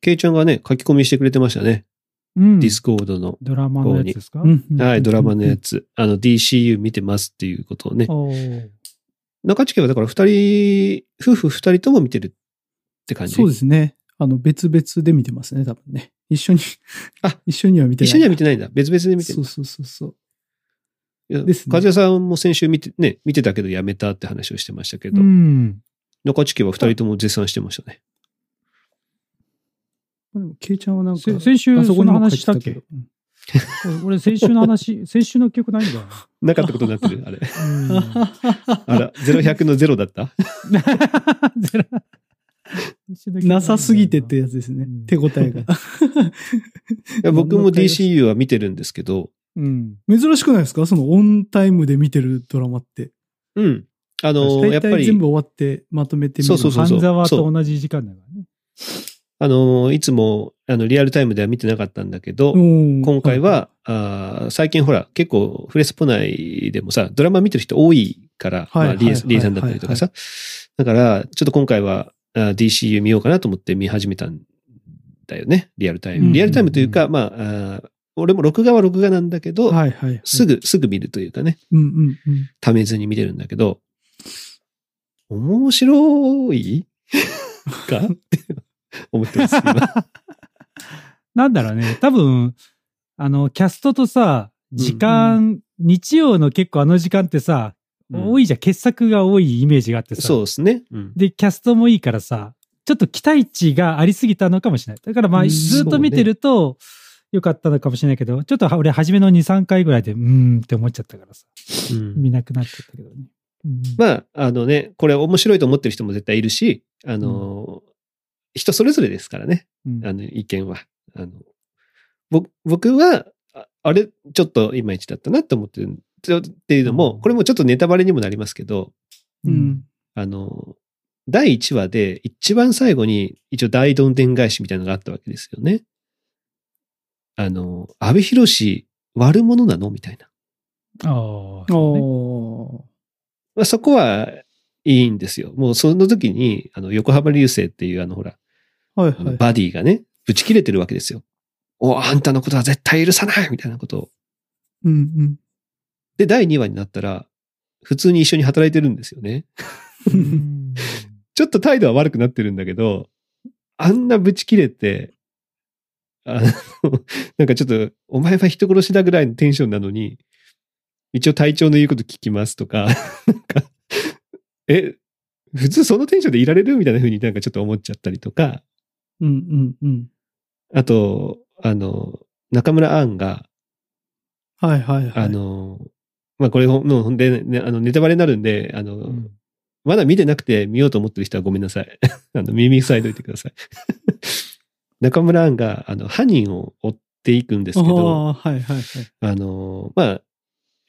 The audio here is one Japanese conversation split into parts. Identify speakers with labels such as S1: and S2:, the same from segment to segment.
S1: ケイちゃんがね、書き込みしてくれてましたね。
S2: うん
S1: ディスコードの。
S2: ドラマのやつですか
S3: うんうん
S1: はい、ドラマのやつ。あの、DCU 見てますっていうことをね。
S2: おー
S1: 中地家はだから二人、夫婦二人とも見てるって感じ
S3: そうですね。あの、別々で見てますね、多分ね。一緒に
S1: あ、
S3: 一緒には見て
S1: 一
S3: ない。
S1: 緒には見てないんだ。別々で見てる
S3: そうそうそうそう。
S1: いや
S3: ですね
S1: 和也さんも先週見て、ね、見てたけどやめたって話をしてましたけど、
S2: うん。
S1: 中地家は二人とも絶賛してま したね。
S3: でも、ケイちゃんはなんか、
S2: せ先週
S3: あそ
S2: そ
S3: こに
S2: の
S3: も書
S2: 話
S3: い
S2: してた
S3: た
S2: っ
S3: け
S2: け
S3: ど。うん
S2: 俺俺先週 の話、先週の記憶ないんだよ
S1: なかったことになってる、あれ。
S2: な。
S1: あら、ゼロ百のゼロだ った
S2: ゼロ先週の記憶いんだよ
S3: なさすぎてって。やつですね。
S2: うん
S3: 手応 えが。
S1: いや僕も
S3: 何の会話して
S1: DCU は見てるんですけど、
S2: うん。
S3: 珍しくないですかそのオンタイムで見てるドラマって。
S1: うん。あの、や
S3: 大
S1: っぱ
S3: 体全
S1: り、
S3: 部終わってまとめてみる。
S1: そうそう
S2: 半沢と同じ時間だからね。
S1: あの、いつも、あの、リアルタイムでは見てなかったんだけど、
S3: うん
S1: 今回、は、あー最近ほら、結構、フレスポ内でもさ、ドラマ見てる人多いから、
S3: はい
S1: まあ、リエ
S3: はい
S1: リエさんだったりとかさ。だから、ちょっと今回は、あー DCU 見ようかなと思って見始めたんだよね、リアルタイ
S3: うん
S1: ム。リアルタイムというか、まあ、あー俺も録画は録画なんだけど、
S3: はいはいはい。
S1: すぐ、すぐ見るというかね、
S3: うんうんうん。
S1: ためずに見てるんだけど、面白い かって思ってます、 今。
S2: なんだろうね。多分、あの、キャストとさ、時間、日曜の結構あの時間ってさ、多
S1: い
S2: いじゃん。傑作が多いイメージがあってさ。
S1: そうですね。うん
S2: で、キャストもいいからさ、ちょっと期待値がありすぎたのかもしれない。だからま
S3: う
S2: あ、
S3: ん
S2: ずっと見てると、よかったのかもしれないけど、ちょっとは俺、初めの2、3回ぐらいで、うーんって思っちゃったからさ、
S1: うん
S2: 見なくなっちゃったけどね。うん
S1: まあ、あのね、これ面白いと思ってる人も絶対いるし、あの、人それぞれですからね、
S2: うん
S1: あの、意見は。あの、ぼ僕は、ああれ、ちょっといまいちだったなって思ってる。ちょっていうのも、これもちょっとネタバレにもなりますけど、
S3: う
S2: うんん。
S1: あの、第1話で一番最後に一応大どんでん返しみたいなのがあったわけですよね。あの、安倍博士悪者なのみたいな。
S2: ああ、そう
S3: おー
S1: まあ、そこはいいんですよ。もうその時に、あの、横浜流星っていうあの、ほら、
S3: はい
S1: あの
S3: はい。
S1: バディがね、ぶち切れてるわけですよ。お、あんたのことは絶対許さないみたいなことを。
S3: うんうん。
S1: で、第2話になったら、普通に一緒に働いてるんですよね。
S2: ねうん
S1: ちょっと態度は悪くなってるんだけど、あんなぶち切れて、あの、 なんかちょっと、お前は人殺しだぐらいのテンションなのに、一応隊長の言うこと聞きますとか、 なんか、え、普通そのテンションでいられるみたいな風になんかちょっと思っちゃったりとか、
S3: うんうんうん。
S1: あと、あの、中村アンが、
S3: はいはいはい。
S1: あ、の、まあ、これほん、もうほんで、ね、あの、ネタバレになるんで、あの、
S2: うん
S1: まだ見てなくて見ようと思ってる人はごめんなさい。 あの、耳塞いどいてください。 中村アンが、あの、犯人を追っていくんですけど、
S3: ああ、はいはいはい。
S1: あの、まあ、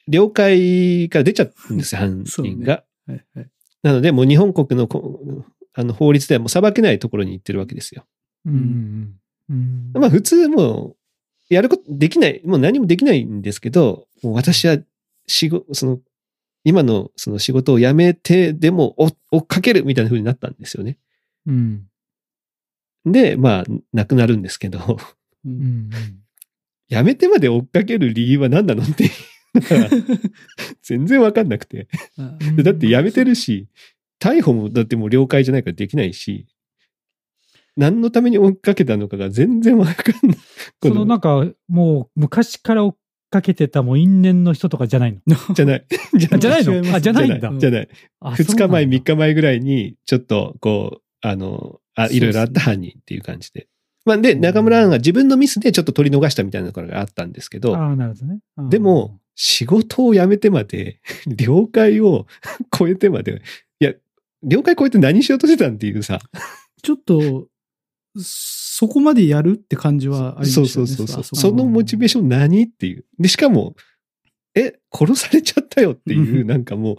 S1: 了解から出ちゃうんですよ、犯
S3: そうね
S1: 人が。
S3: はいはい。
S1: なので、もう日本国のこあの法律ではもう裁けないところに行ってるわけですよ。
S2: うんうん
S1: まあ、普通もう、やること、できない、もう何もできないんですけど、もう私は、仕事、その、今のその仕事を辞めてでも追追っかけるみたいな風になったんですよね。
S2: うん
S1: で、まあ、亡くなるんですけど、
S3: う
S2: うんん
S1: 辞めてまで追っかける理由は何なのっていうの が全然わかんなくて。
S3: あ
S2: うん
S1: でだって辞めてるし、逮捕もだってもう了解じゃないからできないし、何のために追っかけたのかが全然わかんない。
S2: そのなんか、もう昔から追っかけてたもう因縁の人とかじゃないの
S1: じゃない。じゃ
S2: あじゃない
S3: 違います
S2: のあ、じゃないん
S1: じゃ
S2: だ
S1: ない。じゃない。
S2: あ
S1: 2日前、3。
S2: そうなんだ
S1: 日前ぐらいに、ちょっと、こう、あの、あ
S3: そ
S1: い
S3: うですね
S1: ろいろあった犯人っていう感じで。まあ、で、中村アンが自分のミスでちょっと取り逃したみたいなところがあったんですけど、
S2: ああ、なるほどね。うん
S1: でも、、仕事を辞めてまで、 了解を 超えてまで、いや、了解超えて何しようとしてたんっていうさ、
S3: ちょっと、そこまでやるって感じはありました
S1: そ
S3: よ
S1: う
S3: ね。
S1: そうそうそう、
S3: あ
S1: そのモチベーション何っていう。で、しかも、え、殺されちゃったよっていうう、なんかもう、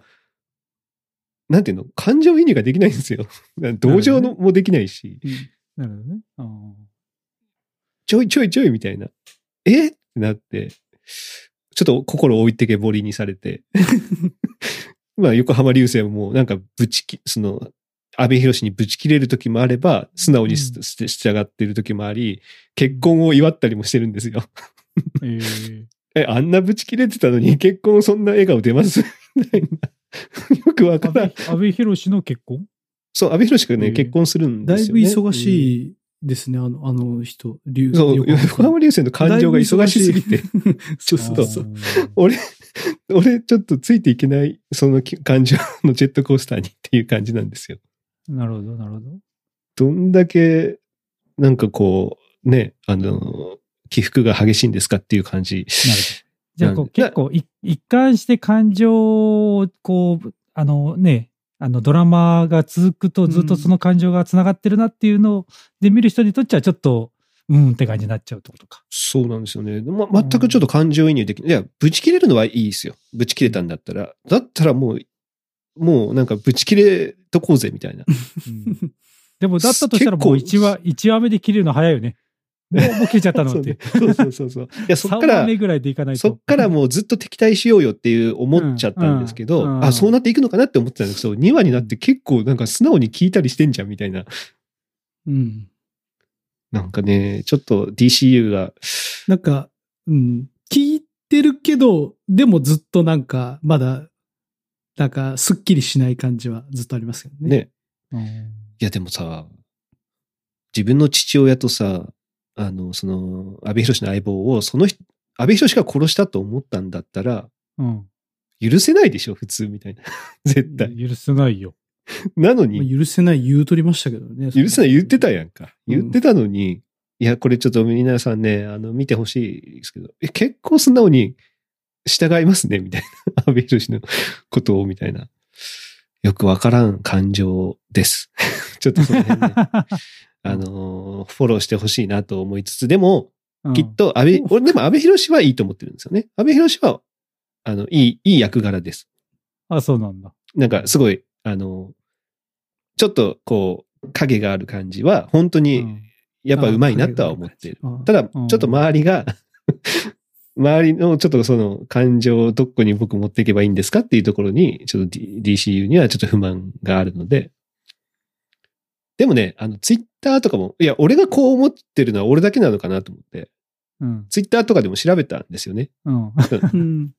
S1: なんていうの、感情移入ができないん ですよ。同情のもできないし。
S2: なるほどね。うん
S1: ちょいちょいちょいみたいな。えってなって、ちょっと心を置いてけぼ りにされて。まあ、横浜流星もなんかぶちき、その、安倍博にぶち切れる時もあれば、素直にす
S2: う
S1: して従っている時もあり、結婚を祝ったりもしてるんですよ。
S2: え ー
S1: え、あんなぶち切れてたのに結婚そんな笑顔出ますみたいな。よくわか
S2: 安
S1: ら
S2: 倍
S1: ん。
S2: 安倍博士の結婚
S1: そう、安倍博士が
S2: へ
S1: ね、
S2: え
S1: 結婚するんで
S3: だい
S1: すよ、
S3: ぶ
S1: ね。
S3: 忙しいですね、あの、あの人、竜
S1: そう、横浜流星の感情が忙しすぎて。。
S3: そ
S1: そ
S3: うそうう
S1: そ
S3: そうう
S1: そ
S3: そうう。
S1: 俺、俺ちょっとついていけない、そのき感情のジェットコースターにっていう感じなんですよ。
S2: なるほど、なるほど。
S1: どんだけ、なんかこう、ね、あの、起伏が激しいんですかっていう感じ。
S2: なるほど。じゃあこ
S1: なん
S2: う
S1: で
S2: 結構い一貫して感情をこうあのねあのドラマが続くとずっとその感情がつながってるなっていうのをで見る人にとっちゃちょっとうんって感じになっちゃうってことか。
S1: そうなんですよね。ま、全くちょっと感情移入できない。いや、ぶち切れるのはいいですよ。ぶち切れたんだったら。だったらもう、もうなんかぶち切れとこうぜみ たいな。
S2: うんでもだったとしたら
S1: 結構
S2: もう1話一話目で切れるの早いよね。もうもう切れちゃった の
S1: そ
S2: っ
S1: うね
S2: て。
S1: そうそうそうそう。いや、そっか
S2: 3話
S1: ら
S2: 目、ぐらいでいかないと。
S1: そっからもうずっと敵対しようよっていう思っちゃったんですけど、
S2: うんうん
S1: あ、そうなっていくのかなって思ってたんですけど、2話になって結構なんか素直に聞いたりしてんじゃんみたいな。
S3: うん。
S1: なんかね、ちょっと DCU が、
S3: なんか、うん。聞いてるけど、でもずっとなんか、まだ、なんか、すっきりしない感じはずっとありますけどね。
S1: ね、
S2: うん。
S1: いやでもさ、自分の父親とさ、あの、その、安倍博士の相棒を、その人、安倍博士が殺したと思ったんだったら、
S2: うん。
S1: 許せないでしょ、普通みたいな。 絶対。
S2: 許せな いよ。
S1: なの
S3: まあ
S1: に、
S3: 許せない言うとりましたけどね。
S1: 許せない言ってた
S3: よ。
S1: やんか。
S3: うん
S1: 言ってたのに、いや、これちょっと皆さんね、あの、見てほしいですけど、え、結構素直に従いますね、みたいな。 安倍博士のことを、みたいな。よくわからん感情です。 ちょっとその辺 ね。あのーフォローしてほしいなと思いつつ、でも、
S2: うん
S1: きっと安倍、俺、でも安倍博士はいいと思ってるんですよね。安倍博士は、あの、いい、いい役柄です。
S2: あ、そうなんだ。
S1: なんか、すごい、あのーちょっと、こう、影がある感じは、本当
S2: う
S1: に、
S2: ん
S1: やっぱ上手いなとは思ってる。
S3: あ
S1: ただ、ち
S2: う
S1: ょ
S2: ん
S1: っと周りが、 周りのちょっとその感情をどこに僕持っていけばいいんですかっていうところに、ちょっと D- DCU にはちょっと不満があるので。でもね、あの、ツイッターとかも、いや、俺がこう思ってるのは俺だけなのかなと思って、
S2: うん。
S1: ツイッターとかでも調べたんですよね。
S2: うん。
S3: うん。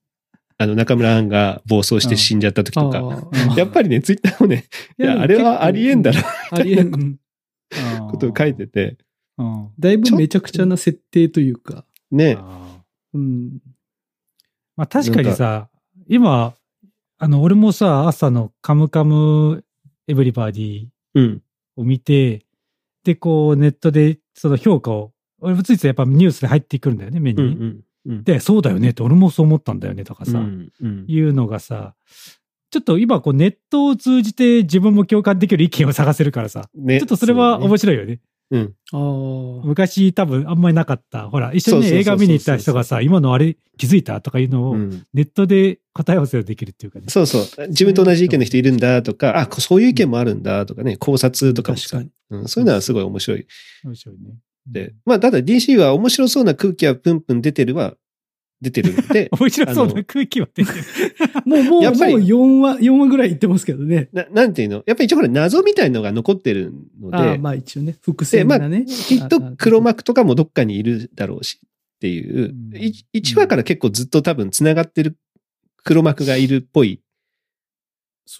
S1: あの、中村アンが暴走して死んじゃった時とか。
S2: あ
S1: やっぱりね、ツイッターも ね、いや、あれはありえんだろ、
S3: ろ。ありえん。
S1: ことを書いてて、
S2: うん。
S3: だいぶめちゃくちゃな設定というか。
S1: ね、
S2: あー
S3: うん。
S2: まあ確かにさ、今、あの、俺もさ、朝のカムカムエブリバディ
S1: うん、
S2: を見て、で、こう、ネットでその評価を、俺もついついやっぱニュースで入ってくるんだよね、目
S1: う
S2: にね。
S1: ん、うん、
S2: で、そうだよねって、俺もそう思ったんだよねとか
S1: う
S2: さ、
S1: ん、うん、
S2: いうのがさ、ちょっと今こうネットを通じて自分も共感できる意見を探せるからさ、
S1: ね
S2: ちょっとそれ
S1: う
S2: は
S1: だね
S2: 面白いよね。
S1: うん、
S3: ああ。
S2: 昔多分あんまりなかった。ほら、一緒
S1: そ
S2: に
S1: う
S2: ね
S1: そう
S2: 映
S1: そうそう
S2: 画見に行った人がさ、今のあれ気づいたとかいうのを、
S1: うん。
S2: ネットで答え合わせができるっていうかね。
S1: そうそう。自分と同じ意見の人いるんだとか、あ、こそういう意見もあるんだとかね、考察とかも
S3: 確
S1: さ
S3: かに。
S1: うん、そういうのはすごい面白い
S2: 面白いね。、
S1: で。まあ、ただ DC は面白そうな空気はプンプン出てるは、出てるんで
S2: 面白そう
S1: あ
S2: な
S1: の
S2: 空気は出 てる。
S3: もう、もう、もう
S1: やっぱり
S3: 4話、四話ぐらいいってますけどね。
S1: ななんていうのやっぱり一応ほら謎みたいのが残ってるの
S3: ああ、
S1: で、
S3: まあ一応ね、伏線
S1: まあ
S3: がね。
S1: きっと黒幕とかもどっかにいるだろうしっていう
S2: う、ん
S1: い一話から結構ずっと多分繋がってる黒幕がいるっぽい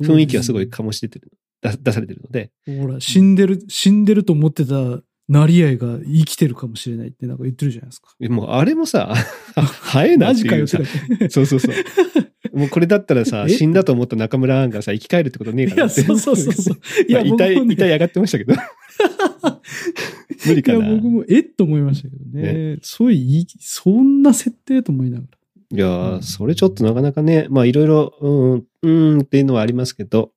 S1: 雰囲気はすごい醸し出てる、だ出されてるので、
S3: ほら、死んでる、死んでると思ってた成合が生きてるかもしれないってなんか言ってるじゃないですか。
S1: もうあれもさ、 あ生えな
S3: マ
S1: って
S3: ジか
S1: いう
S3: よって
S1: さ
S3: 感、じ。
S1: そうそうそう。 もうこれだったらさ、
S3: え
S1: 死んだと思った中村アンがさ、生き返るってことねえか
S3: い
S1: な
S3: や、
S1: って。
S3: そうそうそうそう。 い
S1: まあ
S3: や、
S1: 痛い、
S3: 僕もね
S1: 痛い上がってました けど。無理か
S3: い
S1: な。
S3: や、僕
S1: い
S3: も、えっと思いましたけどね。そういう、そんな設定と思いながら。
S1: やー、それちょっとなかなかね、まあいろいろ、うん、うーんっていうのはありますけど、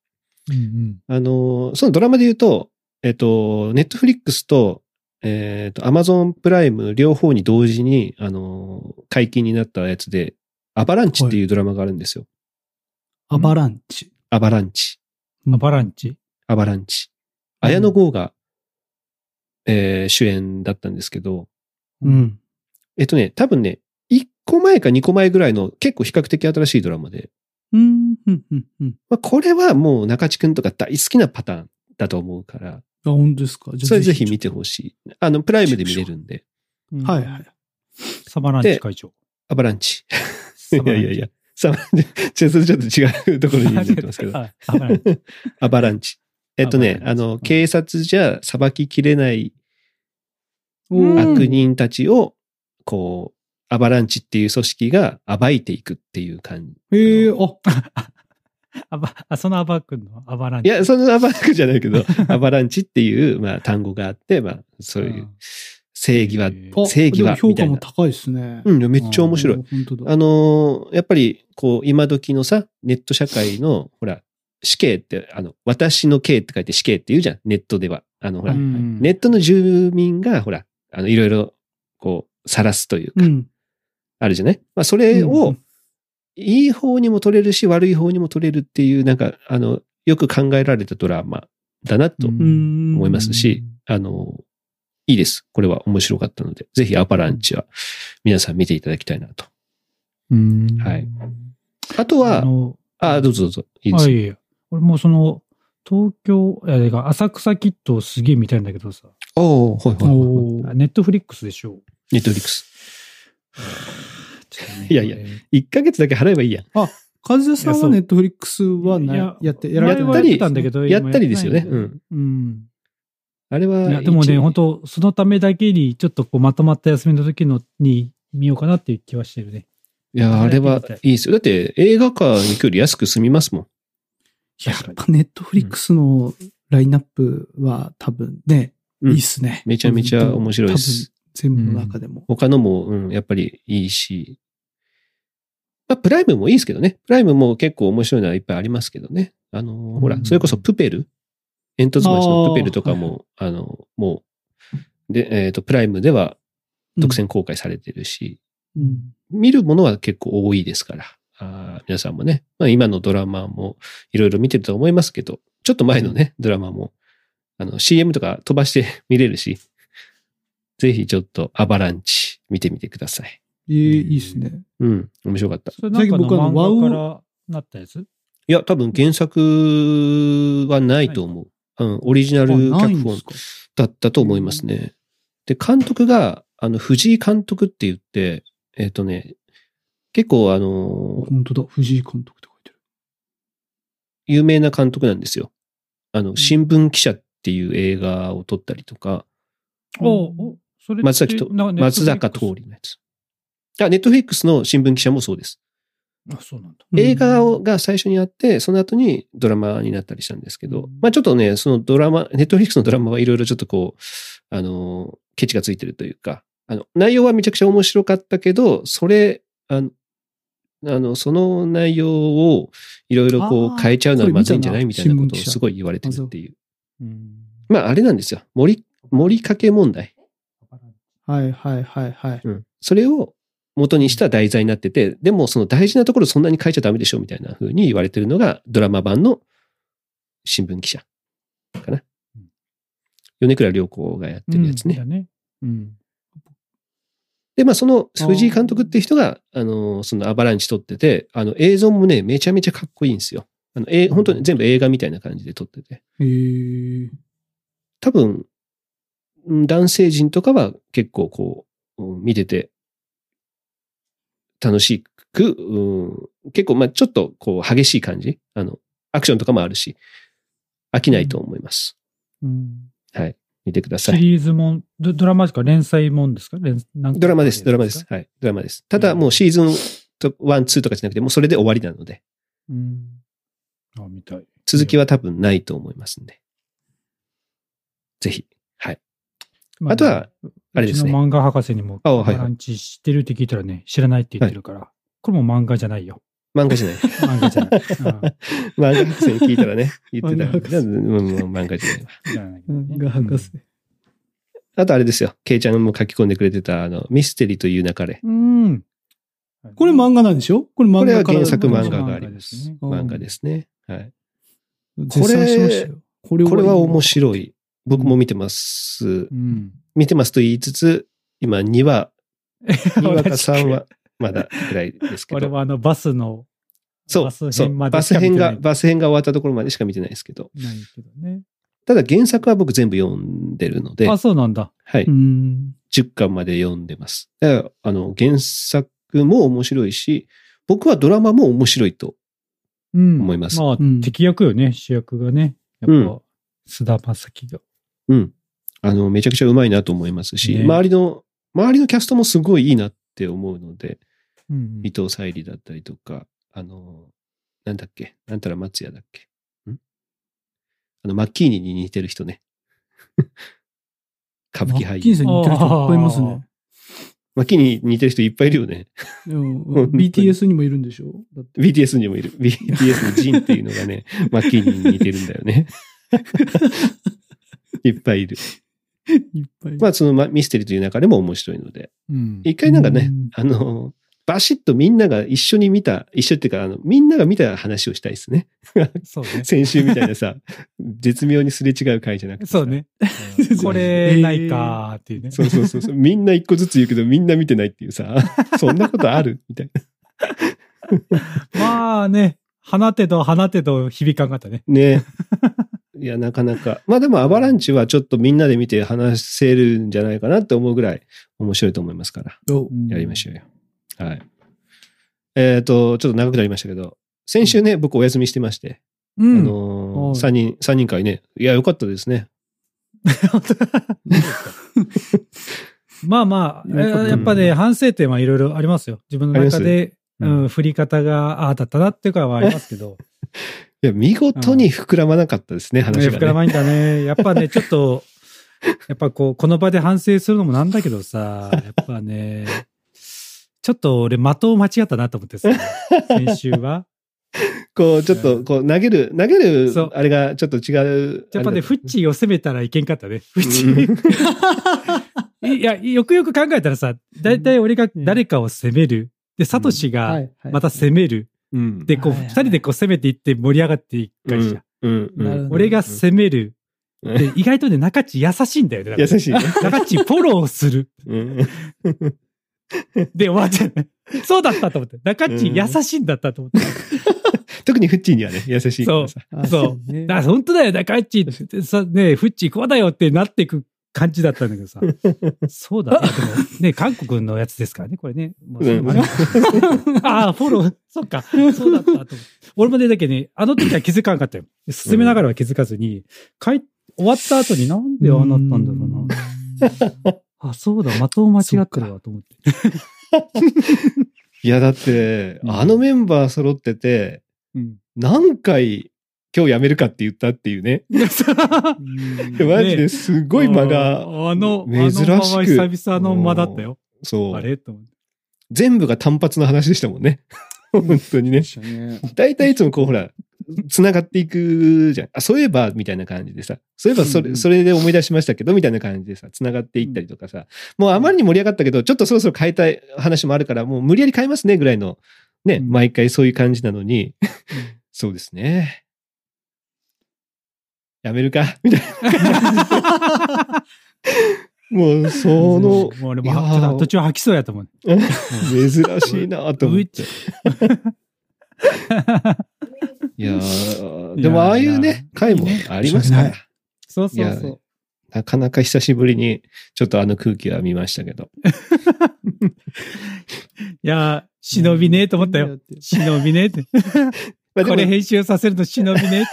S2: うん
S1: あのーそのドラマで言うと、えっと、ネットフリックスと、えっと、アマゾンプライム両方に同時に、あのー解禁になったやつで、アバランチっていうドラマがあるんですよ。
S3: アバランチ。
S1: アバランチ。
S2: うん。アバランチ
S1: アバランチ。
S2: うん
S1: 綾野剛が、えー主演だったんですけど、
S3: うん。
S1: えっとね、多分ね、1個前か2個前ぐらいの結構比較的新しいドラマで、
S3: うん、うん、うん、うん。
S1: まあ、これはもう中地くんとか大好きなパターンだと思うから、
S3: あ、本当ですか。じゃあ
S1: それぜひ見てほしい。あの、プライムで見れるんで、
S2: うん
S3: はいはい。
S2: サマランチ会長。
S1: アバランチ。 い
S2: い
S1: やいやい や、サバランチ。違うそれちょっと違うところになってますけ ど、
S2: はいサマランチ
S1: アバランチ。えっとね、あ
S2: アバランチう
S1: の、
S2: ん
S1: 警察じゃ裁ききれない
S2: うん
S1: 悪人たちを、こう、アバランチっていう組織が暴いていくっていう感じ。
S3: へえ、あ、
S2: アバあそのアバ君のアバラン
S1: い
S2: チ。
S1: や、そのアバランチじゃないけ ど、アバランチっていう、まあ、単語があって、まあ、そういう正義は、
S3: あ
S1: 正義は
S3: でも評
S1: みた
S3: 価
S1: い
S3: も
S1: な。
S3: 高いですね。
S1: うん、めっちゃ面白い。
S3: あ。本当だ。
S1: あのーやっぱり、こう、今時のさ、ネット社会の、ほら、死刑って、あの、私の刑って書いて死刑って言うじゃん、ネットでは。あの、ほら、
S3: はい
S1: ネ
S2: ネ
S1: ットの住民が、ほら、あの、いろいろ、こう、晒すというか、
S3: うん。
S1: あるじゃないまあ、それ
S3: う
S1: を
S3: ん、
S1: いい方にも取れるし、悪い方にも取れるっていう、なんか、あの、よく考えられたドラマだなと
S3: うん。
S1: 思いますし、あの、いいです。これは面白かったので、ぜひアパランチは皆さん見ていただきたいなと。はい。あと
S2: あ
S1: は、
S2: の
S1: あ、どうぞどうぞ。いいです
S2: あ
S1: よ。
S2: いえいえ俺もうその、東京、いやてか浅草キットをすげえ見たいんだけどさ、
S1: おーはいはいはい。
S3: おー
S2: ネットフリックスでしょ。
S1: ネットフリックス。
S2: ちょっとね
S1: いやいや。1ヶ月だけ払えばいいやん。
S3: 和さん
S2: いやそ
S3: は
S2: う
S3: ネットフリックスはないい
S2: や
S3: やって、やら
S2: 前
S3: れて
S2: は
S3: な
S2: やっ
S3: い。
S2: てたんだけど、
S1: やったりですよね。
S2: 今
S1: う
S2: や
S1: ん。
S2: ってないうん。
S1: あれは、
S2: いや、でもね、本当そのためだけに、ちょっとこう、まとまった休みの時のに見ようかなっていう気はしてるね。
S1: いや、あれはいいですよ。だって、映画館に行くより安く済みますもん。
S3: やっぱネットフリックスのラインナップは多分ね、
S1: うん
S3: いいっすね。
S1: めちゃめちゃ面白いです。
S3: 多分全部の中でも。
S1: 他のも、うん、やっぱりいいし。まあ、プライムもいいですけどね。プライムも結構面白いのはいっぱいありますけどね。あのー、ほら
S2: う、ん
S1: それこそプペル煙突町のプペルとか
S3: あー
S1: も、あの、もう、で、えっ、と、プライムでは独
S3: 占。
S1: 占公開されてるし、
S3: うん
S1: 見るものは結構多いですから、あー皆さんもね、まあ、今のドラマもいろいろ見てると思いますけど、ちょっと前のね、ドラマも、あの、CM とか飛ばして 見れるし、ぜひちょっとアバランチ見てみてください。
S3: ええいいっすね。
S1: うん、面白かった。い
S2: それなんかの
S3: 最近僕あのワウ
S2: 漫画からなったやつ
S1: や、多分原作はないと思う。うん、オリジナ
S3: あ
S1: ル
S3: な
S1: 脚
S3: いんで
S1: 本
S3: すか。
S1: だったと思いますね。で、監督が、あの、藤井監督って言って、えっ、とね、結構あのー、
S3: 本当だ。藤井監督って書いてる。
S1: 有名な監督なんですよ。あの、新聞記者っていう映画を撮ったりとか、
S3: うん
S2: おうおそれって
S1: 松崎と
S2: な
S1: 松坂桃。李のやつ。あ、ネットフリックスの新聞記者もそうです。
S2: Netflix あ、そうなんだ。
S1: 映画
S3: を。
S1: をが最初にあって、その後にドラマになったりしたんですけど、
S2: うん
S1: まあちょっとね、そのドラマ、ネットフリックスのドラマはいろいろちょっとこう、あの、ケチがついてるというか、あの、内容はめちゃくちゃ面白かったけど、それ、あの、あのその内容をいろいろこ
S3: あ
S1: う
S3: ー
S1: 変えちゃうのはまずいんじゃない
S3: それ
S1: み
S3: 見
S1: た
S3: た
S1: い
S3: な
S1: なことを
S3: 新聞記者
S1: すごい言われてるっていう。
S2: うん。
S1: まあ、あれなんですよ。森、森かけ問題。
S3: はいはいはいはい。
S1: それを元にした題材になってて、でもその大事なところそんなに書いちゃダメでしょみたいな風に言われてるのがドラマ版の新聞記者かな
S2: うん。
S1: 米倉涼子がやってるやつね。
S2: うんだね。うん。
S1: で、まあその藤井監督っていう人が、あの、そのアバランチ撮ってて、あの映像もね、めちゃめちゃかっこいいんですよ。あの、え本当に全部映画みたいな感じで撮ってて。
S3: へえ
S1: 多分、うん男性陣とかは結構こう、うん見てて、楽しく、うん結構、まあちょっとこう、激しい感じ。あの、アクションとかもあるし、飽きないと思います。
S2: うん
S1: 見てくだ
S2: シ
S1: さい。
S2: リーズもん、ドドラマですか連載もんですか連なんか
S1: ドラマです、ドラマで
S2: か
S1: す。はい、ドラマです。ただもうシーズン1、2とかじゃなくて、もうそれで終わりなので、
S2: うん。あ、見たい。
S1: 続きは多分ないと思いますんで。ぜひ。はい。
S2: ま
S1: あとは、あれです
S2: うち
S1: ね。
S2: の漫画博士にも、
S1: あ
S2: ア
S1: はいはい
S2: バランチ知ってるって聞いたらね、知らないって言ってるから、これも漫画じゃないよ。
S1: 漫画じゃない。
S2: 漫画 じゃない。
S1: 漫画博士に聞いたらね、言ってた
S3: 漫画博士
S1: うんうん漫画じゃないわ。
S2: うん
S3: ー。が博士。。
S1: あとあれですよ。ケイちゃんも書き込んでくれてた、あの、ミステリーという流れ。
S2: うん。
S3: これ漫画なんでしょこれ漫
S1: これは
S3: 画から
S1: 原作
S2: まあ
S1: 漫画があります。漫
S3: 漫
S1: 画
S3: 画
S1: で
S3: です
S1: ね。はい。
S3: 絶賛しましたよ。これ
S1: これは面
S3: い。
S1: 白い。僕も見てます
S2: う。ん。
S1: 見てますと言いつつ、今2話、2話か
S2: 同じく
S1: 3話、まだぐらいですけ
S2: 俺
S1: ど。
S2: はあの、バスの、
S1: そ
S2: バ
S1: う、
S2: ス
S1: そう。
S2: 編まで
S1: バ
S2: し
S1: ス
S2: か見
S1: 編
S2: てな
S1: が、
S2: い。
S1: バス編が終わったところまでしか見てないですけど。
S2: ないけどね。
S1: ただ原作は僕全部読んでるので、
S2: あ、そうなんだ。
S1: はい。
S3: うん。
S1: 10巻まで読んでます。だから、あの、原作も面白いし、僕はドラマも面白いと。
S2: うん。
S1: 思います
S2: まあ、
S3: うん
S2: 敵役よね、主役がね。や
S1: う
S2: っ
S1: ん
S2: ぱ、菅田将暉が。
S1: うん。あの、めちゃくちゃうまいなと思いますし、
S2: ね
S1: 周りの、周りのキャストもすごいいいなって思うので、
S2: うん
S1: 伊藤沙莉だったりとか、あの、なんだっけ、なんたら松也だっけ。んあの、マッキーニに似てる人ね。 歌舞伎俳
S3: マッキン
S1: 優。
S3: さんに似てる人いっぱいいますね。
S1: マッキーニに似てる人いっぱいいるよね。
S3: うん
S1: 本当に
S3: BTS にもいるんでしょだって。
S1: BTS にもいる。BTS のジンっていうのが ね、マッキーニに似てるんだよね。 いっぱいいる。
S3: いっぱい。
S1: まあ、そのまミステリーという中でも面白いので。
S2: うん
S1: 一回なんかね
S3: うん、
S1: あの、バシッとみんなが一緒に見た、一緒っていうか、あの、みんなが見た話をしたいですね。
S2: そうね。
S1: 先週みたいなさ、絶妙にすれ違う回じゃなくてさ
S2: そう。 ね。
S1: うん
S2: これ、ないかーっていう ね。
S1: そうそうそうそう。みんな一個ずつ言うけど、みんな見てないっていうさ、そんなことあるみたいな。
S2: まあね、放てと放てと響かんかったね。
S1: ね。いや、なかなか。まあでも、アバランチはちょっとみんなで見て話せるんじゃないかなって思うぐらい面白いと思いますから。
S3: お
S1: やりましょうよ。はい。えっ、と、ちょっと長くなりましたけど、先週ね、僕お休みしてまして、
S2: う
S1: あ
S2: ん。
S1: の
S3: はい
S1: ー、3人、三人会ね、いや、よかったですね。
S2: まあまあ、え
S3: う
S2: ー
S3: ん
S2: やっぱね、反省点はいろいろありますよ。自分の中で、
S1: あります
S2: うん、振り方が、ああだったなっていうかはありますけど。
S1: いや、見事に膨らまなかったですね、話
S2: ね、
S1: が、
S2: 膨ら
S1: ね。
S2: まいんだね。やっ ぱね、ちょっと、やっぱこう、この場で反省するのもなんだけどさ、やっぱね、ちょっと俺、的を間違ったなと思ってさ、先週は。
S1: こう、ちょっと、こう、投げる、投げる
S2: そう、
S1: あれがちょっと違う。
S2: やっぱね、フッチーを攻めたらいけんかったね。フッチ
S1: うん
S2: ー。いや、よくよく考えたらさ、だいたい俺が誰かを攻める。で、サトシ
S3: は
S2: が
S3: いはい
S2: また攻める。
S1: うん。
S2: で、こう、
S3: はいはい
S2: 二人でこう攻めていって盛り上がっていく
S1: う
S2: 感じじゃん
S1: ん、うん。う
S3: なるほ
S1: ん。
S3: ど
S2: 俺が攻める。
S1: うん
S2: で、意外とね、中地優しいんだよね。だから
S1: 優しいね。
S2: 中地フォローする。
S1: うん
S2: で、終わっちゃう。そうだったと思って。中地優しいんだったと思って。
S1: 特にフッチーにはね、優しいからさ。
S3: あ。
S2: そう
S3: ね
S2: だから本当だよ、中地ってさ、ねフッチーこうだよってなっていく感じだったんだけどさ。そうだね。でもね、韓国のやつですからね、これね。まあ、それもありますああ、フォロー。そっか。そうだったと思って。俺もね、だけどね、あの時は気づかなかったよ。進めながらは気づかずに、帰っ終わった後になんでああなったんだろうな。あ、そうだ、的を間違ってるわと思って。
S1: いや、だって、
S2: うん
S1: あのメンバー揃ってて、
S2: うん。
S1: 何回今日辞めるかって言ったっていうね。
S3: うん
S1: マジですごい間が、
S2: うんあの、
S1: 珍しく
S2: あの間は久々の間だったよ。
S1: そ
S2: あ
S1: う。
S2: れと思って。
S1: 全部が単発の話でしたもん ね。本当にね。大体いつもこうほら、繋がっていくじゃん。あ、そういえば、みたいな感じでさ。そういえば、そ
S3: うんう
S1: れ、
S3: ん
S1: それで思い出しましたけど、みたいな感じでさ、繋がっていったりとかさ。もうあまりに盛り上がったけど、ちょっとそろそろ変えたい話もあるから、もう無理やり変えますね、ぐらいの、ね、
S2: うん
S1: 毎回そういう感じなのに、そうですね。やめるか、みたいな。もう、その、
S2: もう俺も
S1: いやー
S2: ちょっと途中吐きそうやと思う。
S1: 珍しいなと思って。
S2: うち
S1: いやーでもああいう
S2: いや
S1: ね、回もありますから。
S2: そう
S1: い
S2: そう
S1: や
S2: そう。
S1: なかなか久しぶりに、ちょっとあの空気は見ましたけど。
S2: いやー、忍びねえと思ったよ。。忍びねえって。
S1: まあ、で
S2: こ
S1: も
S2: れ
S1: い
S2: 編集させるの忍びね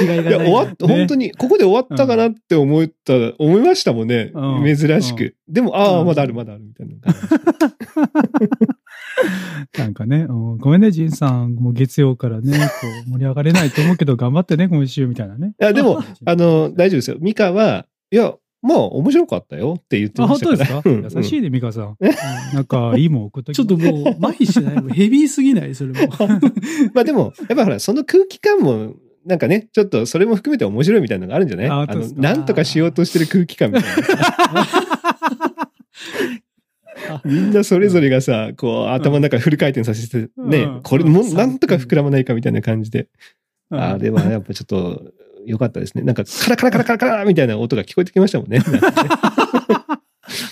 S3: 違いがな
S1: や
S3: い。
S1: 終わっ
S2: ね
S1: 本当に、ここで終わったかなって思った、思いましたもんね。
S2: うん
S1: 珍しく。でも、ああ、
S2: うん
S1: まだある、まだある、みたいな 感
S2: え。なんかね、うんごめんね、ジンさん。もう月曜からね、こう盛り上がれないと思うけど、頑張ってね、今週みたいなね。
S1: じ。いや、でも、あの、大丈夫ですよ。ミカは、いや、まあ、面白かったよって言って
S2: あ、
S1: ま
S2: 本
S1: したか
S2: 当
S1: ら。
S2: です
S1: う
S2: か
S1: ん
S2: 優しいね、美香さん。なんか、いいもん送っとき
S3: ちょっともう、麻痺してない。もうヘビーすぎないそれも。
S1: うん まあ、でも、やっぱほら、その空気感も、なんかね、ちょっとそれも含めて面白いみたいなのがあるんじゃない
S2: あ
S1: あ
S2: 本当で
S1: の、
S2: すか
S1: なんとかしようとしてる空気感みたいな。みんなそれぞれがさ、こう、頭の中フル回転させて、
S2: うんう
S1: ね
S2: ん、
S1: これも、
S2: うん
S1: なんとか膨らまないかみたいな感じで。
S2: うん
S1: あれはやっぱちょっと、良かったですね。なんか、カラカラカラカラカラみたいな音が聞こえてきましたもん ね。なんかね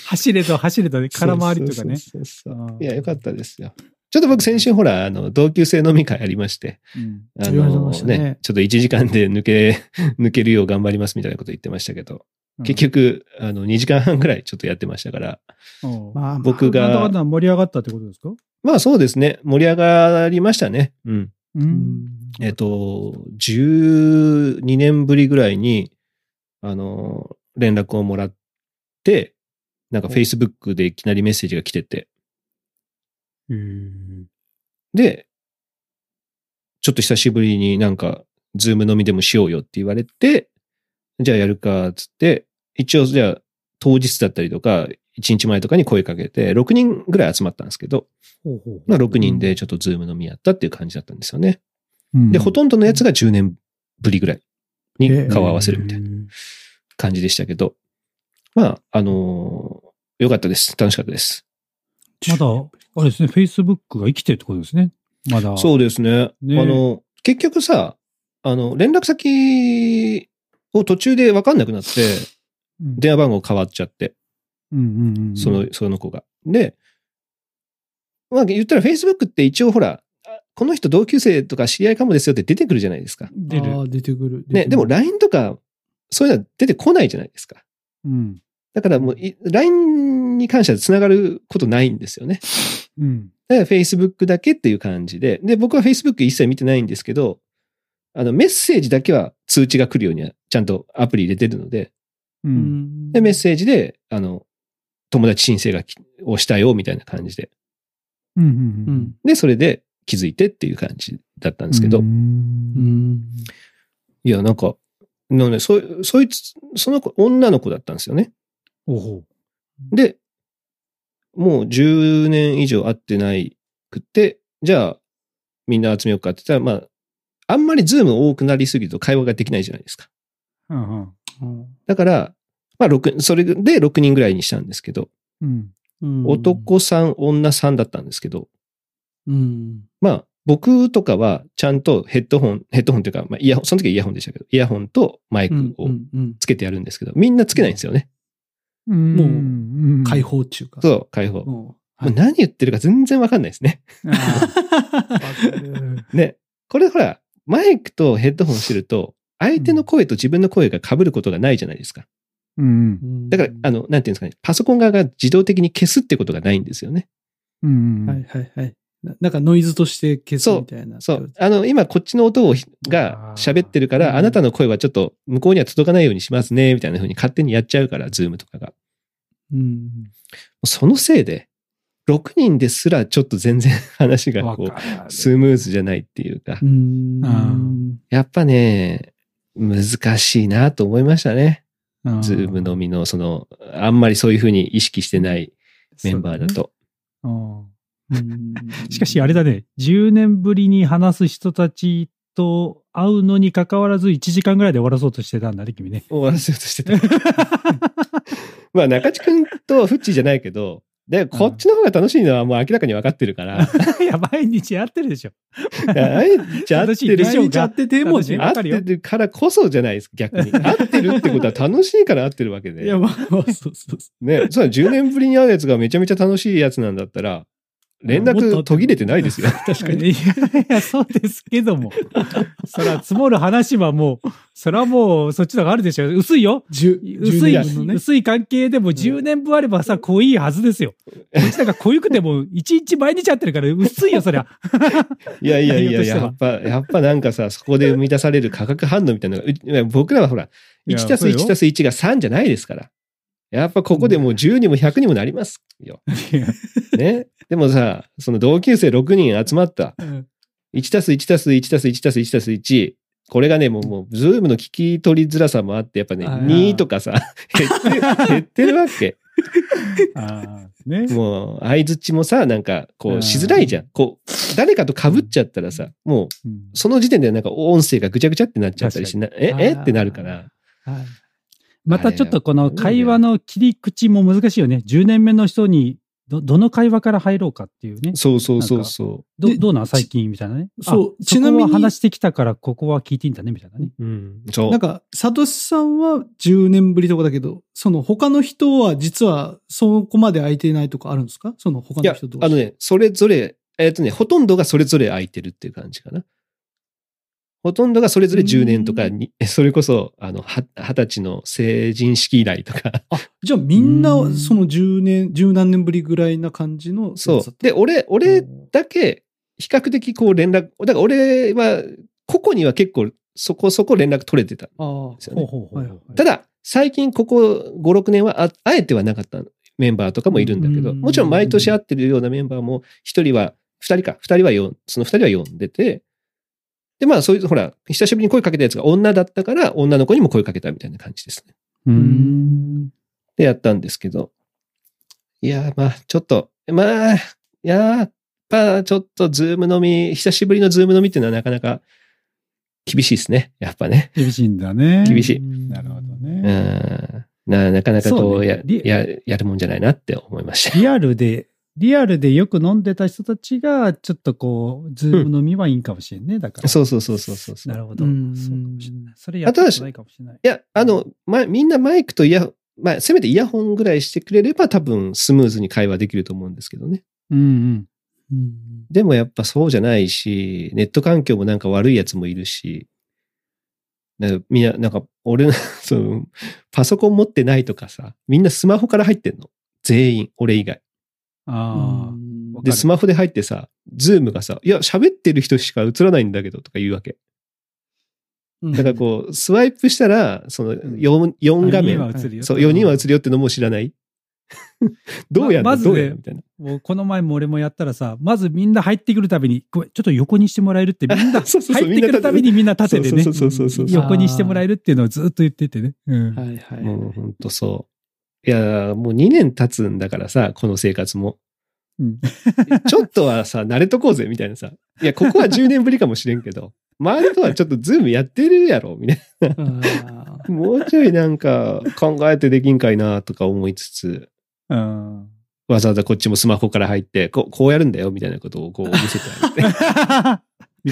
S2: 走れと走れとね、空回りとかね。
S1: そうそうそうそう
S2: うん
S1: いや、良かったですよ。ちょっと僕先週ほら、あの、同級生飲み会ありまして、
S2: うん
S1: あ
S3: 言われて
S1: の
S3: ましたね
S1: ちょっと1時間で抜け、 抜けるよう頑張りますみたいなこと言ってましたけど、結、局、あの、2時間半ぐらいちょっとやってましたから、
S2: うん
S3: まあ、
S1: 僕が
S2: なんだかんだ盛り上がったってことですか
S1: まあそうですね、盛り上がりましたね。うん。
S2: う。
S3: うんん
S1: えっと、12年ぶりぐらいに、あの、連絡をもらって、なんか Facebook でいきなりメッセージが来てて、で、ちょっと久しぶりになんか、ズーム飲みでもしようよって言われて、じゃあやるか、つって、一応じゃあ当日だったりとか、1日前とかに声かけて、6人ぐらい集まったんですけど、
S2: ほうほう
S1: まあ6人でちょっとズーム飲みやったっていう感じだったんですよね。
S2: うん
S1: で、ほとんどのやつが10年ぶりぐらいに顔を合わせるみたいな
S2: うん
S1: 感じでしたけど、まあ、あのーよかったです。楽しかったです。
S2: まだ、あれですね、Facebook が生きてるってことですね。まだ。
S1: そうですね。
S2: ね
S1: あの、結局さ、あの、連絡先を途中で分かんなくなって、
S2: うん。
S1: 電話番号変わっちゃって、
S2: うんうんうんうん、
S1: その、その子が。で、まあ言ったら Facebook って一応ほら、あこの人同級生とか知り合いかもですよって出てくるじゃないですか。
S2: 出
S3: あ
S2: る。
S3: ー出てくる。出てく
S1: ね、
S3: る
S1: でも、LINE とか、そういうのは出てこないじゃないですか。
S2: うん。
S1: だからもうい、LINE に関しては繋がることないんですよね。
S2: うん。
S1: だから Facebook だけっていう感じで、で、僕は Facebook 一切見てないんですけど、あの、メッセージだけは通知が来るようには、ちゃんとアプリ入れてるので、
S2: う。
S3: うんん
S1: で、メッセージで、あの、友達申請がきをしたよ、みたいな感じで。
S2: うん。
S3: う
S2: うんん。
S1: で、それで気づいてっていう感じだったん
S2: で
S1: ですけど、
S3: うん
S1: いや、なんか、のね、そ、そいつ、その子、女の子だったんですよね。
S2: おほ
S1: で、もう10年以上会ってないくて、じゃあ、みんな集めようかって言ったら、まあ、あんまりズーム多くなりすぎると会話ができないじゃないですか。
S2: う。うん
S1: だから、まあ、6、それで6人ぐらいにしたんですけど、
S2: うん。
S3: うん
S1: 男さん、女さんだったんですけど、
S3: うん。
S1: まあ、僕とかはちゃんとヘッドホン、ヘッドホンというか、まあ、イヤホン、その時はイヤホンでしたけど、イヤホンとマイ
S3: う
S1: ク
S3: ん
S1: を
S3: うんうん
S1: つけてやるんですけど、みんなつけないんですよね。
S2: うん。
S3: もう
S2: うん
S3: 解。放中か。
S1: そう、解放。も
S3: うん。は
S1: う
S3: い
S1: 何言ってるか全然わかんないですね。
S2: あー
S1: ね、これほら、マイクとヘッドホンしてると、相手の声と自分の声が被ることがないじゃないですか。
S2: うん。
S1: だから、あの、なんていうんですかね、パソコン側が自動的に消すってことがないんですよね。
S2: うんうん。
S3: はいはいはい。ななんかノイズとして消すみたいな。
S1: そう。あの、今こっちの音をひが喋ってるか
S2: あ
S1: ら、
S2: ー
S1: あなたの声はちょっと向こうには届かないようにしますね、みたいな風に勝手にやっちゃうから、ズームとかが。
S3: うん。
S1: そのせいで、6人ですらちょっと全然話が
S2: わ
S1: こ
S2: かる
S1: う、スムーズじゃないっていうか
S3: う、ん。
S2: うん
S1: やっぱね、難しいなと思いましたね。
S2: うん
S1: ズームのみの、その、あんまりそういうふうに意識してないメンバーだと。
S2: うん
S3: うん
S2: しかし、あれだね、10年ぶりに話す人たちと会うのにかかわらず、1時間ぐらいで終わらそうとしてたんだね、君ね。
S1: 終わらせようとしてた。 まあ、中地君とフッチーじゃないけど、で、こっちの方が楽しいのはもう明らかに分かってる から、
S2: いや、毎日会ってるでしょ。
S1: あえちゃ合ってる
S2: 楽しいでし
S3: 一
S2: ょ
S1: し、
S3: 応やっててもね。
S1: 合ってるからこそじゃないですか、逆 に。合ってるってことは楽しいから合ってるわけ
S3: いや、
S1: で。
S3: まあまあ、そうそうそ
S1: ね、そう10年ぶりに会うやつがめちゃめちゃ楽しいやつなんだったら、連絡途切れてないですよ。確
S2: い。やいや、そうですけども。 そら、積もる話はもう、そらもう、そっちの方があるでしょ。薄いよ。
S3: う。十
S2: 薄い、
S3: 10分のね。
S2: 薄い関係でも10年分あればさ、濃いはずですよ。こっちなんか濃ゆくても、1日毎日会ってるから、薄いよ、そ りゃ。
S1: いやいやいや、
S2: 内容としては
S1: やっぱ、やっぱなんかさ、そこで生み出される化学反応みたいなのがういや、僕らはほら、
S2: いや
S1: 1たす
S2: そうよ
S1: 1たす1が3じゃないですから。やっぱここでもう10にも100にもなりますよ。ね。 でもさ、その同級生6人集まった。
S3: うん
S1: 1たす1たす1たす1たす1たす1。これがね、もう、もう、ズームの聞き取りづらさもあって、やっぱね、
S3: あー
S1: 2と かさ、減って減ってるわけ。
S2: ああ、ね。
S1: もう、相づちもさ、なんか、こ
S2: うん
S1: う、しづらいじゃん。こう、誰かと被っちゃったらさ、もう、
S2: うん
S1: その時点でなんか音声がぐちゃぐちゃってなっちゃったりしな、え
S3: か、に
S1: え
S3: あー
S1: ってなるから。
S3: はい
S2: またちょっとこの会話の切り口も難しいよね。10年目の人にど、どの会話から入ろうかっていうね。
S1: そうそうそうそ
S2: ど
S3: で
S2: どうなん最近みたいなね。あ
S3: そう
S2: そ
S3: ち
S2: こ
S3: なみ
S2: は
S3: に
S2: 話してきたから、ここは聞いていいんだね、みたいなね。
S1: う。うん。そう。
S3: なんか、サトシさんは10年ぶりとかだけど、その他の人は実はそこまで空いてないとかあるんですかその他
S1: い
S3: の
S1: や
S3: 人と。、
S1: あのね、それぞれえっ、とね、ほとんどがそれぞれ空いてるっていう感じかな。ほとんどがそれぞれ10年とかに、それこそ、あの、は二十歳の成人式以来とか。
S3: あ、じゃあみんな
S2: うん
S3: その10年、十何年ぶりぐらいな感じのやつ だ
S1: そ
S3: っ
S1: う
S3: た。。
S1: で、俺、俺
S3: うん
S1: だけ、比較的こう連絡、だから俺は、個々には結構そこそこ連絡取れてたんで
S3: ああ、
S1: すよ
S2: ほう
S1: ね。
S2: ほうほう
S3: はいはい
S1: ただ、最近ここ5、6年はあ会えてはなかったメンバーとかもいるんだけど、
S3: うん
S1: もちろん毎年会ってるようなメンバーも、1人は、2人か、2人はよん、その2人は呼んでて、で、まあ、そういう、ほら、久しぶりに声かけたやつが女だったから、女の子にも声かけたみたいな感じですね。
S2: う
S3: うん。
S1: で、やったんですけど、いやー、まあ、ちょっと、まあ、いやー、やっぱ、ちょっと、ズーム飲み、久しぶりのズーム飲みっていうのはなかなか厳しいですね。やっぱね。
S4: 厳しいんだね。
S1: 厳しい
S4: なるほど
S1: う
S4: ね。
S1: ん。ななかなかこ
S2: そう
S1: う
S2: ね
S1: や
S2: リ
S1: ややるもんじゃないなって思いました。
S2: リアルで、リアルでよく飲んでた人たちが、ちょっとこう、ズーム飲みはいいんかもしれんね。だから。
S1: そうそうそうそうそうそう。
S2: なるほど。
S3: う
S2: そうんかもしれない。それやったことないかもしれない。
S1: いや、あの、ま、みんなマイクとイヤホン、まあ、せめてイヤホンぐらいしてくれれば多分スムーズに会話できると思うんですけどね。
S4: うんうん。
S3: うん
S1: でもやっぱそうじゃないし、ネット環境もなんか悪いやつもいるし、なんかみんな、なんか俺 の、その、パソコン持ってないとかさ、みんなスマホから入ってんの。全員、俺以外。
S4: あ
S3: うん
S4: わか
S1: で、
S4: る
S1: スマホで入ってさ、ズームがさ、いや、喋ってる人しか映らないんだけどとか言うわけ。だからこう、スワイプしたら、その
S4: ん
S1: 4、
S4: あ。
S1: 四画
S4: 四人
S1: 面、
S4: は映るよ
S1: そう、4人は映るよってのも知らない。 どうやんの、
S2: ままずね
S1: どうやんのみたいな。
S2: もうこの前も俺もやったらさ、まずみんな入ってくるたびに、ごめん、ちょっと横にしてもらえるっ て、みんな
S1: そうそうそう
S2: 入ってくるたびにみんな縦でね
S1: そ、うそうそうそうそうそう。
S2: 横にしてもらえるっていうのをずっと言っててね。うん
S3: はいはい。
S1: もうほんとそう。いやー、もう2年経つんだからさ、この生活も。
S2: うん
S1: ちょっとはさ、慣れとこうぜ、みたいなさ。いや、ここは10年ぶりかもしれんけど、周りとはちょっとズームやってるやろ、みたい
S3: あ
S1: な。もうちょいなんか考えてできんかいな、とか思いつつ、
S4: うん。
S1: わざわざこっちもスマホから入って、こうこうやるんだよ、みたいなことをこう見せてあげ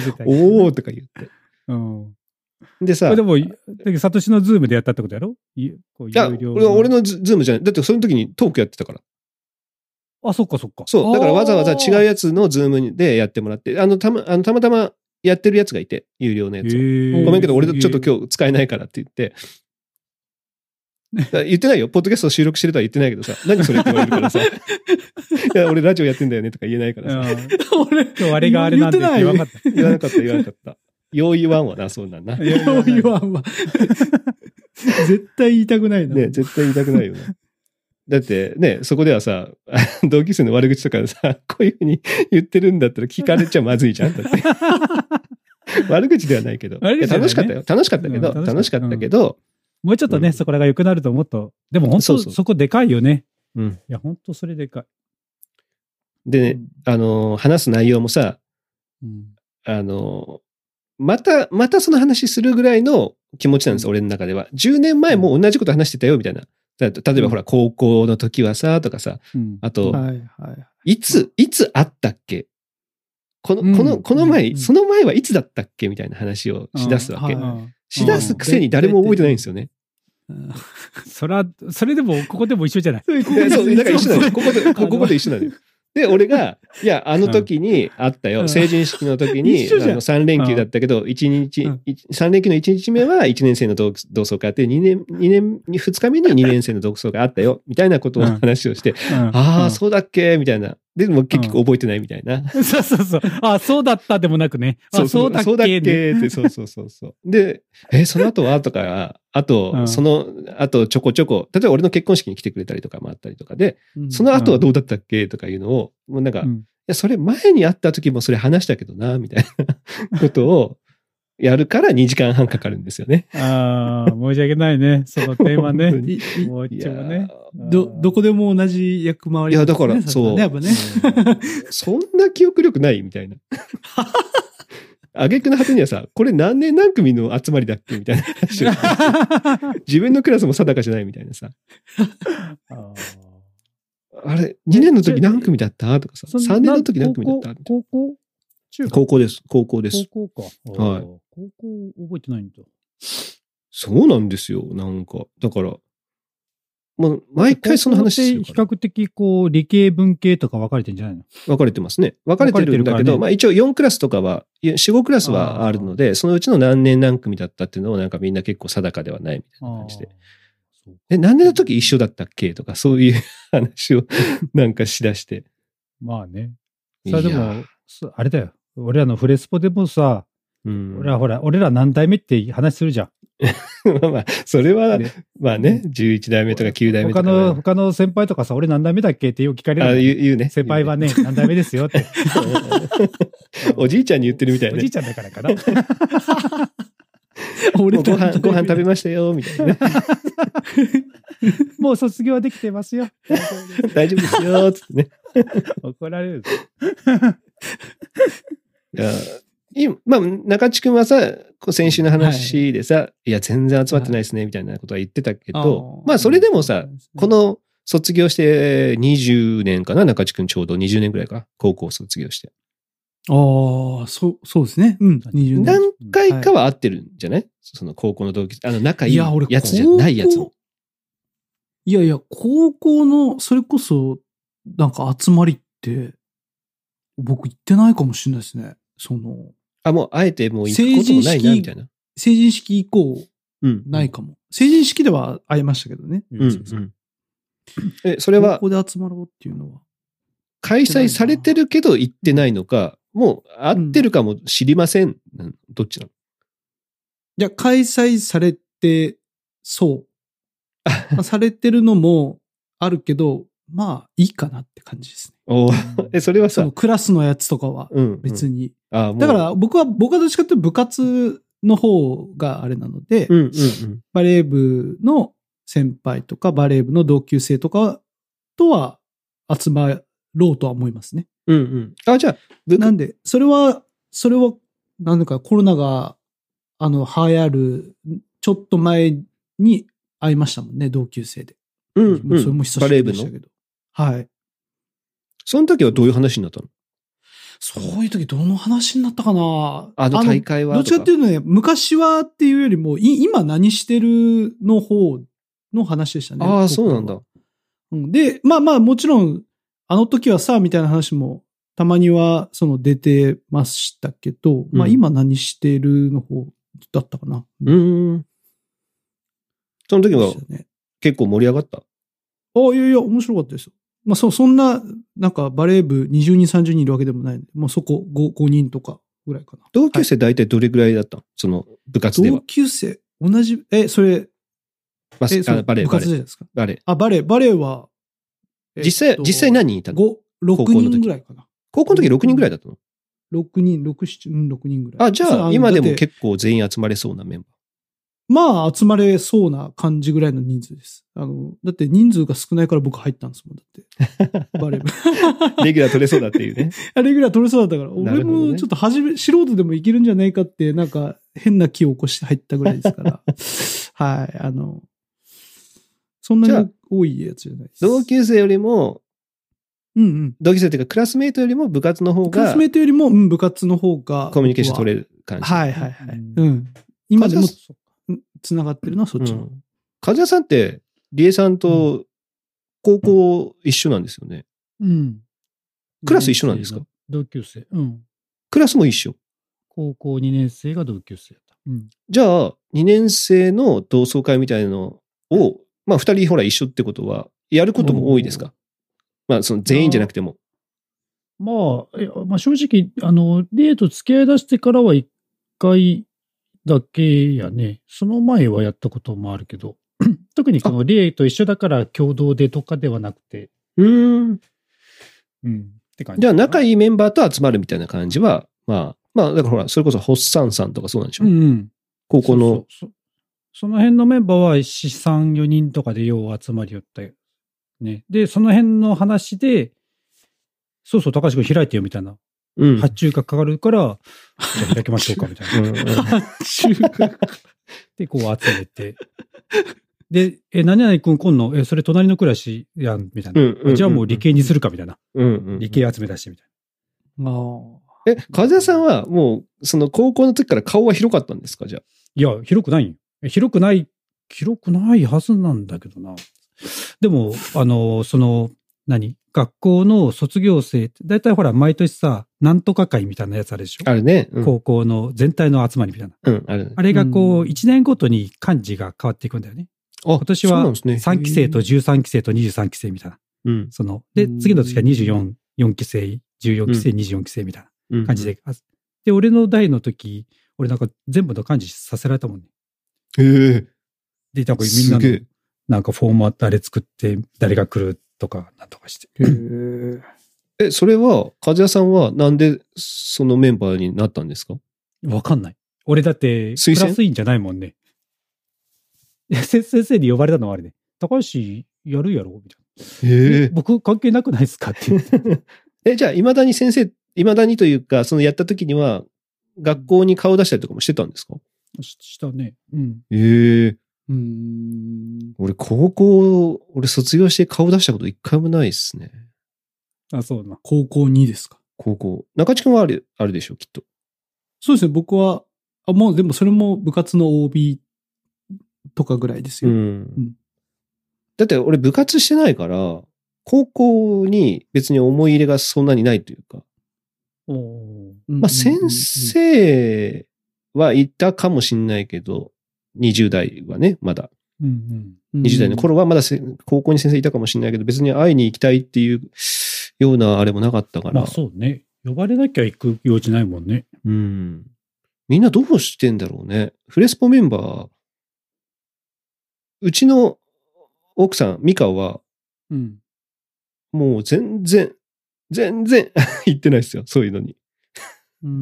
S4: 見
S1: て、
S4: せたい。
S1: おーとか言って。
S4: うん。
S1: で
S2: こ
S1: さ、
S2: れで
S1: い
S2: も、だけどサトシのズームでやったってことやろいこう
S1: や、
S2: 有料
S1: 俺は俺のズズームじゃない。だってその時にトークやってたから。
S2: あ、そっかそっか。
S1: そう。だからわざわざ違う
S2: や
S1: やつのズームでやってもらって、あの、たま、あのたまたまやってるやつがいて、有料のやつを。ごめんけど、俺ちょっと今日使えないからって言 って。だから言ってないよ。ポッドキャスト収録してるとは言ってないけどさ、何それって言われる からさ。いや、俺ラジオやってんだよねとか言えないからさ。
S2: 今
S3: あ。俺、
S2: 日あれがあれなんでって言わなかった。
S1: 言わなかった、言わなか った。よう言わんわな、そうなんな。ね
S4: い やいや
S3: そう言わんわ。絶対言いたくないな。
S1: 絶対言いたくないよ な。だってね、そこではさ、 同級生の悪口とかでさ、こういうふうに 言ってるんだったら聞かれちゃまずいじゃん。だって 悪口ではないけど。
S2: 悪口
S1: いや
S2: じゃないね
S1: 楽しかったよ。楽しかったけど、
S2: うん楽
S1: 楽
S2: し
S1: し
S2: か
S1: か
S2: った
S1: ったけど、
S2: もうちょっとね、
S1: うん
S2: そこらが良くなると思っと。でも本当
S1: そ
S2: そう
S1: そう
S2: こでかいよね。
S1: うん
S2: いや、本当それでかい。
S1: でね、あのー、話す内容もさ、
S4: うん。
S1: あのー、また、またその話するぐらいの気持ちなんです、俺の中では。10年前も同じこと話してたよ、みたいな。だ例えばほら、高校の時はさ、とかさ、
S4: うん。
S1: あと、
S3: はいはい。
S1: いつ、いつあったっけこの、
S4: うん
S1: この、この前、
S3: うん
S1: その前はいつだったっけみたいな話をしだすわけ。
S3: うんは
S1: しだすくせに誰も覚えてないんですよね。
S3: うん
S2: そら、それでも、ここでも一緒じゃない。
S1: でそう、だから一緒なのよ。ここで、
S3: あの
S1: ここで一緒なのよ。で、俺が、いや、あの時にあった
S3: う
S1: よ。
S3: ん
S1: 成人式の時に、
S3: 一緒じゃん
S1: あの3連休だったけど、一日
S3: うん、
S1: 一三連休の1日目は1年生の同同窓会あって、二年、二年、2日目に2年生の同窓会あったよ、みたいなことを
S4: うん
S1: 話をして、
S4: あ
S1: ああ、そうだっけみたいな。でも結局覚えてないみたいな。
S2: そうそうそう。あ、そうだったでもなくね。あ、そうだっ
S1: そうだっ
S2: けね
S1: けって、そうそうそうそう。で、え、その後はとか、あ
S4: う
S1: と、
S4: ん
S1: その、あとちょこちょこ、例えば俺の結婚式に来てくれたりとかもあったりとかで、その後はどうだったっけとかいうのを、もうなんか、
S4: うん
S1: いや、それ前に会った時もそれ話したけどな、みたいなことをやるから2時間半かかるんですよね。
S2: ああ、申し訳ないね。そのテー
S1: 本
S2: マ
S1: 当
S2: ね。
S1: に
S3: いい
S2: もう
S1: い
S2: 一
S1: や
S2: 応ね。
S3: ど、どこでも同じ役回り、
S1: いやだから
S3: さすがね
S1: そう
S3: やっぱね。
S1: そんな記憶力ないみたいな。挙句の果てにはさ、これ何年何組の集まりだっけみたいな話をして自分のクラスも定かじゃないみたいなさ。
S2: あー
S1: あれ、2年の時何組だったとかさ、
S2: そんな
S1: 3年の時何組だった
S2: 高校高校中
S1: 高校です。高校です。
S2: 高校か。
S1: はい
S2: あー高校覚えてないんだ。
S1: そうなんですよ。なんか。だから、もう毎回その話するか
S2: 高校
S1: ら
S2: って比較的こう、理系文系とか分かれてんじゃないの
S1: 分かれてますね。分かれてるんだけ
S2: 分かれてるか
S1: ど、
S2: らね
S1: まあ一応4クラスとかは、いや4、5クラスはあるので、そのうちの何年何組だったっていうのをなんかみんな結構定かではないみたいな感じで。
S2: そう
S1: え、何年の時一緒だったっけとか、そういう 話をなんかしだして。
S4: まあね。
S2: さあで
S1: いや
S2: も、そあれだよ。俺らのフレスポでもさ、
S1: うん。
S2: 俺らほら、俺ら何代目って話するじゃん。
S1: まあまあ、それは、
S4: ね
S1: まあね、11代目とか9代目と
S2: 他
S1: かね、
S2: の、他の先輩とかさ、俺何代目だっけってよく聞かれる
S1: あ
S2: もん
S1: 言う言うね。
S2: 先輩はね、何代目ですよって。
S1: 言うね。 おじいちゃんに言ってるみたい
S2: お
S1: ね
S2: じい。ちゃんだか らかな。
S1: も
S3: 俺
S1: うご飯、ご飯食べ
S3: ま
S1: ましたよ、みたいな ね。
S2: もう卒業はできてま すよ。
S1: 大丈夫ですよ、つってね。
S2: 怒られるぞ。
S1: いや、今、まあ、中地君はさ、こう先週の話でさ、い、や、全然集まってないですね、みたいなことは言ってたけど、まあ、それでもさ、こ、の卒業して20年かな、中地君ちょうど20年ぐらいか、高校卒業して。
S3: ああ、そう、そうですね。うん、20年。
S1: 何回かは会ってるんじゃない、その高校の同期、あの、仲いい
S3: いや俺
S1: やつじゃないやつ
S3: 高
S1: も
S3: 校。いやいや、高校の、それこそ、なんか集まりって、僕行ってないかもしれないですね。その、
S1: あ、もう、あえてもう行くこともないな、
S3: 成人式
S1: みたいな。
S3: 成人式以降、
S1: うん。
S3: ないかも。成人式では会いましたけどね。
S1: うん。うん。え、それは
S3: 高校で集まろうっていうのは。
S1: 開催されてるけど行ってないのか、もう会ってるかも知りません。うんどっちなの
S3: いや、開催されて、 そう。まあされてるのもあるけど、まあ、いいかなって感じですね。
S1: おーえ、それは
S3: そ
S1: さ
S3: の、クラスのやつとかは、
S1: うん。
S3: 別
S1: に。
S3: に。
S1: あ
S3: だから、僕は、僕はどっちかっていうと部活の方があれなので、
S1: うんうんうん。
S3: バレー部の先輩とか、バレー部の同級生とかとは集まろうとは思いますね。
S1: うんうん。あ、じゃあ、部
S3: なんで、それは、それは、なんだかコロナが、あの、流行る、ちょっと前に会いましたもんね、同級生で。
S1: うんう
S3: もうそれ
S1: ん。
S3: も久しぶりでした
S1: バレー部の
S3: けど。はい。
S1: その時はどういう話になったの
S3: そういう時どの話になったかな
S1: あの大会は
S3: どっちかっていうとね、昔はっていうよりも、い今何してるの方の話でしたね。
S1: ああ、
S3: 僕
S1: そうなんだ。
S3: うんで、まあまあもちろん、あの時はさ、みたいな話も、たまには、その出てましたけど、まあ
S1: うん
S3: 今何してるの方だったかな。
S1: うーん。その時
S3: で
S1: は
S3: したね。
S1: 結構盛り上がった。
S3: ああ、いやいや、面白かったですよ。まあそ、そんな、なんかバレー部20人、30人いるわけでもないんで、まあそこ 5, 5人とかぐらいかな。
S1: 同級生大体どれぐらいだったのその部活で
S3: 同
S1: は。
S3: 級生、同じ、え、それ、
S1: バス
S3: え、そ
S1: あ
S3: の
S1: バレー、
S3: 部
S1: バ
S3: 活
S1: レ
S3: じゃな
S1: ー。
S3: いですか。
S1: バレ
S3: あ、バレー、バレーは、
S1: ー。実際、実際何人いたの
S3: ?5、6
S1: 高校の時
S3: 人ぐらいかな。
S1: 高校の時6人ぐらいだったの
S3: 6人、6、7、うん、6人ぐらい。
S1: あ、じ
S3: そう
S1: ゃあ、今で
S3: だ
S1: も
S3: って
S1: 結構全員集まれそうなメンバー。
S3: まあ、集まれそうな感じぐらいの人数です。あの、だって人数が少ないから僕入ったんですもん、だ って。バレー部。
S1: レギュラー取 れそうだっていうね。
S3: あれぐらい取れそうだったから、
S1: な
S3: 俺
S1: るほどね
S3: もちょっと初め、素人でもいけるんじゃないかって、なんか変な気を起こして入ったぐらいですか ら。はい、あの、そん
S1: じゃ
S3: な
S1: あ
S3: に多いやつじゃないです。
S1: 同級生よりも、
S3: うんうん。
S1: 同級生っていうか、クラスメイトよりも部活の方
S3: クラ
S1: が
S3: スメイトよりも、うん、部活の方が。
S1: コミュニケーション取
S3: れ
S1: れる感じ。。
S3: はいいはいはい。
S4: うん
S3: うん。今でも
S1: カズヤ
S3: 繋がってるのはそっちの。
S1: うん和也さんって、理恵さんと高校一緒なんですよね。
S4: うん。
S1: クラス一緒なんですか
S4: 同級生。うん。
S1: クラスも一緒。
S4: 高校2年生が同級生だった。うん。
S1: じゃあ、2年生の同窓会みたいなのを、まあ、2人ほら一緒ってことは、やることも多いですかまあ、その全員じゃなくても。
S4: まあ、いやまあ、正直、あの、デート付き合い出してからは一回だけやね。その前はやったこともあるけど、 特にこのレイと一緒だから共同でとかではなくて、
S1: うーん。
S4: うん。って感じ。
S1: じゃあ、仲
S4: い。
S1: いいメンバーと集まるみたいな感じは、まあ、まあ、だからほら、それこそ、ホッサンさんとかそうなんでしょ、
S4: うんうん。
S1: 高校の。
S4: そうそうそその辺のメンバーは4、3、4人とかでよう集まりよったよ。ね。で、その辺の話で、そうそう、高橋君開いてよみたいな。
S1: うん
S4: 発注がかかる から、じゃあ開きましょうかみたいな。
S1: うんうん
S3: 中学
S4: で、こう集めて。で、え、何々君今度、え、それ隣の暮らしやん、みたいな。
S1: うん
S4: じゃあもう理系にするか、みたいな。
S1: うんうん
S4: 理系集め出して、みたい
S3: ああ。
S1: え、和也さんはもう、その高校の時から顔は広かったんですかじゃあ。
S4: な。いや、広くないんよ。え広くない、広くないはずなんだけどな。
S2: でも、あの、その、何学校の卒業生って、だいたいほら、毎年さ、なんとか会みたいなやつあるでしょ、
S1: あるね。うん、
S2: 高校の全体の集まりみたいな。
S1: うん、あるね。
S2: あれがこ
S3: う
S2: う、
S3: ん
S2: 1年ごとに漢字が変わっていくんだよね。
S1: 今
S2: 今年は3期生と13期生と23期生みたいな。
S1: うん、
S2: その、で、次の年が24、4期生、14期生、24期生みたいな。
S1: うん
S2: 感じ。で。あで、俺の代の時、俺なんか全部の漢字させられたもんね。
S1: へえ
S2: で、なんかみん
S1: す
S2: な
S1: げ
S2: の
S1: え。
S2: なんかフォーマットあれ作って、誰が来るとか、なんとかして。
S3: うん
S1: え、それは、梶谷さんはなんでそのメンバーになったんですか
S2: わかんない。俺だって、ク
S1: 推薦
S2: ラス委員じゃないもんね。いやせ先生に呼ばれたのはあれね。高橋やるやろみたいな。え
S1: へ
S2: 僕関係なくないですかって言って。
S1: え。え、じゃあ、いまだに先生、いまだにというか、そのやった時には、学校に顔出したりとかもしてたんですか
S2: ししたね。うん。
S1: ええ。
S3: うん。
S1: 俺、高校、俺卒業して顔出したこと一回もないですね。
S2: あ、そうな。
S3: 高校2ですか。
S1: 高校。中地君はある、あるでしょ、きっと。
S3: そうですね、僕は、あもうでもそれも部活の OB とかぐらいです
S1: う
S3: よ。
S1: ん。だって俺部活してないから、高校に別に思い入れがそんなにないというか、
S2: おー
S1: まあ先生はいたかもしんないけど、20代はね、まだ。
S2: うんうん。
S1: 20代の
S3: これ
S1: 頃はまだせ高校に先生いたかもしんないけど、別に会いに行きたいっていうようなあれもなかったから。
S2: まあそうね。呼ばれなきゃ行く用事ないもんね。
S1: うん。みんなどうしてんだろうね。フレスポメンバー、うちの奥さん、ミカは、
S2: うん。
S1: もう全然、全然 行ってないですよ。そういうのに。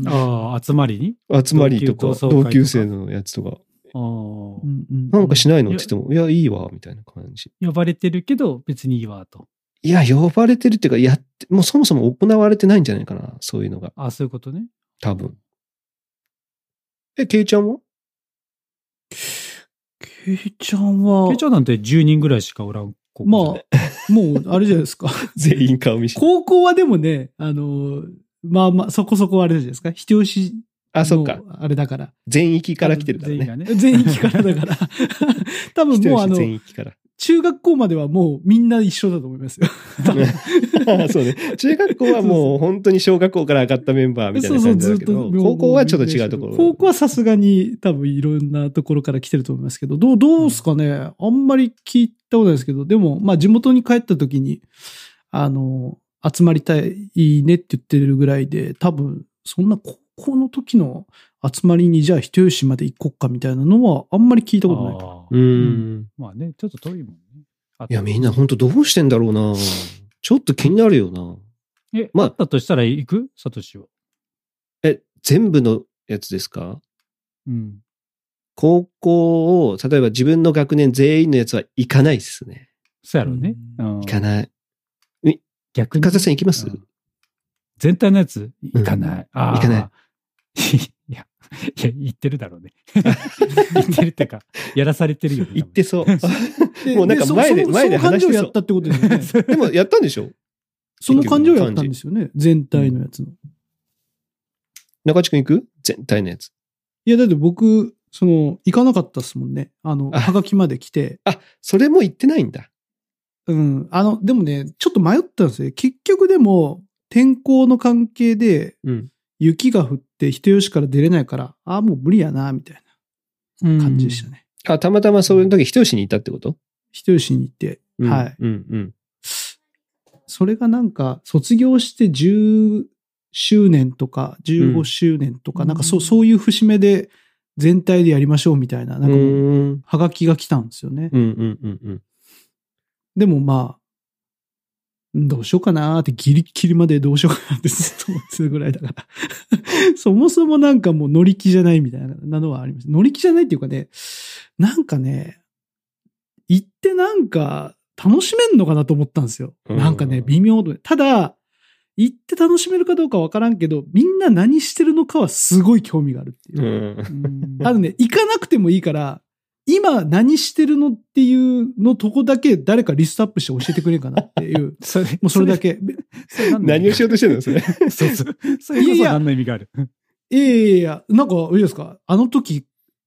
S2: ああ、集まりに
S1: 集まりとか、
S2: 同級同窓会と
S1: 同
S2: か
S1: 級生のやつとか、
S2: ああ
S1: なんかしないのっ
S2: い
S1: て
S2: や
S1: 言っても、いや、いいわ、みたいな感じ。
S2: 呼ばれてるけど、別にいいわ、と。
S1: いや、呼ばれてるっていうか、やって、もうそもそも行われてないんじゃないかな。そういうのが、
S2: あそういうことね。
S1: 多分。え、ケイちゃんは
S3: ケイちゃんは、
S2: ケイちゃんなんて10人ぐらいしかおらん子。
S3: まあ、もうあれじゃないですか。
S1: 全員顔見知り。
S3: 高校はでもね、あの、まあまあ、そこそこあれじゃないですか。人吉し
S1: あ、そっか。。
S3: あれだから。
S1: 全域から来てるから
S2: 全員
S1: ね。
S2: がね。
S3: 全域からだから。 多分
S1: 人
S3: もうあ
S1: 吉
S3: の、
S1: 全域から。
S3: 中学校まではもうみんな一緒だと思います よ。
S1: そうね。中学校はもう本当に小学校から上がったメンバーみたい
S3: そ
S1: な
S3: うそ
S1: 感
S3: う、
S1: じな
S3: ず
S1: ん
S3: っ
S1: だけど
S3: と。、
S1: 高校はちょっと違うところ。
S3: 高校はさすがに多分いろんなところから来てると思いますけど、どう、どうですかね、あんまり聞いたことないですけど、でも、まあ地元に帰った時に、あの、集まりたいねって言ってるぐらいで、多分、そんな高校の時の集まりに、じゃあ人吉まで行こっかみたいなのは、あんまり聞いたことないか。
S2: あ
S1: う
S2: ー
S1: ん。
S2: まあね、ちょっと遠いもんね。あと
S1: いや、みんな。本当どうしてんだろうな。ちょっと気になるよな。
S2: え、
S1: まあ
S2: あったとしたら行くサトシは。
S1: え、全部のやつですか
S2: うん。
S1: 高校を、例えば自分の学年全員のやつは行かないっすね。
S2: そうやろうね。
S3: う
S2: うん。
S1: 行かない。
S2: 逆に。
S1: 加藤さん行きます
S2: うん全体のやつ行かない。ああ。
S1: 行かない
S2: い。いや、いや、行ってるだろうね。 行ってるってか、やらされてるよね。
S1: 行ってそう。
S3: で
S1: もうなんか
S3: そ
S1: 前で
S3: その
S1: 前で話して
S3: そ
S1: そう
S3: の感情やったってことですよね。
S1: でもやったんでしょ
S3: その感情やったんですよね。全体のやつの。
S1: 中地君行く全体のやつ。
S3: いや、だって僕、その、行かなかったっすもんね。あの、
S1: あ
S3: はがきまで来て。
S1: あ、それも行ってないんだ。
S3: うん。あの、でもね、ちょっと迷ったんですよ。結局でも、天候の関係で、
S1: うん。
S3: 雪が降って人吉から出れないから、ああ、もう無理やな、みたいな感じでしたね。
S1: あ、たまたまそういう時、人吉にいたってこと
S3: 人吉に行って。
S1: うん
S3: はい。
S1: うんうん。
S3: それがなんか、卒業して10周年とか、15周年とか、
S2: うん
S3: なんかそう、そういう節目で、全体でやりましょうみたいな、
S1: う
S3: なんかもう、
S1: ーん。
S3: はがきが来たんですよね。
S1: うんうんうんうん。
S3: でもまあ、うんどうしようかなーってギリッギリまでどうしようかなってずっと思ってるぐらいだ から。そもそもなんかもう乗り気じゃないみたいなのはあります。乗り気じゃないっていうかね、なんかね、行ってなんか楽しめんのかなと思ったんですよ。
S1: うん
S3: なんかね、微妙で。ただ、行って楽しめるかどうかわからんけど、みんな何してるのかはすごい興味があるっていう。
S1: うん
S2: うん。
S3: あのね、行かなくてもいいから、今何してるのっていうのとこだけ誰かリストアップして教えてくれんかなっていう。
S2: それ、
S3: もうそれだけ。
S2: それ。それの意味
S1: 何をしようとしてるの それ。
S2: そうそう。それこそ何の意味がある。
S3: いやいやいや、なんか、いいですかあの時、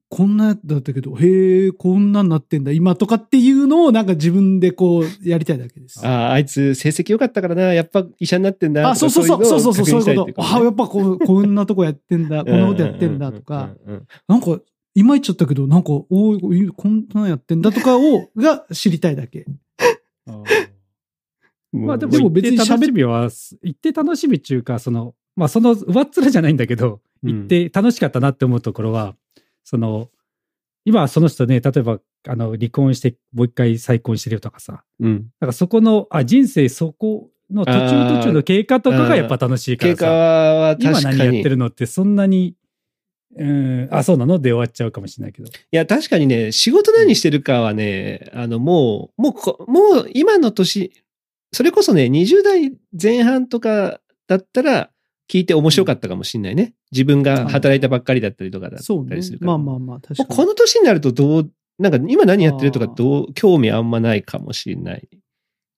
S3: こんなやつだったけど、へえ、こんなんなってんだ、今とかっていうのをなんか自分でこう、やりたいだけです。
S1: ああ、あいつ成績良かったからな、やっぱ医者になってんだ。
S3: あ、そうそうそう、そうそうそう、そういうこと。あ、や
S1: あ
S3: っぱこう、こんなとこやってんだ、こんなことやってんだとか、。
S1: うんうんうんうんうん
S3: なんか、今言っちゃったけど、なんか、おーこんなんやってんだとかを、が知りたいだけ。
S1: うん
S2: まあで
S3: でも
S2: も、
S3: 別
S2: 別
S3: に
S2: に
S3: 喋っ
S2: 楽しみは、一定楽しみっていうか、その、まあその上っ面じゃないんだけど、
S1: うん
S2: 行って楽しかったなって思うところは、その、今はその人ね、例えば、あの、離婚して、もう一回再婚してるよとかさ、
S1: うん。
S2: なんかそこの、あ、人生そこの途
S1: あー
S2: 中途中の経過とかがやっぱ楽しいか
S1: 経
S2: ら
S1: 過
S2: さ、
S1: は
S2: 今
S1: 確か
S2: 何
S1: に。
S2: やってるのってそんなに、うん、あ、そうなので終わっちゃうかもしれないけど。
S1: いや、確かにね、仕事何してるかはね、あの、もう、もうこ、もう今の年、それこそね、20代前半とかだったら、聞いて面白かったかもしれないね。自分が働いたばっかりだったりとかだっ
S3: そう
S1: た
S3: ね
S1: りする。から。
S3: まあまあまあ、確か
S1: も
S3: に。
S1: うこの年になるとどう、なんか今何やってるとか
S3: あー
S1: どう、興味あんまないかもしれない。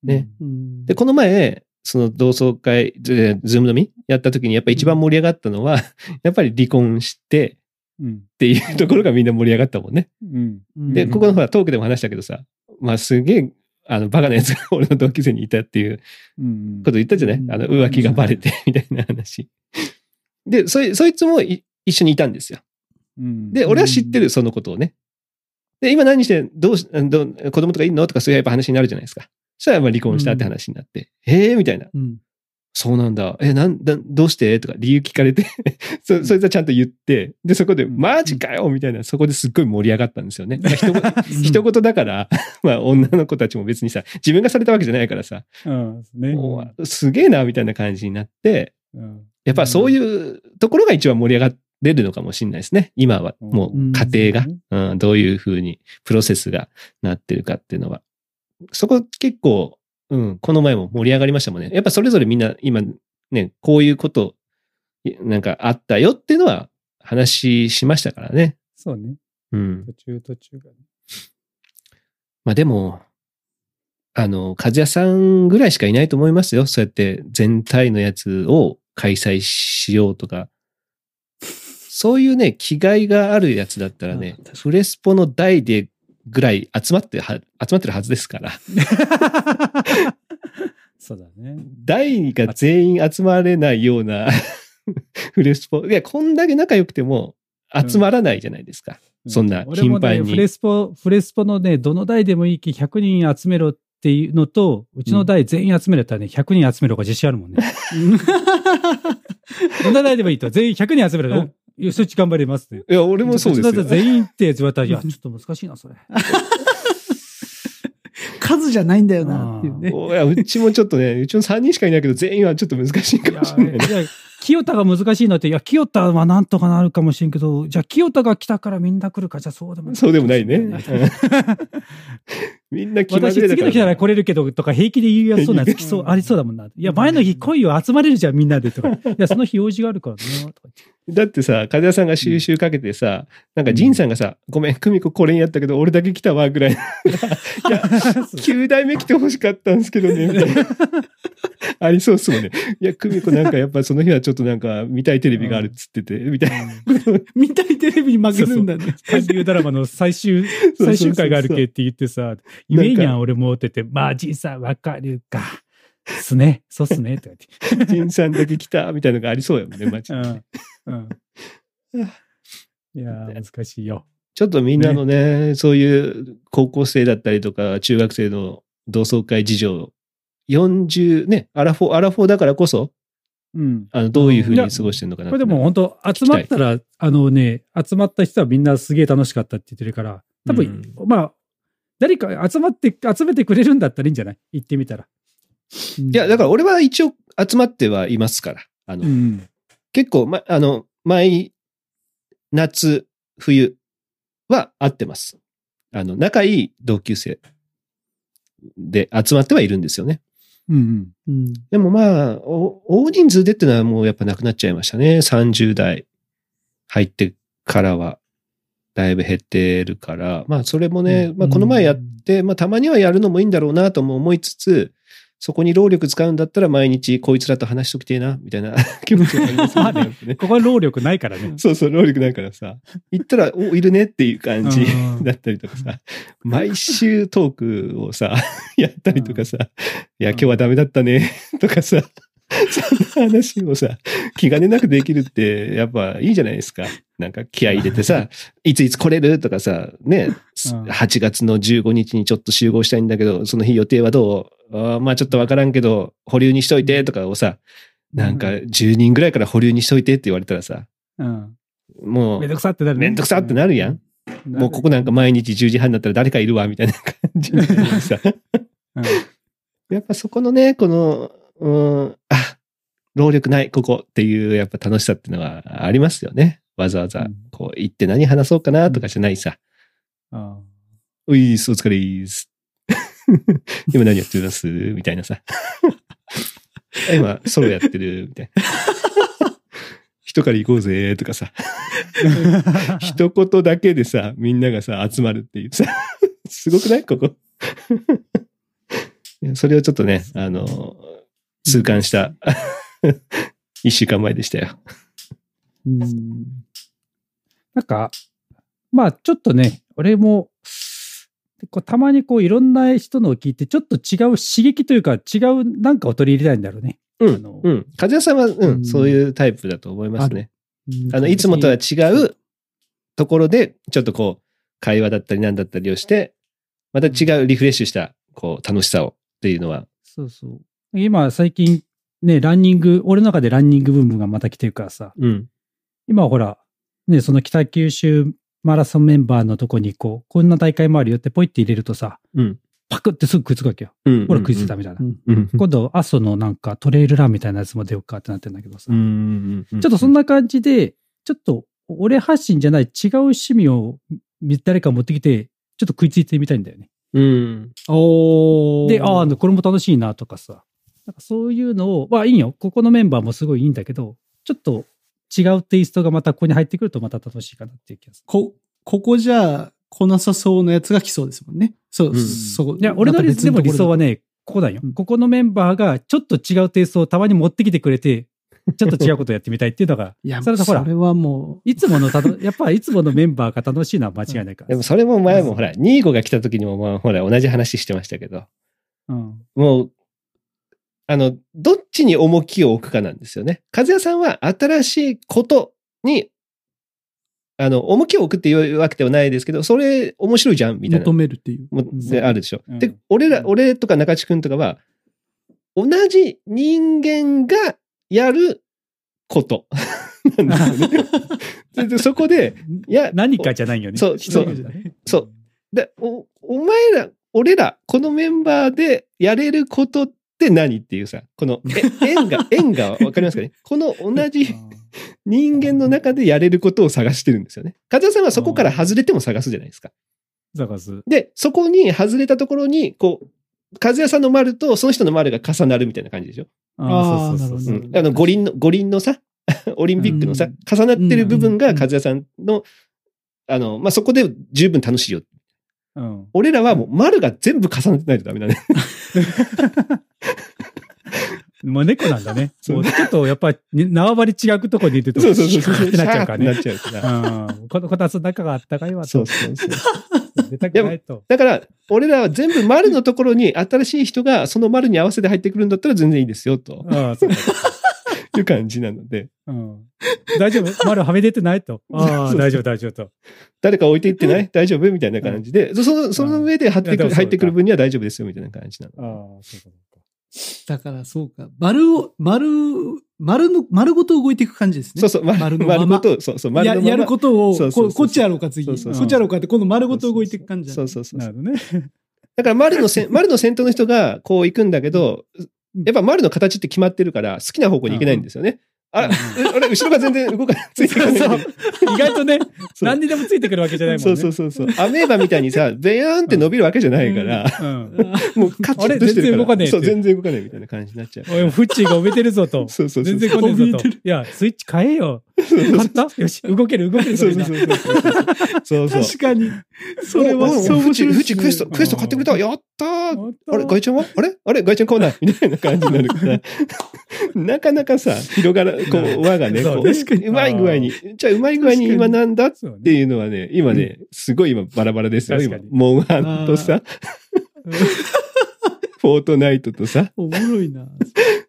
S1: ね
S3: うん
S1: で、この前、その同窓会、ズズーム飲みやった時にやっぱ一番盛り上がったのは、やっぱり離婚して
S2: うん。
S1: っていうところがみんな盛り上がったもんね。
S2: うん。
S3: うん
S1: で、
S2: うん
S1: ここのほらトークでも話したけどさ、まあすげえ、あの、バカなやつが俺の同級生にいたっていう
S2: うん
S1: こと言ったじゃない
S3: うん
S1: あの、浮気がバレてみたいな話。で、そい、そいつもい一緒にいたんですよ。
S2: うん
S1: で、俺は知ってる、そのことをね。で、今何して、どうし、どう子供とかいんのとかそういうやっぱ話になるじゃないですか。そしたら、まあ離婚したって話になって、へえ、みたいな。
S3: うん。
S1: そうなんだ。え、なんだ、どうしてとか理由聞かれて そ、そいつはちゃんと言って、で、そこで、
S2: うん
S1: マジかよみたいな、そこですっごい盛り上がったんですよ ね。まあ、人ご
S3: ん
S1: 人事だから、 まあ女の子たちも別にさ、自分がされたわけじゃないからさ、
S2: うん。ね。
S1: もうすげえな、みたいな感じになって、
S2: うん
S1: やっぱそういうところが一番盛り上がれるのかもしれないですね。今は、もう家庭が、うん、どういうふうにプロセスがなってるかっていうのは。そこ結構、うん、この前も盛り上がりましたもんね。やっぱそれぞれみんな今ね、こういうこと、いなんかあったよっていうのは話しましたからね。
S2: そうね。
S1: うん。
S2: 途中途中 がね。
S1: まあでも、あの、和也さんぐらいしかいないと思いますよ。そうやって全体のやつを開催しようとか。そういうね、気概があるやつだったらね
S3: あ確か、に
S1: フレスポの代でぐらい集まっては、集まってるはずですから。
S2: そうだね。
S1: 代が全員集まれないような フレスポ。いや、こんだけ仲良くても集まらないじゃないですか。そんな
S2: 俺もね
S1: 頻繁に
S2: フレスポ、フレスポのね、どの代でもいいき100人集めろっていうのと、うちの代全員集めれたらね、100人集めろが自信あ るもんね。どの代でもいいと、全員100人集めろが、およし、そっち頑張りますって。
S1: いや、俺もそうです
S2: ちの
S1: よ。
S2: 代全員って言われたら、い や、ちょっと難しいな、それ。
S3: 数じゃないんだよな、ってい うね。
S1: おいやうちもちょっとね、うちの3人しかいないけど、全員はちょっと難しいか
S2: い や
S1: もしれないね。
S2: いや清田が難しいのって、いや、清田はなんとかなるかもしれんけど、じゃあ清田が来たからみんな来るか、じゃあそうでもない。
S1: そうでもないね。みんな気ま
S2: 私、
S1: ぐれだ
S2: 次
S1: か
S2: の日なら
S1: ら。
S2: 来れるけど、とか平気で言いやすそうなやつ来 そう、ありそうだもんな。いや、前の日来いよ、集まれるじゃん、みんなで、と か。いや、その日用事があるからね、とか
S1: だってさ、風谷さんが収集かけてさ、なんか仁さんがさ、ごめん、久美子これにやったけど、俺だけ来たわ、ぐら い。いや、9代目来てほしかったんですけどね、みた いな。ありそうっすもんね。いや、久美子なんかやっぱその日はちょっとなんか見たいテレビがあるっつってて、みた いな。
S3: 見たいテレビに負けるんだね。、
S2: 韓流ドラマの最終、
S1: そうそうそう
S2: 最終回があるけって言ってさ、
S1: なんか
S2: 言えんやん、俺もって言って、まあ、じいさん、わかるか。すね、そうっすね、とか
S1: 仁さんだけ来た、みたいなのがありそうやもん ね、マジで
S2: 言って。うん。 うん。いやー、難しいよ。
S1: ちょっとみんなのね、そういう高校生だったりとか、中学生の同窓会事情、40、ね、アラフォー、アラフォーだからこそ、
S2: うん。
S1: あの、どういうふう
S2: いや
S1: に過ごしてるのかな
S2: これでも本当、集まったら、あのね、集まった人はみんなすげえ楽しかったって言ってるから、多分、まあ、誰か集まって、集めてくれるんだったらいいんじゃない行ってみたら。
S1: いや、だからら俺は一応集まってはいますから、あの、
S2: ん。
S1: 結構、ま、あの、毎夏、冬は会ってます。あの、仲いい同級生で集まってはいるんですよね。
S2: うん。
S3: うん。
S1: でもまあ、お大人数でってのはもうやっぱなくなっちゃいましたね。30代入ってからは、だいぶ減ってるから。まあそれもね、
S3: うん
S1: まあこの前やって、まあたまにはやるのもいいんだろうなとも思いつつ、そこに労力使うんだったら毎日こいつらと話しときてえな、みたいな 気持ちがありますよね。やっぱね
S2: ここは労力ないからね。
S1: そうそう、労力ないからさ、行ったら、お、いるねっていう感じ
S2: うん
S1: だったりとかさ、毎週トークを さ、やったりとかさ、いや、今日はダメだったね、 とかさ、そんな話をさ、気兼ねなくできるって、やっぱいいじゃないですか。なんか気合い入れてさ、いついつ来れるとかさ、ね、
S2: うん
S1: 8月の15日にちょっと集合したいんだけど、その日予定はどうあーまあちょっとわからんけど、保留にしといてとかをさ、なんか10人ぐらいから保留にしといてって言われたらさ、
S2: うん。
S1: もう
S2: めんどくさってなるね。
S1: めんどくさってなるやん。
S2: うん。
S1: もうここなんか毎日10時半になったら誰かいるわ、みたいな感じになるさ。
S2: うん。
S1: やっぱそこのね、この、うん、あ、労力ない、ここっていうやっぱ楽しさっていうのはありますよね。わざわざ、こう行って何話そうかなとかじゃないさ。
S2: あ
S1: ういっす、お疲れいっす。 今何やってますみたいなさ。 今、ソロやってる、みたいな。 一狩り行こうぜ、とかさ。
S2: ー
S1: 一言だけでさ、みんながさ、集まるっていう さ、すごくないここ。いやそれをちょっとね、あの、痛感した、一週間前でしたよ。
S3: うん。
S2: なんか、まあちょっとね、俺も、こうたまにこういろんな人のを聞いて、ちょっと違う刺激というか、違うなんかを取り入れたいんだろうね。
S1: う
S2: あ
S1: ん。
S2: の
S1: うん。和也さんは、う
S3: うん
S1: ん、そういうタイプだと思いますね。あの、いつもとは違うところで、ちょっとこう、会話だったりなんだったりをして、また違うリフレッシュした、こう、楽しさをっていうのは。
S2: そうそう。今最近ね、ランニング、俺の中でランニングブームがまた来てるからさ、
S1: うん。
S2: 今ほら、ね、その北九州マラソンメンバーのとこにこう、こんな大会もあるよってポイって入れるとさ、
S1: うん。
S2: パクってすぐ食いつくわけよ。
S1: うん。
S2: ほら食いついたみたいな。
S3: うん
S1: うん。
S2: 今度、阿蘇のなんかトレイルランみたいなやつも出ようかってなってんだけどさ。
S1: うん。
S2: ちょっとそん
S1: な、
S2: な感じで、ちょっと俺発信じゃない違う趣味を誰か持ってきて、ちょっと食いついてみたいんだよね。
S1: うん。
S3: お
S2: で、ああ、
S3: の、
S2: これも楽しいなとかさ。なんかそういうのを、まあいいよ。ここのメンバーもすごいいいんだけど、ちょっと違うテイストがまたここに入ってくるとまた楽しいかなっていう気がす
S3: こ、ここじゃ来なさそうなやつが来そうですもんね。そう、
S1: うん
S3: そこ。
S2: る。いや、俺の理でも理想は
S3: ね。
S2: ね、ここだよ
S3: うん。、
S2: ここのメンバーがちょっと違うテイストをたまに持ってきてくれて、ちょっと違うことやってみたいっていうのが
S3: いや、
S2: それとほら
S3: それはも
S2: いつものたの、やっぱいつものメンバーが楽しいのは間違いないから。
S1: でもそれも前もほら、ニーゴが来た時にもまあほら同じ話してましたけど、
S2: うん。
S1: もう、あの、どっちに重きを置くかなんですよね。和也さんは新しいことに、あの、重きを置くっていうわけではないですけど、それ面白いじゃん
S3: う、
S1: みたいな
S3: 求。めるっていう。
S1: もであるでしょ。
S2: うん
S1: で、俺ら、俺とか中地君とかは、同じ人間がやること。なんです よねででそこで、いや、
S2: 何かじゃないよね。
S1: そう
S2: 一
S1: そ
S2: 人
S1: う
S2: じゃない
S1: そう。で、お、お前ら、俺ら、このメンバーでやれることって何っていうさ、この、 え縁が、縁がわかりますかねこの同じ人間の中でやれることを探してるんですよね。和田さんはそこから外れても探すじゃないですか。
S2: 探す。
S1: で、そこに外れたところに、こう、和也さんの丸とその人の丸が重なるみたいな感じでしょ。
S2: あ
S3: あー
S2: あ、そうそう
S3: な
S2: そ
S3: る
S2: う
S3: ほど
S1: うんあの、五輪の、五輪のさ、 オリンピックのさ、
S3: うん
S1: 重なってる部分が
S3: うん
S1: 和也さんの、あの、まあ、そこで十分楽しいよ
S2: うん。
S1: 俺らはもう丸が全部重なってないとダメだね。
S2: もう猫なんだね。
S1: そう
S2: もうちょっとやっぱりね縄張り違うとこにいると、
S1: そうそうそうそう。
S2: シャーってなっちゃうからね。
S1: シャーってなっちゃうか
S2: うん。このこたつの中があったかいわ
S1: ら。
S2: と
S1: そ。うそうそう。
S2: 出たくないと。
S1: だから、俺らは全部丸のところに新しい人がその丸に合わせて入ってくるんだったら全然いいですよ、と
S2: ああ、そうか。
S1: いう感じなので、
S2: うん。大丈夫丸はみ出てないと。あ
S1: そ
S2: あ、
S1: う
S2: 大丈夫、大丈夫と。
S1: 誰か置いていってない大丈夫みたいな感じで、その、その上で入ってく
S2: うんいやでもそう
S1: る、
S2: だ
S1: 入ってくる分には大丈夫ですよ、みたいな感じなの。
S2: ああ、そうか。
S3: だから、そうか。丸を、丸、丸の、丸ごと動いていく感じですね。
S1: そうそう、丸
S3: 丸のまま
S1: 丸ごと、そうそう、丸
S3: や
S1: のまま
S3: やることを
S1: そうそうそう
S3: こ、こっちやろうか次。
S1: そ
S3: こ
S1: うそう
S2: そう
S3: っちやろうかって、今度丸ごと動いていく感じ
S1: そ
S3: だ
S1: う
S3: ね
S1: そうそう
S2: な。るほどね。
S1: だから丸のせん、丸の先頭の人がこう行くんだけど
S3: うん、
S1: やっぱ丸の形って決まってるから、好きな方向に行けないんですよね。あら、うあれ、後ろが全然動かない。ついていかない。
S2: 意外とね、
S1: そう
S2: 何にでもついてくるわけじゃないもん
S1: そ
S2: ね。
S1: うそうそうそう。アメーバみたいに さ、ベヨーンって伸びるわけじゃないから、
S2: うん。
S1: もうカチッとしてるから。
S2: あれ全然動かねえって
S1: そう、全然動かねえみたいな感じになっちゃう。
S2: おい、フッチーが埋めてるぞと。
S1: そうそうそう。
S2: 全然来ねえぞ
S3: 怯え
S2: と。
S3: て
S2: いや、スイッチ変えよ。買ったよし、動ける、動ける。
S1: そうそうそうそう。そうそう
S3: 確。かに。それは
S1: おお
S3: そう
S1: フチ
S3: 面白いっすね
S1: フチクエスト、クエスト買ってくれた。やったー。あれ、ガイちゃんはあれあれ、ガイちゃん買 わないみたいな感じになるから。なかなかさ、広がら、こう、輪がね、こ、
S2: そうう
S3: 確かに
S1: うまい具合に。じゃあ、うまい具合に今なんだっ
S2: そう
S1: て
S2: ね。
S1: いうのはね、今ね、すごい今バラバラですよ、
S2: 確
S1: 今
S2: かに。
S1: モンハンとさ、フォートナイトとさ、
S3: おもろいな。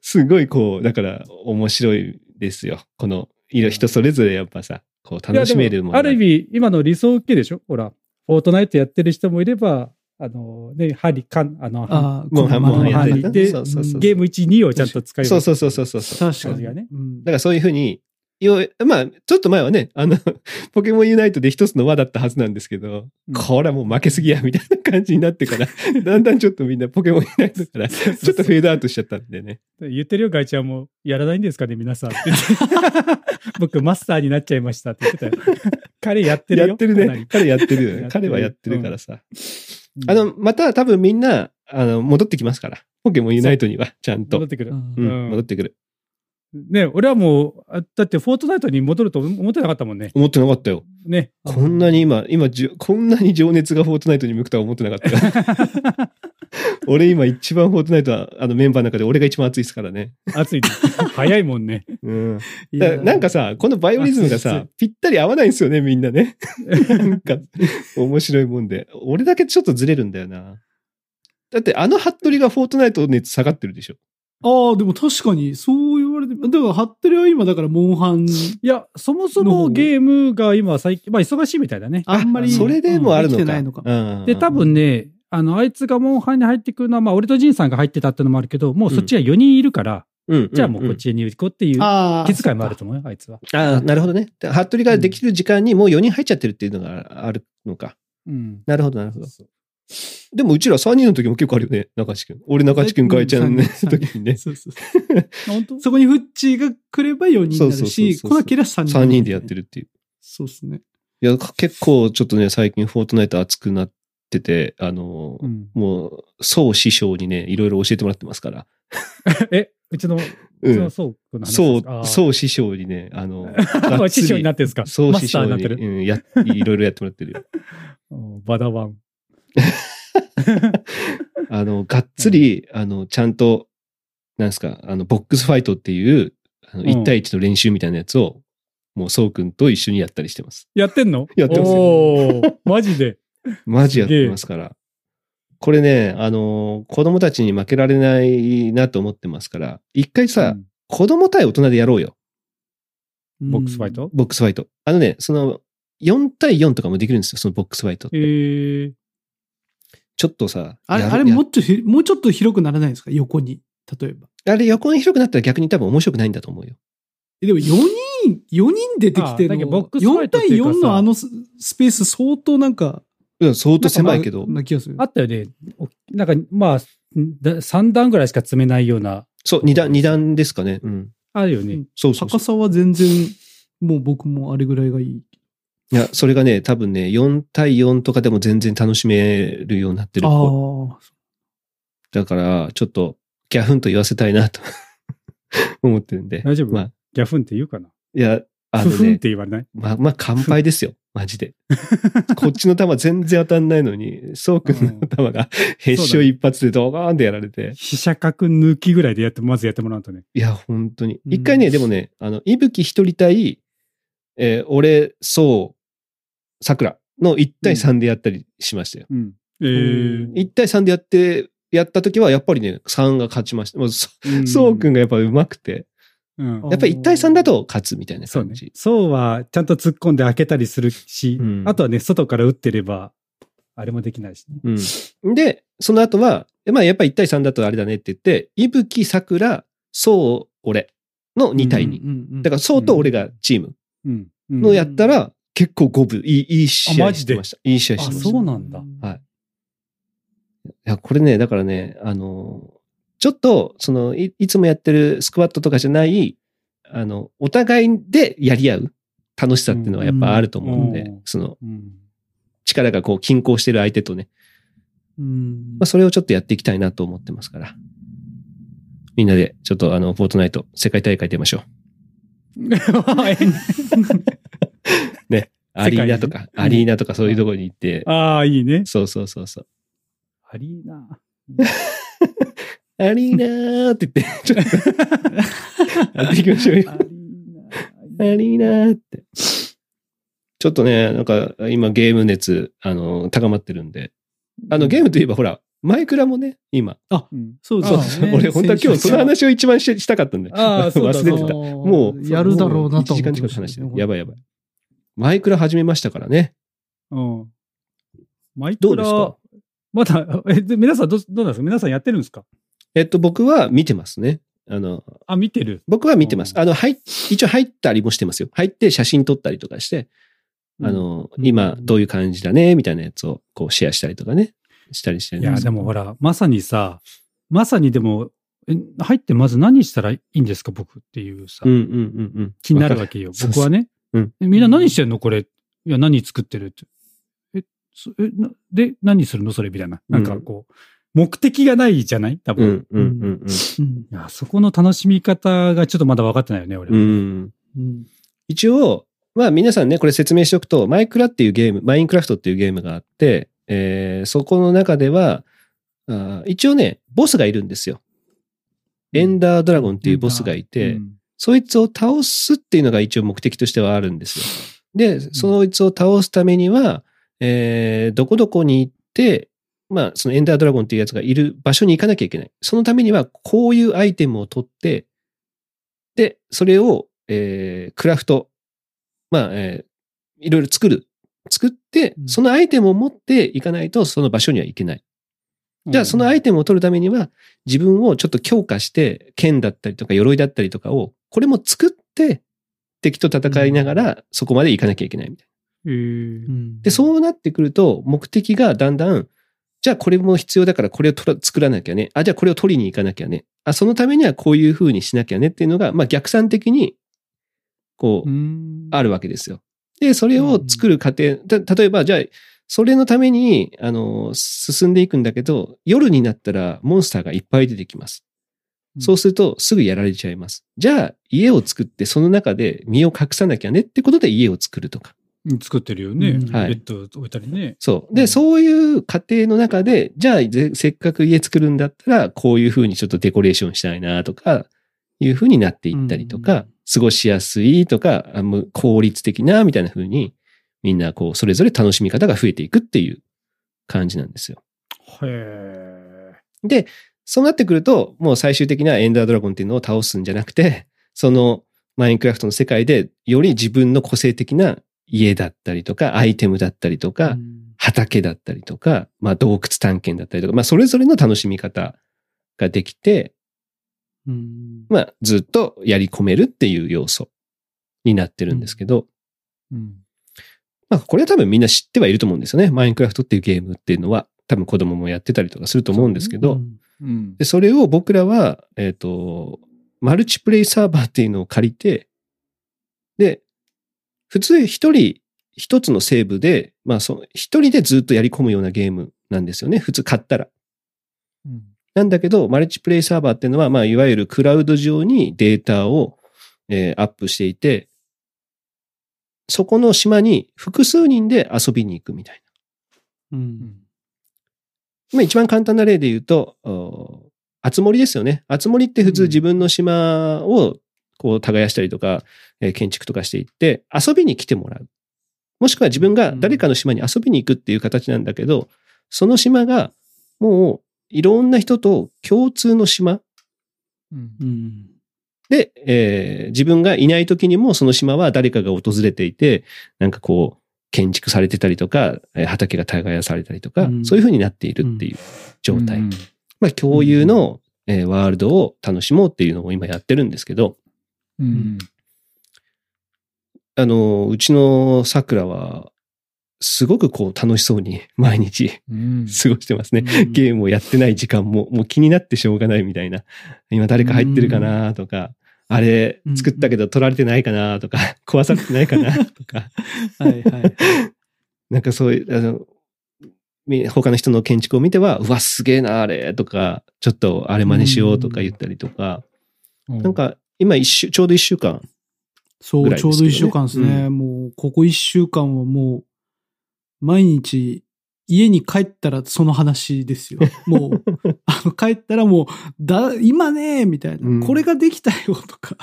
S1: すごいこう、だから面白いですよ。この、いろ人それぞれやっぱさ、こう、
S2: いや
S1: 楽しめる
S2: で
S1: も
S2: も
S1: の
S2: ある意味、今の理想系でしょほら、フォートナイトやってる人もいれば、あの、ね、針、かん、あの、
S3: あー
S1: モンハン、
S3: この
S1: モンハンやって
S2: モンハンで
S1: そうそうそうそう
S2: ゲーム1、2をちゃんと使い
S1: そうそうそうそうそうそう。
S3: 確か
S2: 感じ
S3: に。
S2: がね
S3: うん
S1: だからそういうふうに、ようまあ、ちょっと前はね、あの、 ポケモンユナイトで一つの輪だったはずなんですけど、
S2: うん
S1: これはもう負けすぎや、みたいな感じになって から、だんだんちょっとみんなポケモンユナイトから、ちょっとフェードアウトしちゃったんでね。
S2: 言ってるよ、ガイちゃんも。やらないんですかね、皆さん。って 言って僕、マスターになっちゃいましたって言って たよ。彼やってるよ。
S1: やってる
S2: かな
S1: ね
S2: り。。
S1: 彼やってるよ
S2: やって
S1: ね。
S2: る
S1: 彼はやってるからさ。あの、また多分みんな、あの、戻ってきますから。ポケモンユナイトには、ちゃん
S2: 戻
S1: と
S2: っ。てくる。
S1: うん
S2: うん
S1: 戻ってくる。
S2: ね、俺はもう、あだって、フォートナイトに戻ると思ってなかったもんね。
S1: 思ってなかったよ。
S2: ね。
S1: こんなに今、今じゅ、こんなに情熱がフォートナイトに向くとは思ってなかった。 俺今一番フォートナイトは、あのメンバーの中で俺が一番熱いですからね。
S2: 暑いね。早いもんね。
S1: うん。
S3: い
S1: だ
S3: や
S1: からなんかさ、このバイオリズムが
S2: あ
S1: さ
S2: そ、
S1: ぴったり合わないんですよね、みんな ね。なんか、面白いもんで。俺だけちょっとずれるんだよな。だって、あの服部がフォートナイト熱下がってるでしょ。
S3: ああ、でも確かに、そう言われて、だから、服部は今、だから、モンハン、
S2: いや、そもそもゲームが今、最近、まあ、忙しいみたいだね。
S3: あんまり、
S1: それでもあるの
S3: うんできてないの
S1: か
S3: か。
S1: うん
S2: で、多分ね、あの、あいつがモンハンに入ってくるのは、まあ、俺とジンさんが入ってたってのもあるけど、もうそっちは4人いるから、
S1: うん
S2: じゃあもうこっ。ちに行こうっていう
S3: ああ
S2: 気、遣いもあると思うよ、あいつは。
S1: うんああ、なるほどね。で服部ができる時間にもう4人入っちゃってるっていうのがあるのか。
S2: うん。
S1: なるほど、なるほど。でも、うちら3人の時も結構あるよね、中地君。俺、中地君、ガイちゃんの
S3: うん三人
S1: 時にね。
S3: そうそうそう
S2: 本当
S3: そこにフッチーが来れば4人にな
S1: そう
S3: る
S1: そうそう
S3: し、
S1: そう
S3: 来なければ3人。
S1: 3人でやってるっていう。
S3: そうですね。
S1: いや、か結構ちょっとね、最近、フォートナイト熱くなってて、あの、
S2: うん
S1: もう、宋師匠にね、いろいろ教えてもらってますから。
S2: え、うちの、う
S1: う
S2: ちの
S1: ん。
S2: そうくんの話
S1: そ
S2: ですか
S1: う、 そう師匠にね、あの、
S2: あー
S1: がっつり
S2: 師匠になってるんですか
S1: そう
S2: マ
S1: 師
S2: スタ
S1: 匠に
S2: ーになってる。
S1: うん、や、いろいろやってもらってるよ。
S2: うんバダワン。
S1: あの、がっつり、あの、ちゃんと、なんですか、あの、ボックスファイトっていう、あの、
S2: うん
S1: 1対1の練習みたいなやつを、もう、そうくんと一緒にやったりしてます。
S2: やってんの
S1: やってますよ
S2: おーマジで。
S1: マジやってますから。これね、あの、子供たちに負けられないなと思ってますから、一回さ、
S2: うん
S1: 子供対大人でやろうよ。
S2: ボックスファイト
S1: ボックスファイト。あのね、その、4対4とかもできるんですよ、そのボックスファイトっ
S2: え
S1: て。
S2: ー、
S1: ちょっとさ、
S3: あれ、
S1: や
S3: あれ
S1: や
S3: もっとひ、もうちょっと広くならないですか横に。例えば。
S1: あれ横に広くなったら逆に多分面白くないんだと思うよ。
S3: えでも4人、4人出てきて
S2: あだけ
S3: る
S2: どボ
S3: の
S2: ックスファ
S3: 4
S2: イトって
S3: 対
S2: いうかさ
S3: 4のあのススペース相当なんか、
S1: うん、相当狭いけど。
S3: な気がする
S2: あ。ったよね。おなんか、まあ、3段ぐらいしか詰めないような、
S1: そう、二段、二段ですかね。うん。
S2: あるよね。
S1: そうそうそ
S3: 高
S1: う。
S3: さは全然、もう僕もあれぐらいがいい。
S1: いや、それがね、多分ね、4対4とかでも全然楽しめるようになってる
S3: あ
S1: っ
S3: あ
S1: ぽい。
S3: ー、
S1: だから、ちょっと、ギャフンと言わせたいなと 思ってるんで。
S2: 大丈夫
S1: まあ、
S2: ギャフンって言うかな。
S1: いや、あ
S2: ふ
S1: の
S2: ふんっ
S1: ね、
S2: て言われない
S1: まあ、まあ、乾杯ですよ。マジで。こっちの球全然当たんないのに、そうく んの球が、へっしょ一発でドガーンってやられて。
S2: 飛車角抜きぐらいでやって、まずやってもらうとね。
S1: いや、本当に。
S3: うん
S1: 一回ね、でもね、あの、いぶき一人対、えー俺、そう、桜の1対3でやったりしましたよ。
S2: うん。えー、
S1: 1対3でやって、やった時は、やっぱりね、3が勝ちました。もう、そ
S2: うん
S1: そうくん。がやっぱ上手くて、
S2: うん
S1: やっぱり1対3だと勝つみたいな
S2: そう
S1: 感
S2: ね
S1: じ。。
S2: そうはちゃんと突っ込んで開けたりするし、
S1: うん
S2: あとはね、外から打ってれば、あれもできないしね。
S1: うん。で、その後は、まあ、やっぱり1対3だとあれだねって言って、いぶき、桜、そう、俺の2対2。
S3: うんうんうん
S1: だから、そうと俺がチーム
S2: うん。うん
S1: のやったら、結構五分、いい、いい試
S2: あ
S1: 合
S2: マジ
S1: して
S2: で
S1: ました。いい試合してま
S2: あ
S1: した。
S2: そうなんだ
S1: はいいや、これね、だからね、あの、ちょっと、そのい、いつもやってるスクワットとかじゃない、あの、お互いでやり合う楽しさっていうのはやっぱあると思うんで、
S2: うんうん
S1: その、
S2: うん
S1: 力がこう均衡してる相手とね、
S3: うん
S1: まあ、それをちょっとやっていきたいなと思ってますから。みんなで、ちょっとあの、フォートナイト、世界大会出ましょう。アリーナとか、アリーナとかそういうところに行って、
S2: ああ、いいね。
S1: そうそうそうそう。
S2: アリーナ。
S1: アリーナーって言って、ちょっ と、やっていきま しょうよ。アリーナーって。ちょっとね、なんか今ゲーム熱、あの、高まってるんで。あの、ゲームといえばほら、マイクラもね、今。
S2: うん
S3: そう
S1: そう
S3: で
S2: あ
S3: す
S1: そう、
S3: ね。
S1: 俺本当は今日その
S3: 先週
S1: 話を一番ししたかったんで。
S2: ああ、そうだ
S1: 忘れてたもう、
S3: やるだろうなと
S1: 1時間
S3: 思
S1: 近
S3: ってま
S1: く
S3: した
S1: 話して
S3: ね
S1: る。やばいやばい。マイクラ始めましたからね。
S2: うん。マイ
S1: ど
S2: ク
S1: うです
S2: ラ
S1: か、
S2: まだ、 え、で皆さんどう、どうなんですか皆さんやってるんですか
S1: えっと、僕は見てますね。あの、
S2: あ、見てる。
S1: 僕は見てます。
S2: うん
S1: あの、入っ、一応入ったりもしてますよ。入って写真撮ったりとかして、あの、
S2: うん
S1: 今どういう感じだね、みたいなやつをこうシェアしたりとかね、したりしてる
S2: い
S1: んで
S2: や、
S1: す
S2: でもほら、まさにさ、まさにでも、え入ってまず何したらいいんですか僕っていうさ、
S1: うんうんうんうん。
S2: 気になるわけよ。
S1: そう
S2: 僕はね。
S1: そううん
S2: えみんな何してんのこれ。いや、何作ってるって。え、そえなで、何するのそれみたいな。なんかこう、目的がないじゃない多
S1: う
S2: 分。
S1: んうんうん
S3: うん
S2: いや、そこの楽しみ方がちょっとまだ分かってないよね、俺
S1: うん。う
S2: は。
S1: ん。
S3: うん
S1: 一応、まあ皆さんね、これ説明しておくと、マイクラっていうゲーム、マインクラフトっていうゲームがあって、えーそこの中では、あー一応ね、ボスがいるんですよ。エンダードラゴンっていうボスがいて、
S2: うん
S1: そいつを倒すっていうのが一応目的としてはあるんです よ。で、そいつを倒すためには、えーどこどこに行って、まあ、そのエンダードラゴンっていうやつがいる場所に行かなきゃいけない。そのためには、こういうアイテムを取って、で、それを、えークラフト、まあ、えーいろいろ作る。作って
S3: う、ん
S1: そのアイテムを持っていかないと、その場所には行けない。じゃあ、そのアイテムを取るためには、自分をちょっと強化して、剣だったりとか、鎧だったりとかを、これも作って、敵と戦いながら、そこまで行かなきゃいけないみたい
S2: へー
S1: な。で、そうなってくると、目的がだんだん、じゃあこれも必要だから、これを取ら作らなきゃね。あ、じゃあこれを取りに行かなきゃね。あ、そのためにはこういう風にしなきゃねっていうのが、まあ逆算的に、こう、
S2: うん
S1: あるわけですよ。で、それを作る過程、た例えば、じゃあ、それのために、あの、進んでいくんだけど、夜になったらモンスターがいっぱい出てきます。そうすると、すぐやられちゃいます。じゃあ、家を作って、その中で身を隠さなきゃねってことで家を作るとか。
S2: 作ってるよね。
S3: うん
S1: はい
S2: ベッド置いたりね。
S1: そう。
S2: う
S1: で、
S2: ん
S1: そういう過程の中で、じゃあ、ぜせっかく家作るんだったら、こういう風にちょっとデコレーションしたいなとか、いう風になっていったりとか、
S3: うん
S1: 過ごしやすいとか、あむ効率的な、みたいな風に、みんなこう、それぞれ楽しみ方が増えていくっていう感じなんですよ。
S2: へえ。
S1: で、そうなってくると、もう最終的なエンダードラゴンっていうのを倒すんじゃなくて、 そのマインクラフトの世界で、より自分の個性的な家だったりとか、アイテムだったりとか、畑だったりとか、まあ洞窟探検だったりとか、まあそれぞれの楽しみ方ができて、
S3: うん
S1: まあずっとやり込めるっていう要素になってるんですけど、
S2: うん。
S1: まあこれは多分みんな知ってはいると思うんですよね。マインクラフトっていうゲームっていうのは、多分子供もやってたりとかすると思うんですけど、
S2: うん
S1: で、それを僕らは、えっ、と、マルチプレイサーバーっていうのを借りて、で、普通一人、一つのセーブで、まあ、その一人でずっとやり込むようなゲームなんですよね。普通買ったら。
S2: うん
S1: なんだけど、マルチプレイサーバーっていうのは、まあ、いわゆるクラウド上にデータを、えーアップしていて、そこの島に複数人で遊びに行くみたいな。
S3: うん
S1: まあ一番簡単な例で言うと、おあつ森ですよね。あつ森って普通自分の島をこう耕したりとか、えー建築とかしていって、遊びに来てもらう。もしくは自分が誰かの島に遊びに行くっていう形なんだけど、その島がもういろんな人と共通の島
S2: うん
S3: うん
S1: で、えー自分がいない時にもその島は誰かが訪れていて、なんかこう、建築されてたりとか、えー畑が耕されたりとか、
S3: うん
S1: そういう風になっているっていう状態。
S2: うん
S1: まあ、共有の、えーワールドを楽しもうっていうのを今やってるんですけど、
S2: うん
S1: あの、うちの桜は、すごくこう楽しそうに毎日
S2: うん
S1: 過ごしてますね。
S3: うん
S1: ゲームをやってない時間ももう気になってしょうがないみたいな。今誰か入ってるかなとか、あれ
S3: うん
S1: 作ったけど取られてないかなとか、 壊されてないか なとか、
S3: はいはい。
S1: なんかそういう、あの、み他の人の建築を見ては、うわ、すげえな、あれとか、ちょっとあれ真似しようとか言ったりとか、なん、か今一週、ちょうど一週間
S3: そ
S1: ぐ
S3: う、
S1: らい
S3: ち
S1: ですけど
S3: ょう
S1: ね
S3: ど1週間ですね。もう、ここ1週間はもう、毎日、家に帰ったらその話で すよ。もう、あの、帰ったらもう、だ、今ね、みたいな、
S1: うん
S3: これができたよとか、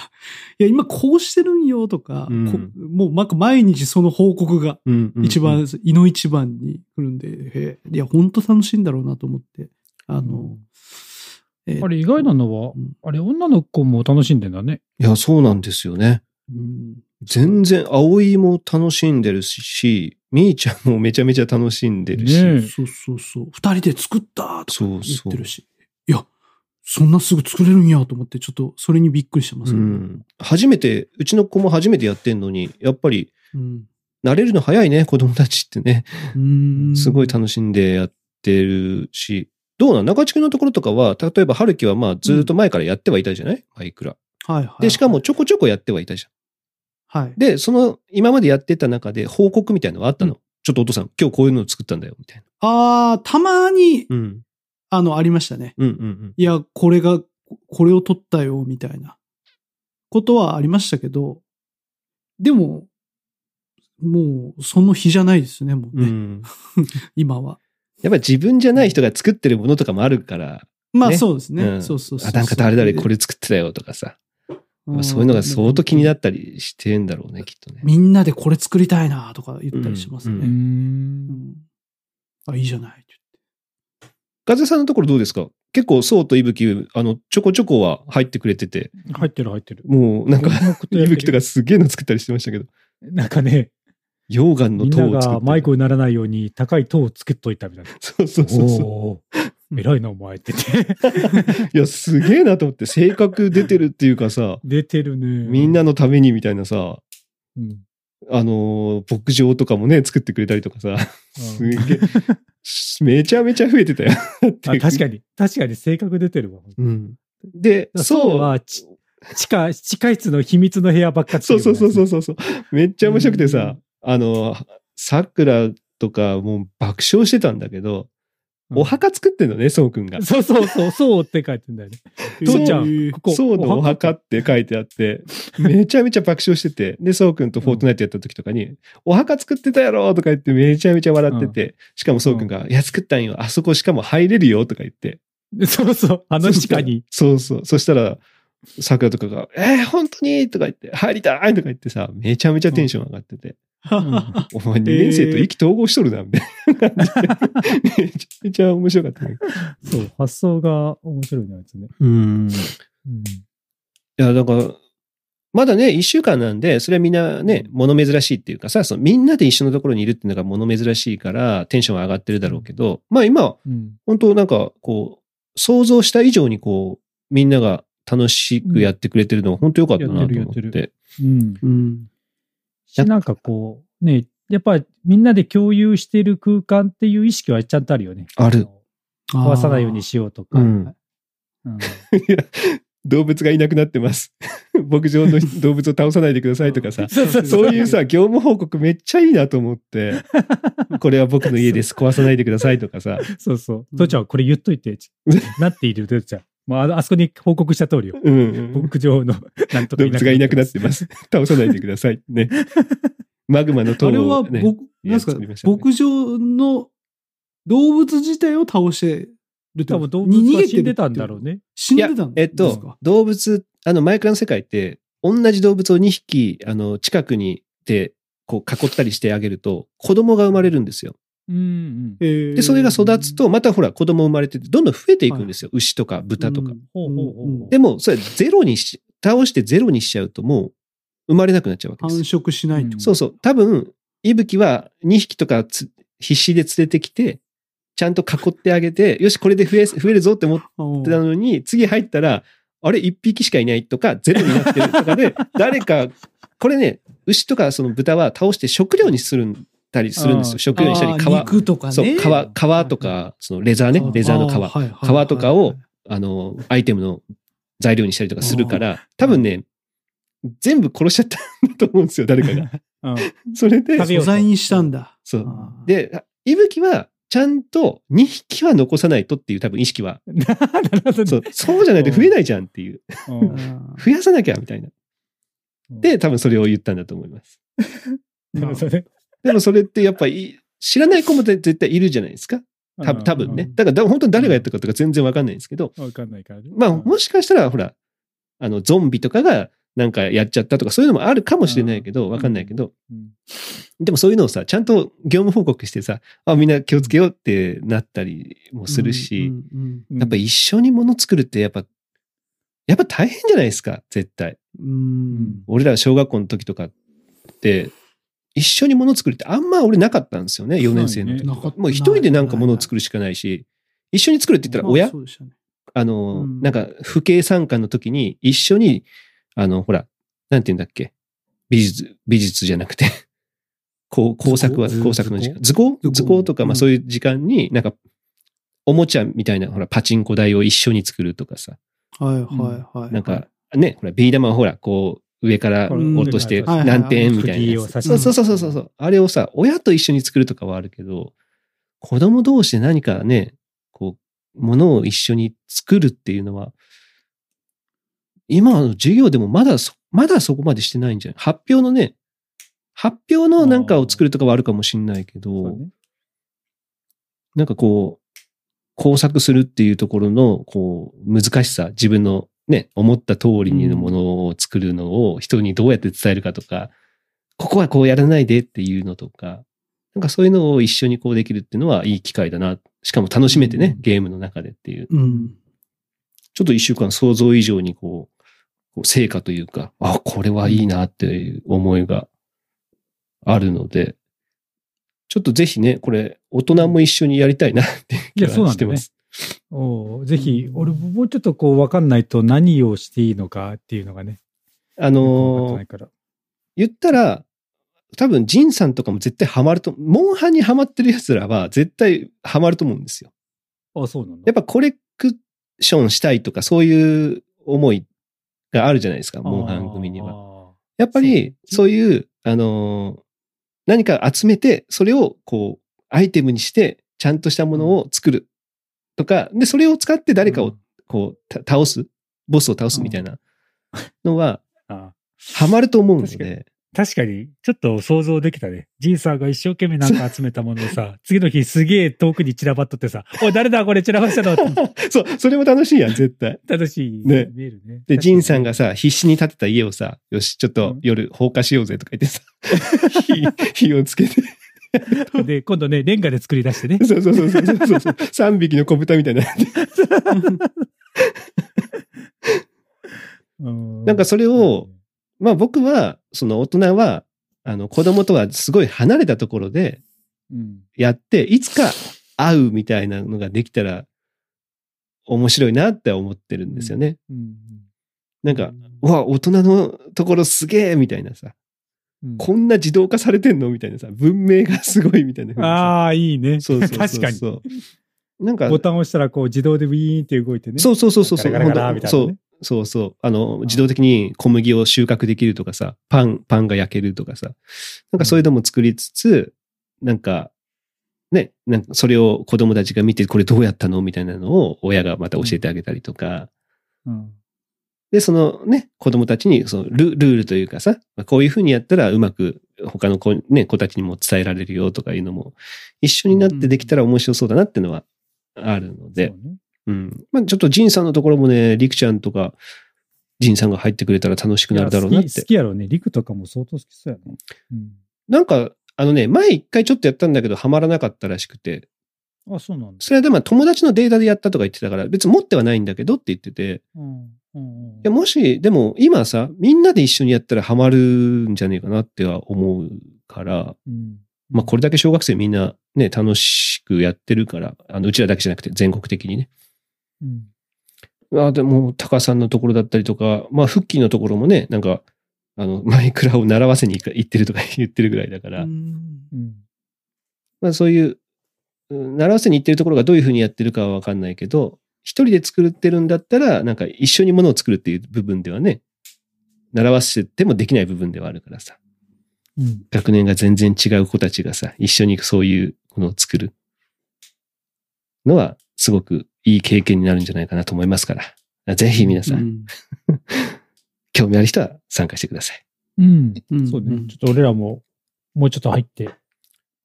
S3: いや、今こうしてるんよとか、
S1: うん
S3: こもうなんか毎日その報告が
S1: うんうん
S3: 一番、胃の一番に来るんで、へえいや、本当楽しいんだろうなと思って、あの、えー
S4: あれ、意外なのは
S3: うん、
S4: あれ、女の子も楽しんでんだね。
S1: いや、そうなんですよね。
S3: うん
S1: 全然、葵も楽しんでるし、みーちゃんもめちゃめちゃ楽しんでるし。
S4: ねえ
S3: そうそうそう。二人で作ったとか
S1: そ
S3: 言
S1: うそう
S3: ってるし。いや、そんなすぐ作れるんやと思って、ちょっとそれにびっくりしてます
S1: う
S3: ね、
S1: ん、初めて、うちの子も初めてやってんのに、やっぱり
S3: うん
S1: 慣れるの早いね、子供たちってね。
S3: うん
S1: すごい楽しんでやってるし。どうなん中地区のところとかは、例えば春樹はまあずっと前からやってはいたじゃない、マイクラ。
S3: はいはい。
S1: で、しかも、ちょこちょこやってはいたじゃん。
S3: はい。
S1: で、その今までやってた中で報告みたいのがあったの。ちょっとお父さん、今日こういうの作ったんだよ、みたい
S3: ああ、たまに、
S1: な。うん。
S3: あの、ありましたね。
S1: うんうんうん。
S3: いや、これが、これを撮ったよ、みたいなことはありましたけど、でも、もう、その日じゃないですね、もう
S1: う
S3: ね、
S1: ん、
S3: 今は。
S1: やっぱり自分じゃない人が作ってるものとかもあるから、
S3: まあ、
S1: ね
S3: そうですね。
S1: うん
S3: そうそうそう
S1: あ、なんか誰々これ作ってたよとかさ、そういうのが相当気になったりしてんだろうね、きっとね。
S3: みんなでこれ作りたいなとか言ったりしますね。
S1: う
S3: うんん
S1: うん
S3: あ、いいじゃないって
S1: ガゼさんのところどうですか結構、そうといぶき、あの、ちょこちょこは入ってくれてて、
S4: 入ってる、入ってる。
S1: もうなんか、いぶきと
S4: か
S1: かすげえの作ったりしてましたけど、
S2: なんかね、
S1: 溶岩の
S2: みん
S1: 塔
S2: な
S1: を作っ
S2: が
S1: て。
S2: マイクにならないように高い塔をつけといたみたいな。
S1: そうそうそうそう。
S2: おー偉いな、お前 って言って。
S1: いや、すげえなと思って、性格出てるっていうかさ、
S2: 出てるね。
S1: みんなのためにみたいなさ、
S2: うん。
S1: あのー牧場とかもね、作ってくれたりとかさ、すげえ、めちゃめちゃ増えてたよ。
S2: あ確
S1: に。
S2: かに、確かに性格出てるわ。
S1: うん。で、
S2: そう
S1: そう、
S2: は、ち地下、地下室の秘密の部屋ばっか。
S1: そうそうそうそううそうそう、めっちゃ面白くてさ、あのー、さくらとかもう爆笑してたんだけど、
S2: うん
S1: お墓作ってんのね、そうくんが。
S2: そうそうそう、そうって書いてんだ よね。
S3: 言って。
S2: 父ちゃ
S3: え
S2: ん、
S3: ー
S2: ここ。
S1: そうのお墓って書いてあって、めちゃめちゃ爆笑してて、で、そうくんとフォートナイトやった時とかに、お墓作ってたやろとか言ってめちゃめちゃ笑ってて、しかもそうくんが、いや、作ったんよ、あそこしかも入れるよとか言って、
S2: そうそう、あの地下に。
S1: そうそう、そしたら、桜とかが、えー、本当にとか言って、入りたいとか言ってさ、めちゃめちゃテンション上がってて、お前2年生と意気投合しとるな、みたいな 感じで。めちゃめちゃ面白かったね。
S2: そう、発想が面白いな、やつね。
S1: うん。
S2: うん。
S1: いや、だから、まだね、一週間なんで、それはみんなね、物珍しいっていうかさ、そのみんなで一緒のところにいるっていうのが物珍しいから、テンションは上がってるだろうけど、まあ今、
S2: うん。
S1: 本当なんか、こう、想像した以上にこう、みんなが楽しくやってくれてるのは本当良かったなと思って。
S2: やってるやってうん。
S3: うん。
S2: し、なんかこう、ね、やっぱりみんなで共有してる空間っていう意識はちゃんとあるよね。
S1: ある
S2: の。壊さないようにしようとか。
S1: うん
S2: うん
S1: 動物がいなくなってます。牧場の動物を倒さないでくださいとかさ。
S2: そう そう
S1: そういうさ、業務報告めっちゃいいなと思って、これは僕の家です、壊さないでくださいとかさ。
S2: そうそう。父ちゃん、これ言っといて。 なっているよ、父ちゃん。まああの、あそこに報告した通りよ。
S1: うんうん、
S2: 牧場の、なんとか。
S1: 動物がいなくなってます す。倒さないでください。ね。マグマの塔
S3: あれは
S1: を、ね、
S3: 僕、なんですか、
S1: 作りましたね
S3: 牧場の動物自体を倒してるって
S2: 多
S3: こと
S2: 分動物は死んでたん
S3: に逃げ
S2: だ
S3: てるってこと
S2: ろうね。
S3: 死ん
S1: い
S3: でた
S1: や
S3: んですか、
S1: えっと、動物、あの、マイクラの世界って、同じ動物を2匹、あの、近くにで、こう、囲ったりしてあげると、子供が生まれるんですよ。
S2: うん
S3: えー
S1: で、それが育つと、またほら、子供生まれてて、どんどん増えていくんですよ。牛とか豚とか。
S3: うん
S2: ほうほうほうほう
S1: でも、それゼロにし、倒してゼロにしちゃうと、もう、生まれなくなっちゃうわけ
S3: 繁
S1: ですよ。
S3: 殖しないと。
S1: そうそう。多分、いぶきは2匹とかつ必死で連れてきて、ちゃんと囲ってあげて、よし、これで増え、増えるぞって思って
S3: うん
S1: たのに、次入ったら、あれ、1匹しかいないとか、ゼロになってるとかで、誰か、これね、牛とかその豚は倒して食料にするんたりするんです
S2: あ
S1: よ。
S2: ー
S1: 食料にしたり、
S3: あー
S1: 皮、
S3: 肉とかね。
S1: そう、皮、皮とか、そのレザーね
S3: あ、ー
S1: レザーの
S3: あ
S1: 皮。
S3: はいはいはい
S1: 皮とかをあの、アイテムの材料にしたりとかするから、多分ね、全部殺しちゃったんだと思うんですよ、誰かが。
S2: うん
S1: それで
S2: 食、べよ
S3: 素
S2: うと
S3: 材にしたんだ。
S1: そう。
S3: あー、
S1: で、いぶきは、ちゃんと2匹は残さないとっていう多分意識は。
S2: なるほどね
S1: そう、そうじゃないと増えないじゃんっていう。
S2: うん
S3: あー
S1: 増やさなきゃみたいな。で、多分それを言ったんだと思います。
S4: なるほどね
S1: でもそれってやっぱり知らない子も絶対いるじゃないですか。多分多分ね。だからだ本当に誰がやったかとか全然わかんないんですけど、
S4: わかんないからね。
S1: まあもしかしたらほら、あのゾンビとかがなんかやっちゃったとかそういうのもあるかもしれないけど、わかんないけど、
S4: うん
S1: でもそういうのをさ、ちゃんと業務報告してさ、あ、みんな気をつけようってなったりもするし、
S3: うんうん
S1: やっぱ一緒に物作るってやっぱ、やっぱ大変じゃないですか、絶対。
S3: うん
S4: うん
S1: 俺ら小学校の時とかって、一緒に物作るってあんま俺なかったんですよね、4年生の時。
S4: な
S3: かった
S1: もう一人でなんか物を作るしかないし、一緒に作るって言ったら
S3: まあ
S1: 親
S3: そうでしたね
S1: あの、
S3: うん
S1: なんか、不景参加の時に、一緒に、あの、ほら、なんて言うんだっけ。美術、美術じゃなくて、 こう工作は、
S4: 図工
S1: 工作の時間。図工
S3: 工
S1: 図工とか、
S3: うん
S1: まあそういう時間に、なんか、おもちゃみたいな、ほら、パチンコ台を一緒に作るとかさ、
S3: はいはいはい。
S1: なんか、ね、ほら、ビー玉をほら、こう、上から
S3: うん
S1: 落として、
S4: はい
S3: はい
S1: 何点みたいな
S4: 釘を
S1: や
S4: 刺
S1: つ。
S4: して
S1: そうそうそうそうそう。あれをさ、親と一緒に作るとかはあるけど、子供同士で何かね、こう、ものを一緒に作るっていうのは、今の授業でもまだそ、まだそこまでしてないんじゃない発表のね、発表のなんかを作るとかはあるかもしんないけ
S4: そう
S1: ど、
S4: ね
S1: なんかこう、工作するっていうところの、こう、難しさ、自分のね、思った通りにのものを作るのを人にどうやって伝えるかとか、ここはこうやらないでっていうのとか、なんかそういうのを一緒にこうできるっていうのはいい機会だな。しかも楽しめてね、
S4: うん
S1: ゲームの中でっていう。
S3: うん。
S1: ちょっと一週間想像以上にこう、こう成果というか、あ、これはいいなっていう思いがあるので、ちょっとぜひね、これ、大人も一緒にやりたいなっていう気
S2: いやそう
S1: は
S2: な
S1: し
S2: ん
S1: て
S2: だ
S1: ま
S2: よね
S1: す。
S2: おうぜひ、俺もうちょっとこう分かんないと何をしていいのかっていうのがね。
S1: あ
S2: 分かって
S1: の
S2: な
S1: ー
S2: いから
S1: 言ったら、多分、ジンさんとかも絶対ハマると、モンハンにハマってる奴らは絶対ハマると思うんですよ。
S2: あ、そうなんだ
S1: やっ。ぱコレクションしたいとか、そういう思いがあるじゃないですか、モンハン組には。
S2: は。
S1: やっぱり、そういう、あのー何か集めて、それを、こう、アイテムにして、ちゃんとしたものを作る。とか、で、それを使って誰か
S2: う
S1: を
S2: ん、
S1: こう、た倒す。ボスを倒すみたいなのは、
S4: あ
S1: ハマると思うの
S4: 確か
S1: で、
S4: 確かに、ちょっと想像できたね。ジンさんが一生懸命なんか集めたものを さ、次の日すげえ遠くに散らばっとってさ、おい、誰だこれ散らばしたの って
S1: そう、それも楽し いやん、絶対。
S4: 楽しい。
S1: ね
S4: 見えるね。
S1: で、ジンさん
S4: が。
S1: がさ、必死に建てた家をさ、よし、ちょっと夜放火しようぜとか言ってさ、 火火をつけて、。
S2: で、今度ね、レンガで作り出してね
S1: そうそうそうそうそう そう、3匹の子豚みたいな。な
S4: なん
S1: かそれを、まあ僕は、その大人は、あの子供とはすごい離れたところで
S4: うん、
S1: やって、いつか会うみたいなのができたら面白いなって思ってるんですよね。
S4: うん、
S1: なんか、うわ、大人のところすげえみたいなさ、
S4: うん
S1: こんな自動化されてんのみたいなさ、文明がすごいみたいな風にさ。
S2: ああ、いいね。
S1: そうそうそう そう。
S2: 確か
S1: に。なんか、
S2: ボタンを押したらこう自動でウィーンって動いてね。
S1: そうそうそうそうそう。
S2: ガラガラガラ
S1: ほんと
S2: みたい
S1: そ
S2: な
S1: う
S2: ね。
S1: そうそう。あの、自動的に小麦を収穫できるとかさ、パン、パンが焼けるとかさ、なんかそういうのも作りつつ、なんか、ね、なんかそれを子供たちが見て、これどうやったのみたいなのを親がまた教えてあげたりとか、
S4: うん
S1: で、そのね、子供たちにそのルルールというかさ、こういうふうにやったらうまく他の子,、ね、子たちにも伝えられるよとかいうのも、一緒になってできたら面白そうだなっていうのはあるので
S4: そ、うね
S1: うん。まあちょっとジンさんのところもね、りくちゃんとか、ジンさんが入ってくれたら楽しくなるだろうな
S4: いや
S1: っ
S4: 好き
S1: て
S4: 好。きやろうね。陸とかも相当好きそうやね。うん
S1: なんか、あのね、前一回ちょっとやったんだけど、ハマらなかったらしくて、
S4: あ、そうなんだ。
S1: それはでも友達のデータでやったとか言ってたから、別に持ってはないんだけどって言ってて、
S4: うんうんうん
S1: いやもし、でも今さ、みんなで一緒にやったらハマるんじゃねえかなっては思うから、
S4: うん
S1: まあこれだけ小学生みんなね、楽しくやってるから、あの、うちらだけじゃなくて全国的にね。
S4: うん
S1: あでも、タカさんのところだったりとか、まあ、フッキーのところもね、なんか、あの、 マイクラを習わせに行か行ってるとか 言ってるぐらいだから、
S3: うん
S4: うん
S1: まあ、そういう、うん習わせに行ってるところがどういうふうにやってるかはわかんないけど、一人で作ってるんだったら、なんか一緒にものを作るっていう部分ではね、習わせてもできない部分ではあるからさ、
S4: うん
S1: 学年が全然違う子たちがさ、一緒にそういうものを作るのは、すごくいい経験になるんじゃないかなと思いますから、ぜひ皆さん、興味ある人は参加してください。
S2: うん。
S3: うん
S4: そうね。ちょっと俺らも、もうちょっと入って、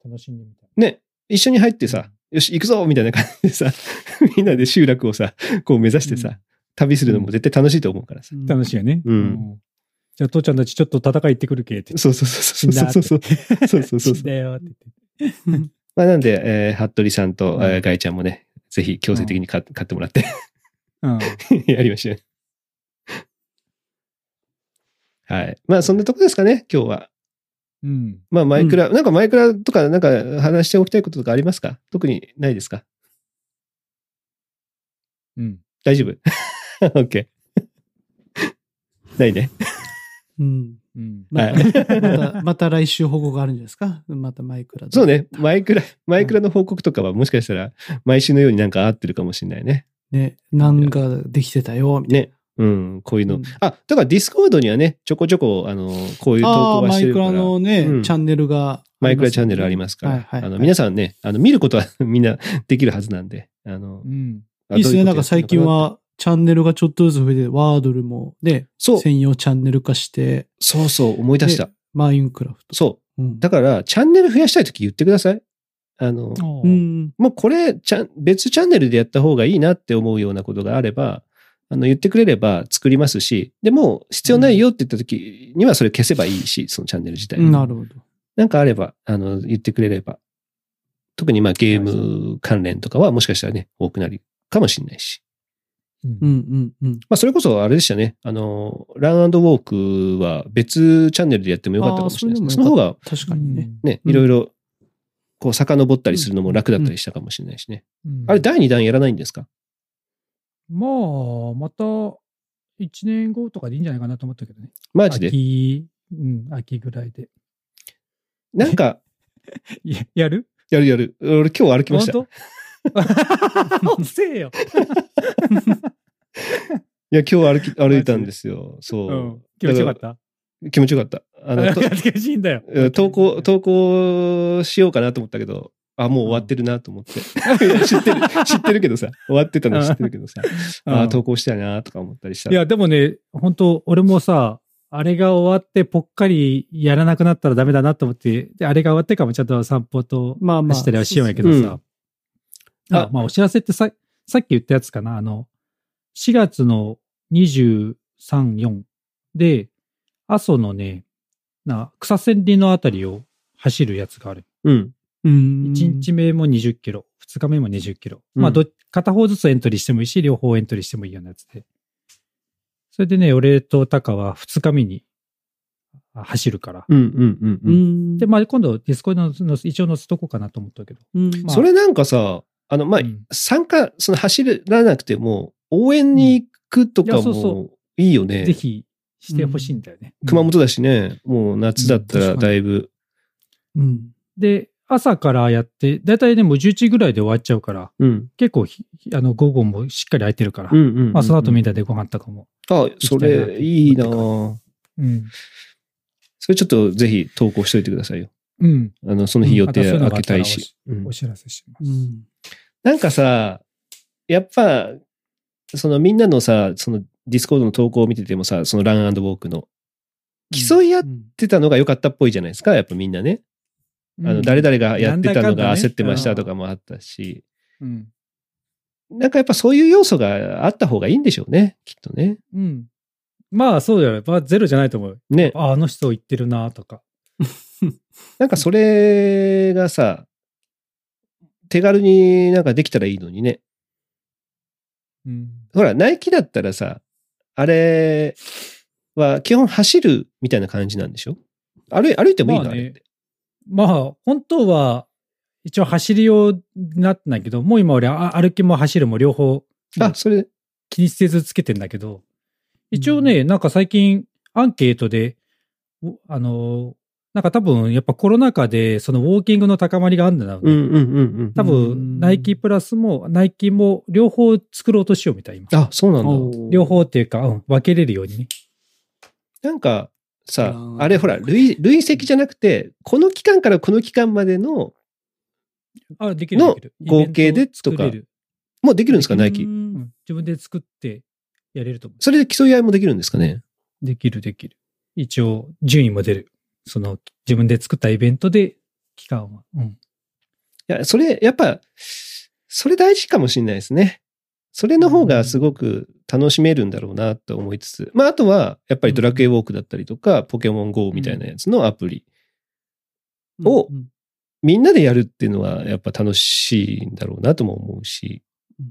S4: 楽しんでみたい。
S1: ね、一緒に入ってさ、よし、行くぞみたいな感じでさ、 みんなで集落をさ、こう目指してさ、
S3: うん
S1: 旅するのも絶対楽しいと思うからさ。
S3: うん
S2: 楽しいよね。
S1: うん
S2: じゃあ、父ちゃんたちちょっと戦い行ってくるけって。
S1: そうそうそうそうそうそうそう。そうそうそう
S2: 死ん
S1: そう。
S2: だよって言って。
S1: まあなんで、えー、服部さんと、
S2: うん
S1: えーガイちゃんもね、ぜひ強制的に買,、買ってもらって
S2: うん。
S1: やりましょう。はい。まあそんなとこですかね、今日は。
S2: うん。
S1: まあマイクラ、なんかマイクラとかなんか話しておきたいこととかありますか特にないですか
S2: うん。
S1: 大丈夫 ?OK。ないね。
S3: うん。
S2: うん。
S3: ま
S1: は
S3: た、またまた来週報告があるんじゃないですかまたマイクラで
S1: そう。ね。マイクラ、マイクラの報告とかはもしかしたら毎週のようになんか合ってるかもしれないね。
S3: ね、なんかできてたよ、みたい
S1: ね。うん、こういうの。
S3: うん
S1: あ、だからディスコードにはね、ちょこちょこ、あの、こういう
S3: な。
S1: 投
S3: あ
S1: 稿
S3: あー、
S1: はし
S3: マ
S1: て
S3: イ
S1: る
S3: ク
S1: から。
S3: ラのね、
S1: うん
S3: チャンネルが。
S1: マイクラチャンネルありますから、
S3: はいはい
S1: あの
S3: はい
S1: 皆さんね、あの見ることは みんなできるはずなんで、あの
S2: う、ん。
S1: あ
S3: いいですね。
S1: ど
S3: な
S1: うんうことやってるの
S3: か最近は、チャンネルがちょっとずつ増えて、ワードルも、ね、
S1: そう、
S3: 専用チャンネル化して、
S1: そうそう、思い出した
S3: で。マインクラフト。
S1: そう。
S3: うん
S1: だから、チャンネル増やしたいとき言ってください。あの、
S2: う
S3: う
S2: ん。
S3: ん。
S1: もうこれ、ちゃん別チャンネルでやった方がいいなって思うようなことがあれば、あの、言ってくれれば作りますし、でも、必要ないよって言ったときにはそれ消せばいいし、そのチャンネル自体。
S3: なるほど。
S1: なんかあれば、あの、言ってくれれば。特にまあゲーム関連とかはもしかしたらね、多くなるかもしれないし。
S3: うんうんうん。
S1: まあそれこそあれでしたね。あの、ランウォークは別チャンネルでやってもよかったかもしれないですね。
S3: あ
S1: その
S3: ーそれで
S1: 方
S3: も
S1: が
S3: 確かにね。
S1: ね、
S3: うん
S1: いろいろ、こう遡ったりするのも楽だったりしたかもしれないしね。
S2: うん。
S1: あれ第2弾やらないんですか
S2: まあ、また、一年後とかでいいんじゃないかなと思ったけどね。
S1: マジで。
S2: 秋、うん、秋ぐらいで。
S1: なんか、
S2: いややる
S1: やるやる。俺今日歩きました。い
S2: 本 当遅えよ。
S1: や、今 日歩き、歩いたんですよ。そう
S2: う。ん。気持ちよかった。
S1: 気持ちよかった。あ の、と
S2: 恥ずかしいんだよ。
S1: うん投稿、投稿しようかなと思ったけど、あ、もう終わってるなと思って。 知ってる、知ってるけどさ、終わってたの知ってるけどさ、
S2: うん
S1: あ、投稿したいなとか思ったりした。
S2: いや、でもね、本当俺もさ、あれが終わってぽっかりやらなくなったらダメだなと思って、であれが終わってからもちゃんと散歩と
S3: まあまあ。
S2: 走ったりはしようやけど
S1: まあまあ
S2: さ。あ
S1: うん
S2: まあ、お知らせってさ、さっき言ったやつかな、あの、4月の23、4で、阿蘇のね、な草千里のあたりを走るやつがある。
S1: うん。
S3: うん。
S2: 1日目も20キロ、2日目も20キロ。
S1: うん
S2: まあど、片方ずつエントリーしてもいいし、両方エントリーしてもいいようなやつで。それでね、俺とタカは2日目にあ走るから。
S1: うんうんう
S3: うん
S1: うん。
S3: ん。
S2: で、まあ、今度ディスコイドのの一応載せとこうかなと思ったけど。
S3: うん、
S2: まあ
S1: それなんかさ、あの、まあ
S2: うん、
S1: 参加、その走らなくても、応援に行くと
S2: うんい
S1: か
S2: やそうそ
S1: もいいよね。
S2: ぜひしてほしいんだよね。
S1: 熊本だしね、もう夏だったらだいぶ。
S3: うん。
S2: で、朝からやって、だいたいでもう11時ぐらいで終わっちゃうから、
S1: うん。
S2: 結構ひ、あの、午後もしっかり空いてるから。
S1: うんうんうん。
S2: まあ、その後みん
S1: な。
S2: なでご飯とかも。
S1: あ、それいいな
S2: 行うん。
S1: それちょっとぜひ投稿しといてくださいよ。
S2: うん。
S1: あの、その日予定
S2: うん
S1: 開
S2: またそういうのが
S1: け
S2: あった
S1: た
S2: ら
S1: いし。うん
S2: お知らせします。
S3: うん。
S1: なんかさ、やっぱ、そのみんなのさ、そのディスコードの投稿を見ててもさ、そのランウォークの。競い合っ
S3: うん
S1: てたのが良かったっぽいじゃないですか、やっぱみんなね。あの、
S2: うん
S1: 誰々がやってたの
S2: なんだか
S1: が
S2: んだね
S1: 焦ってましたとかもあったし、
S2: うん。
S1: なんかやっぱそういう要素があった方がいいんでしょうね、きっとね。
S2: うん。まあ、そうだよね。まあ、ゼロじゃないと思う。
S1: ね。
S2: あ、あの人言ってるなとか。
S1: なんかそれがさ、手軽になんかできたらいいのにね。
S2: うん。
S1: ほら、ナイキだったらさ、あれは基本走るみたいな感じなんでしょ歩い歩いてもいいの、
S2: まあ
S1: あ
S2: ね
S1: れって。
S2: まあ、本当は、一応走り用になってないけど、もう今俺、あ歩きも走るも両方
S1: あ、それ、
S2: 気にせずつけてんだけど、一応ね、なんか最近アンケートで、おあの、なんか多分やっぱコロナ禍でそのウォーキングの高まりがあるんだな。
S1: うんうんうんうん。
S2: 多
S3: う
S2: 分
S3: ん
S2: ナイキプラスもナイキも両方作ろうとしようみたい今。
S1: あ、そうなんだ。
S3: お
S2: 両方っていうか、うん、分けれるようにね。
S1: なんかさ
S3: う、ん
S1: あれほら、累累積じゃなくて、この期間からこの期間までの、
S2: あ、できる
S1: の
S2: できる。
S1: 合計で
S2: イベントを作れる
S1: もうできるんですか、ナイ
S3: う
S1: キ。
S2: うんん自分で作ってやれると思う。
S1: それで競い合いもできるんですかね。
S2: できるできる。一応順位も出る。その自分で作ったイベントで期間は。うん。
S1: いや、それ、やっぱ、それ大事かもしれないですね。それの方がすごく楽しめるんだろうなと思いつつ、まあ、あとは、やっぱりドラクエウォークだったりとか、ポケモン GO みたいなやつのアプリ、お
S3: うん
S1: みんなでやるっていうのは、やっぱ楽しいんだろうなとも思うし、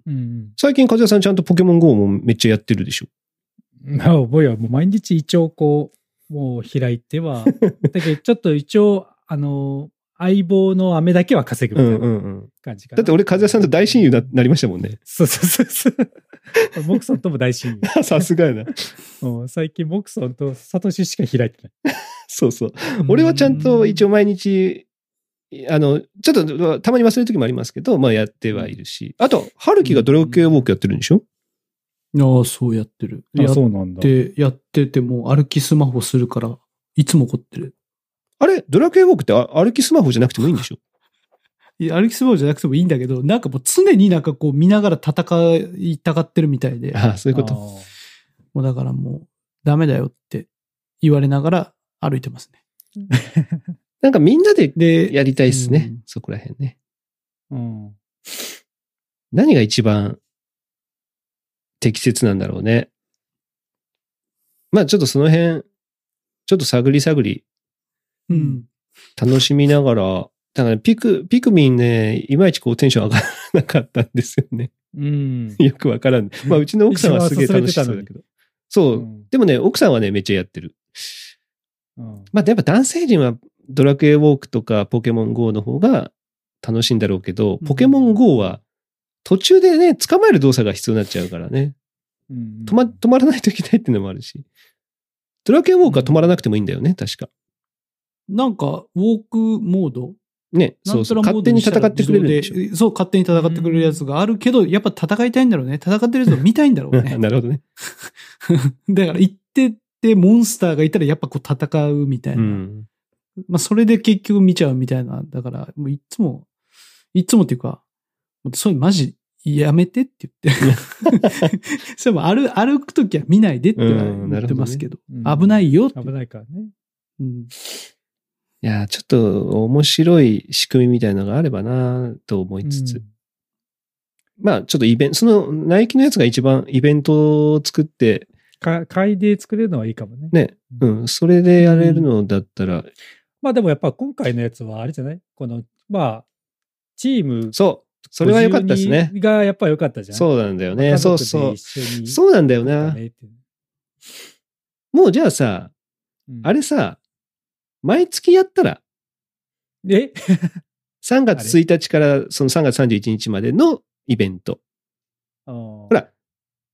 S2: うん、
S1: 最近、和也さんちゃんとポケモン GO もめっちゃやってるでしょ。
S2: まあ、覚えはもう毎日一応こう、もう開い ては、だけどちょっと一応、あの、相棒の飴だけは稼ぐ
S1: うん
S2: みたいな
S1: うんうん。
S2: 感じかな。
S1: だって俺、和也さんと大親友ななりましたもんね。
S2: そうそうそうそう。モクソンとも大親
S1: さすがやな。
S2: 友。うん最近モクソンとサトシしか開いてない。
S1: そうそう。俺はちゃんと一応毎日、あの、ちょっとたまに忘れる時もありますけど、まあやってはいるし。あと、春樹がドラクエウォークやってるんでしょ
S3: ああ、そうやってる。やっ
S4: うなんだ
S3: て、やってても歩きスマホするから、いつも怒ってる。
S1: あれドラクエウォークってあ歩きスマホじゃなくてもいいんでしょ
S3: いや歩きスマホじゃなくてもいいんだけど、なんかもう常になんかこう見ながら戦いたがってるみたい で、
S1: ああ、そういうこと。
S3: もうだからもうダメだよって言われながら歩いてますね。
S1: なんかみんなで
S3: で、
S1: やりたいっすね
S3: うん。
S1: そこら辺ね。
S4: うん。
S1: 何が一番適切なんだろうね。まあちょっとその辺、ちょっと探り探り
S3: うん。
S1: 楽しみながら、だからピク、ピクミンね、いまいちこうテンション上がらなかったんですよね。
S4: うん。
S1: よくわからん。まあ、うちの奥さんはすげえ楽しそうだけど。そうう。
S4: ん
S1: でもね、奥さんはね、めっちゃやってる。
S4: うん
S1: まあ、やっぱ男性陣はドラクエウォークとかポケモン GO の方が楽しいんだろうけど
S3: う、ん
S1: ポケモン GO は途中でね、捕まえる動作が必要になっちゃうからね。
S4: うん
S1: 止ま、止まらないといけないっていうのもあるし。ドラクエウォークは止まらなくてもいいんだよね、確か。
S3: なんか、ウォークモード
S1: ね、
S3: な
S1: そ
S3: ん
S1: う
S3: た
S1: そう。
S3: ら
S1: 勝
S3: モード
S1: 手
S3: に
S1: に
S3: した
S1: 戦
S3: ら
S1: ってくれるんでし
S3: 自動でそう、勝手に戦ってくれるやつがあるけど、やっぱ戦いたいんだろうね。戦ってるやつを見たいんだろ
S1: ょ。
S3: うね。
S1: なるほど ね。
S3: だから行ってって、モンスターがいたらやっぱこう戦うみたいうな。
S1: ん。
S3: まあ、それで結局見ちゃうみたいな。だから、もういつも、いつもっていうか、もうそれマジやめてって 言って。それも歩歩くときは見ないでっては
S1: うんな
S3: 言っ
S1: るほどね
S3: てますけど。
S4: うん
S3: 危ないよって。
S2: 危ないからね。
S3: うん
S1: いやー、ちょっと面白い仕組みみたいなのがあればなと思いつつ。まあ、ちょっとイベント、その、ナイキのやつが一番イベントを作って、
S2: か買いで作れるのはいいかもね。
S1: ね、うん、それでやれるのだったら、
S2: まあでもやっぱ今回のやつはあれじゃないこの、まあ、チーム、
S1: そう、それは良かったですね。。
S2: がやっぱ良かったじゃん。
S1: そうなんだよ
S2: う
S1: ね。そうそう。
S2: う
S1: そうなんだよな。もうじゃあさ、あれさ、毎月やったら、
S2: え
S1: 3月1日からその3月31日までのイベント。ほ
S2: ほ
S1: ら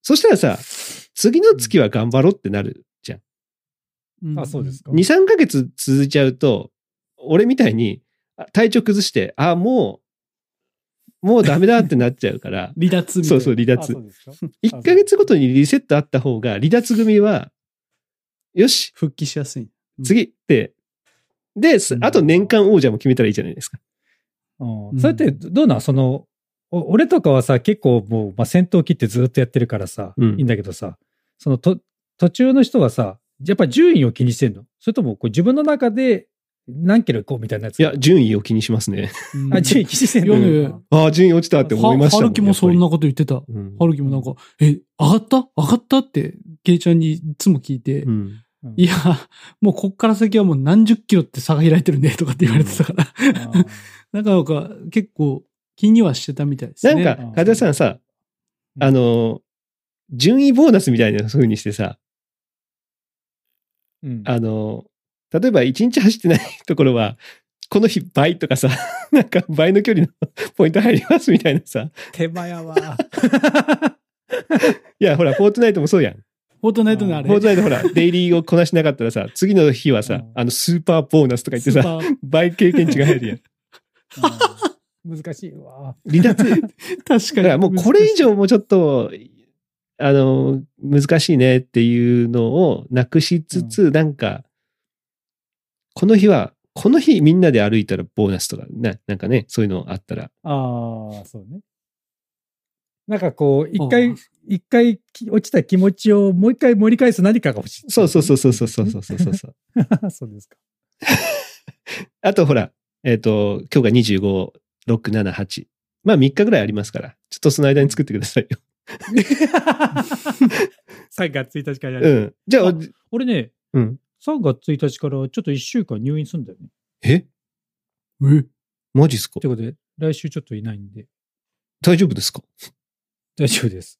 S1: そしたらさ、次の月は頑張ろうってなるじゃん。
S3: うん
S2: あ、そうですか。
S1: 2、3ヶ月続いちゃうと、俺みたいにあ体調崩して、あ、もう、もうダメだってなっちゃう から、
S3: 離脱みたい
S1: そ
S3: な。
S1: うそう、離
S2: あ
S1: 脱
S2: そ。うですか
S1: 1ヶ月ごとにリセットあった方が、離脱組は、よし、
S3: 復帰しやすい。
S1: 次って、で、す
S2: うん
S1: あと年間王者も決めたらいいじゃないですか。
S2: うん
S3: うん
S2: それってどうなんその、お俺とかはさ、結構もう、まあ、戦闘機ってずっとやってるからさ、
S1: うん
S2: いいんだけどさ、そのと、途中の人はさ、やっぱ順位を気にしてんのそれともこう自分の中で何キロ行こうみたいなやつ
S1: いや、順位を気にしますね。
S3: うん
S2: あ、順位気にしてんの、
S3: いやいやいや
S2: う
S1: ああ、順位落ちたって思いました
S3: は
S1: もん。
S3: るきもそん
S1: や
S3: な
S1: っ
S3: こと言ってた
S1: ぱ。り。うん
S3: はるきもなんか、え、上がった上がったって、ケイちゃんにいつも聞いて、
S1: うん
S2: ん
S3: いや、もうこっから先はもう何十キロって差が開いてるね、とかって言われてたから。なかなか結構気にはしてたみたいです
S1: な
S3: ね。
S1: んか、
S2: うん
S1: かずさんさ、
S2: うん
S1: あの、順位ボーナスみたいな風にしてさ、
S2: うん
S1: あの、例えば1日走ってないところは、この日倍とかさ、 なんか倍の距離の ポイント入りますみたいなさ。
S2: 手前は。
S1: いや、ほら、フォートナイトもそうやん。
S3: フォートナイトのあ
S1: フォー
S3: れ
S1: ト。ナイトほら、デイリーをこなしなかったらさ、次の日は
S2: う
S1: さ
S2: ん、
S1: あの、スーパーボーナスとか言って
S3: スー
S1: さ、
S3: パー
S1: 倍経験値が入るやん。
S2: うん難しいわ。
S1: 離脱。
S3: 確か
S1: だ
S3: に。
S1: からもうこれ以上もうちょっと、あの、難しいねっていうのをなくしつつ、なんか、この日は、この日みんなで歩いたらボーナスとか、ななんかね、そういうのあったら。
S2: ああ、そうね。なんかこう、一回
S3: あー、
S5: 一回き落ちた気持ちをもう一回盛り返す何かが欲しい。
S1: そうそうそうそうそう そうそうそうそう。
S5: う。そうですか。
S1: あとほら、えっ、と、今日が25、6、7、8。まあ3日ぐらいありますから、ちょっとその間に作ってくださいよ。
S5: 3月1日からやる。
S1: うん。じゃあ
S2: あ、俺ね、
S1: うん。
S2: 3月1日からちょっと1週間入院するんだよね。
S1: え
S3: え
S1: マジっすか
S2: ということで、来週ちょっといないんで、
S1: 大丈夫ですか
S2: 大丈夫です。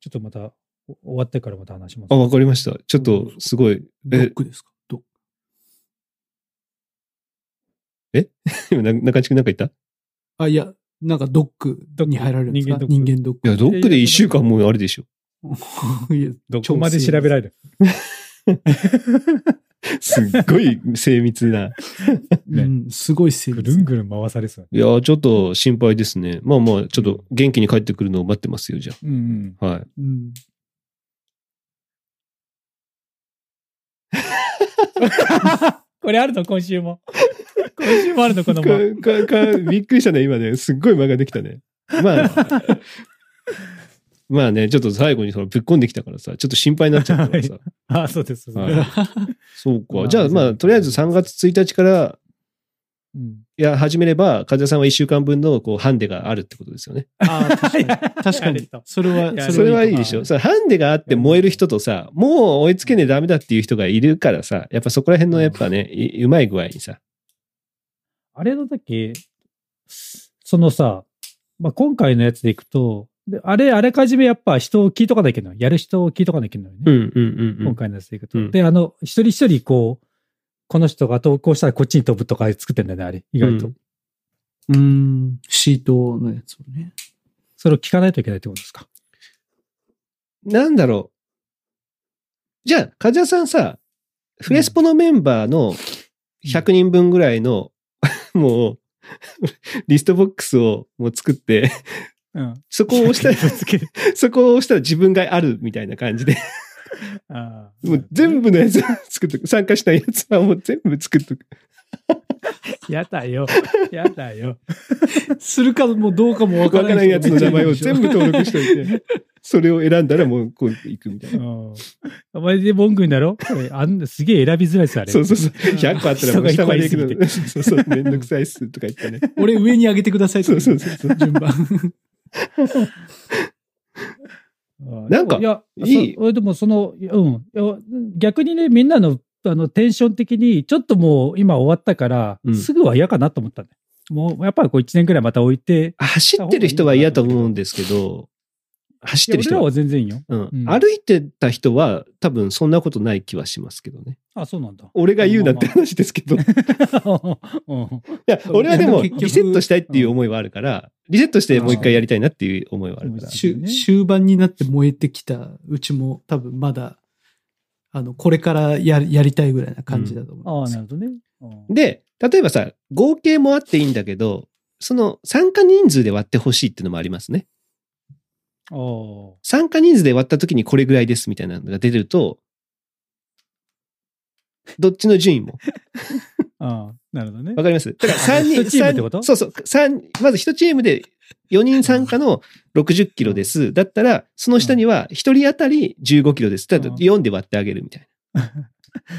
S2: ちょっとまた、お終わってからまた話します
S1: あ、。わかりました。ちょっと、すごい。
S3: ド
S1: え
S3: ッ、クですかドック。
S1: 今な中地君なんか言った
S3: あ、いや、なんかドックに入られるんですか
S2: ドック
S3: 人
S2: 人
S3: 間ドッ
S1: いや、
S3: ク。
S1: ドックで1週間もうあれでしょ。
S3: いや
S2: どこまで調べられる
S1: すっごい精密な。
S2: ね
S3: うんすごい精
S2: ぐ
S3: 密
S2: るんぐるん回されそう。
S1: いや、ちょっと心配ですね。まあまあ、ちょっと元気に帰ってくるのを待ってますよ、じゃ
S2: うん
S1: あ。
S2: うん。
S1: はい。
S3: うん
S2: これあるの今週も。今週もあるのこの
S1: か
S2: ま
S1: か
S2: ま。
S1: かびっくりしたね、今ね。すっごい間ができたね。ま あ、まあね、ちょっと最後にそのぶっこんできたからさ、ちょっと心配になっちゃったからさ。
S2: あ、そうです。そうです
S1: はいそう
S2: ま
S1: か。
S2: あ
S1: じゃあまあ、とりあえず3月1日から、
S2: うん
S1: いや、始めれば、患者さんは1週間分のこうハンデがあるってことですよね。
S3: あー確かに。確か
S2: やれ
S3: に
S2: と。
S3: それは、
S2: やれと
S1: それはいいで
S3: と
S1: しょ。それハンデがあって燃える人とさ、もう追いつけねえダメだっていう人がいるからさ、やっぱそこら辺のやっぱね、いうまい具合にさ。
S2: あれのだっけ、そのさ、まあ、今回のやつでいくと、であれ、あらかじめやっぱ人を聞いとかなきゃいけない。やる人を聞いとかなきゃいけないよね。
S1: んうん
S2: 今回のやつでいくと。
S1: うん
S2: で、あの、一人一人こう、この人が投稿したらこっちに飛ぶとか作ってんだよね、あれ。意外と。
S1: うん
S3: うーん。シートのやつをね。
S2: それを聞かないといけないってことですか。
S1: なんだろう。じゃあ、梶谷さんさ、フレスポのメンバーの100人分ぐらいの、 もう、リストボックスをもう作って、
S2: うん。
S1: そこを押したら、
S2: つける。
S1: そこを押したら自分があるみたいな感じで、
S2: ああ。
S1: もう全部のやつを作っとく。参加したいやつはもう全部作っとく。
S2: やだよ。やだよ。
S3: するかもどうかもわ
S1: わ
S3: か
S1: から
S3: ない。
S1: らないやつの名前を
S3: 部。
S1: 全部登録しといて、それを選んだらもうこういくみたいな。
S2: うん。お前で文句にだろこれあんすげえ選びづらいです、あれ。
S1: そうそうそう。100個あったらもう下まで行
S2: 人
S1: くの。そうそう。めんどくさいっすとか言ってね。
S3: 俺上に上げてくださいと
S1: そう
S3: か
S1: そうそうそう。
S3: 順番。
S2: う
S1: なんか
S2: いや、
S1: いい
S2: そ俺でもその、いやうんいや。逆にね、みんなの、あの、テンション的に、ちょっともう今終わったから、
S1: うん
S2: すぐは嫌かなと思ったね。もう、やっぱりこう1年くらいまた置いて、
S1: 走ってる人は嫌と思うんですけど、走ってる
S2: いや
S1: 人
S2: 俺ら
S1: は、
S2: は全然いいよ。
S1: うん
S2: うん
S1: 歩いてた人は多分そんなことない気はしますけどね。
S2: あ、そう なんだ。
S1: 俺が言うなって話ですけど。い
S2: うん
S1: や、俺はでも
S3: でも結局
S1: リセットしたいっていう思いはあるから、リセットしてもう一回やりたいなっていう思いはあるから
S2: うん。
S3: 終終盤になって燃えてきたうちも多分まだ、あの、これからややりたいぐらいな感じだと思い
S2: あ
S3: ま
S2: あ、
S3: す。
S2: なるほどね。うん
S1: で、例えばさ、合計もあっていいんだけど、その参加人数で割ってほしいっていうのもありますね。
S2: ああ。
S1: 参加人数で割った時にこれぐらいですみたいなのが出てると、どっちの順位も。
S2: ああ、なるほどね
S1: わ。かりますだから3人。
S2: 一チームってこと
S1: 三そうそう。三まず1チームで4人参加の60キロです。だったら、その下には1人当たり15キロです。だと
S2: うん
S1: 4で割ってあげるみたい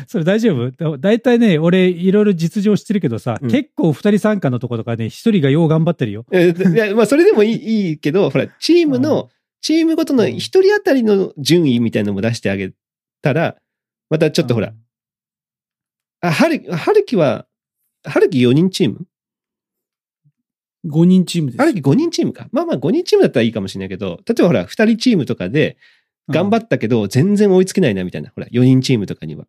S2: それ大丈夫だだいたいね、俺、いろいろ実情してるけどさ、
S1: うん
S2: 結構二人参加のとことかね、一人がよう頑張ってるよ。
S1: な。えーいやまあ、それでもいいいいけど、ほら、チームの、チームごとの1人当たりの順位みたいなのも出してあげたら、またち
S2: ち
S1: ょっとほら、。あ、はる、はるきは、はるき4人チーム
S3: 5人チームです。
S1: はるき5人チームか。まあまあ5人チームだったらいいかもしれないけど、例えばほら、2人チームとかで、頑張
S2: っ
S1: ったけど、全然追いつけないなみたいな。ほら、4人チームとかには。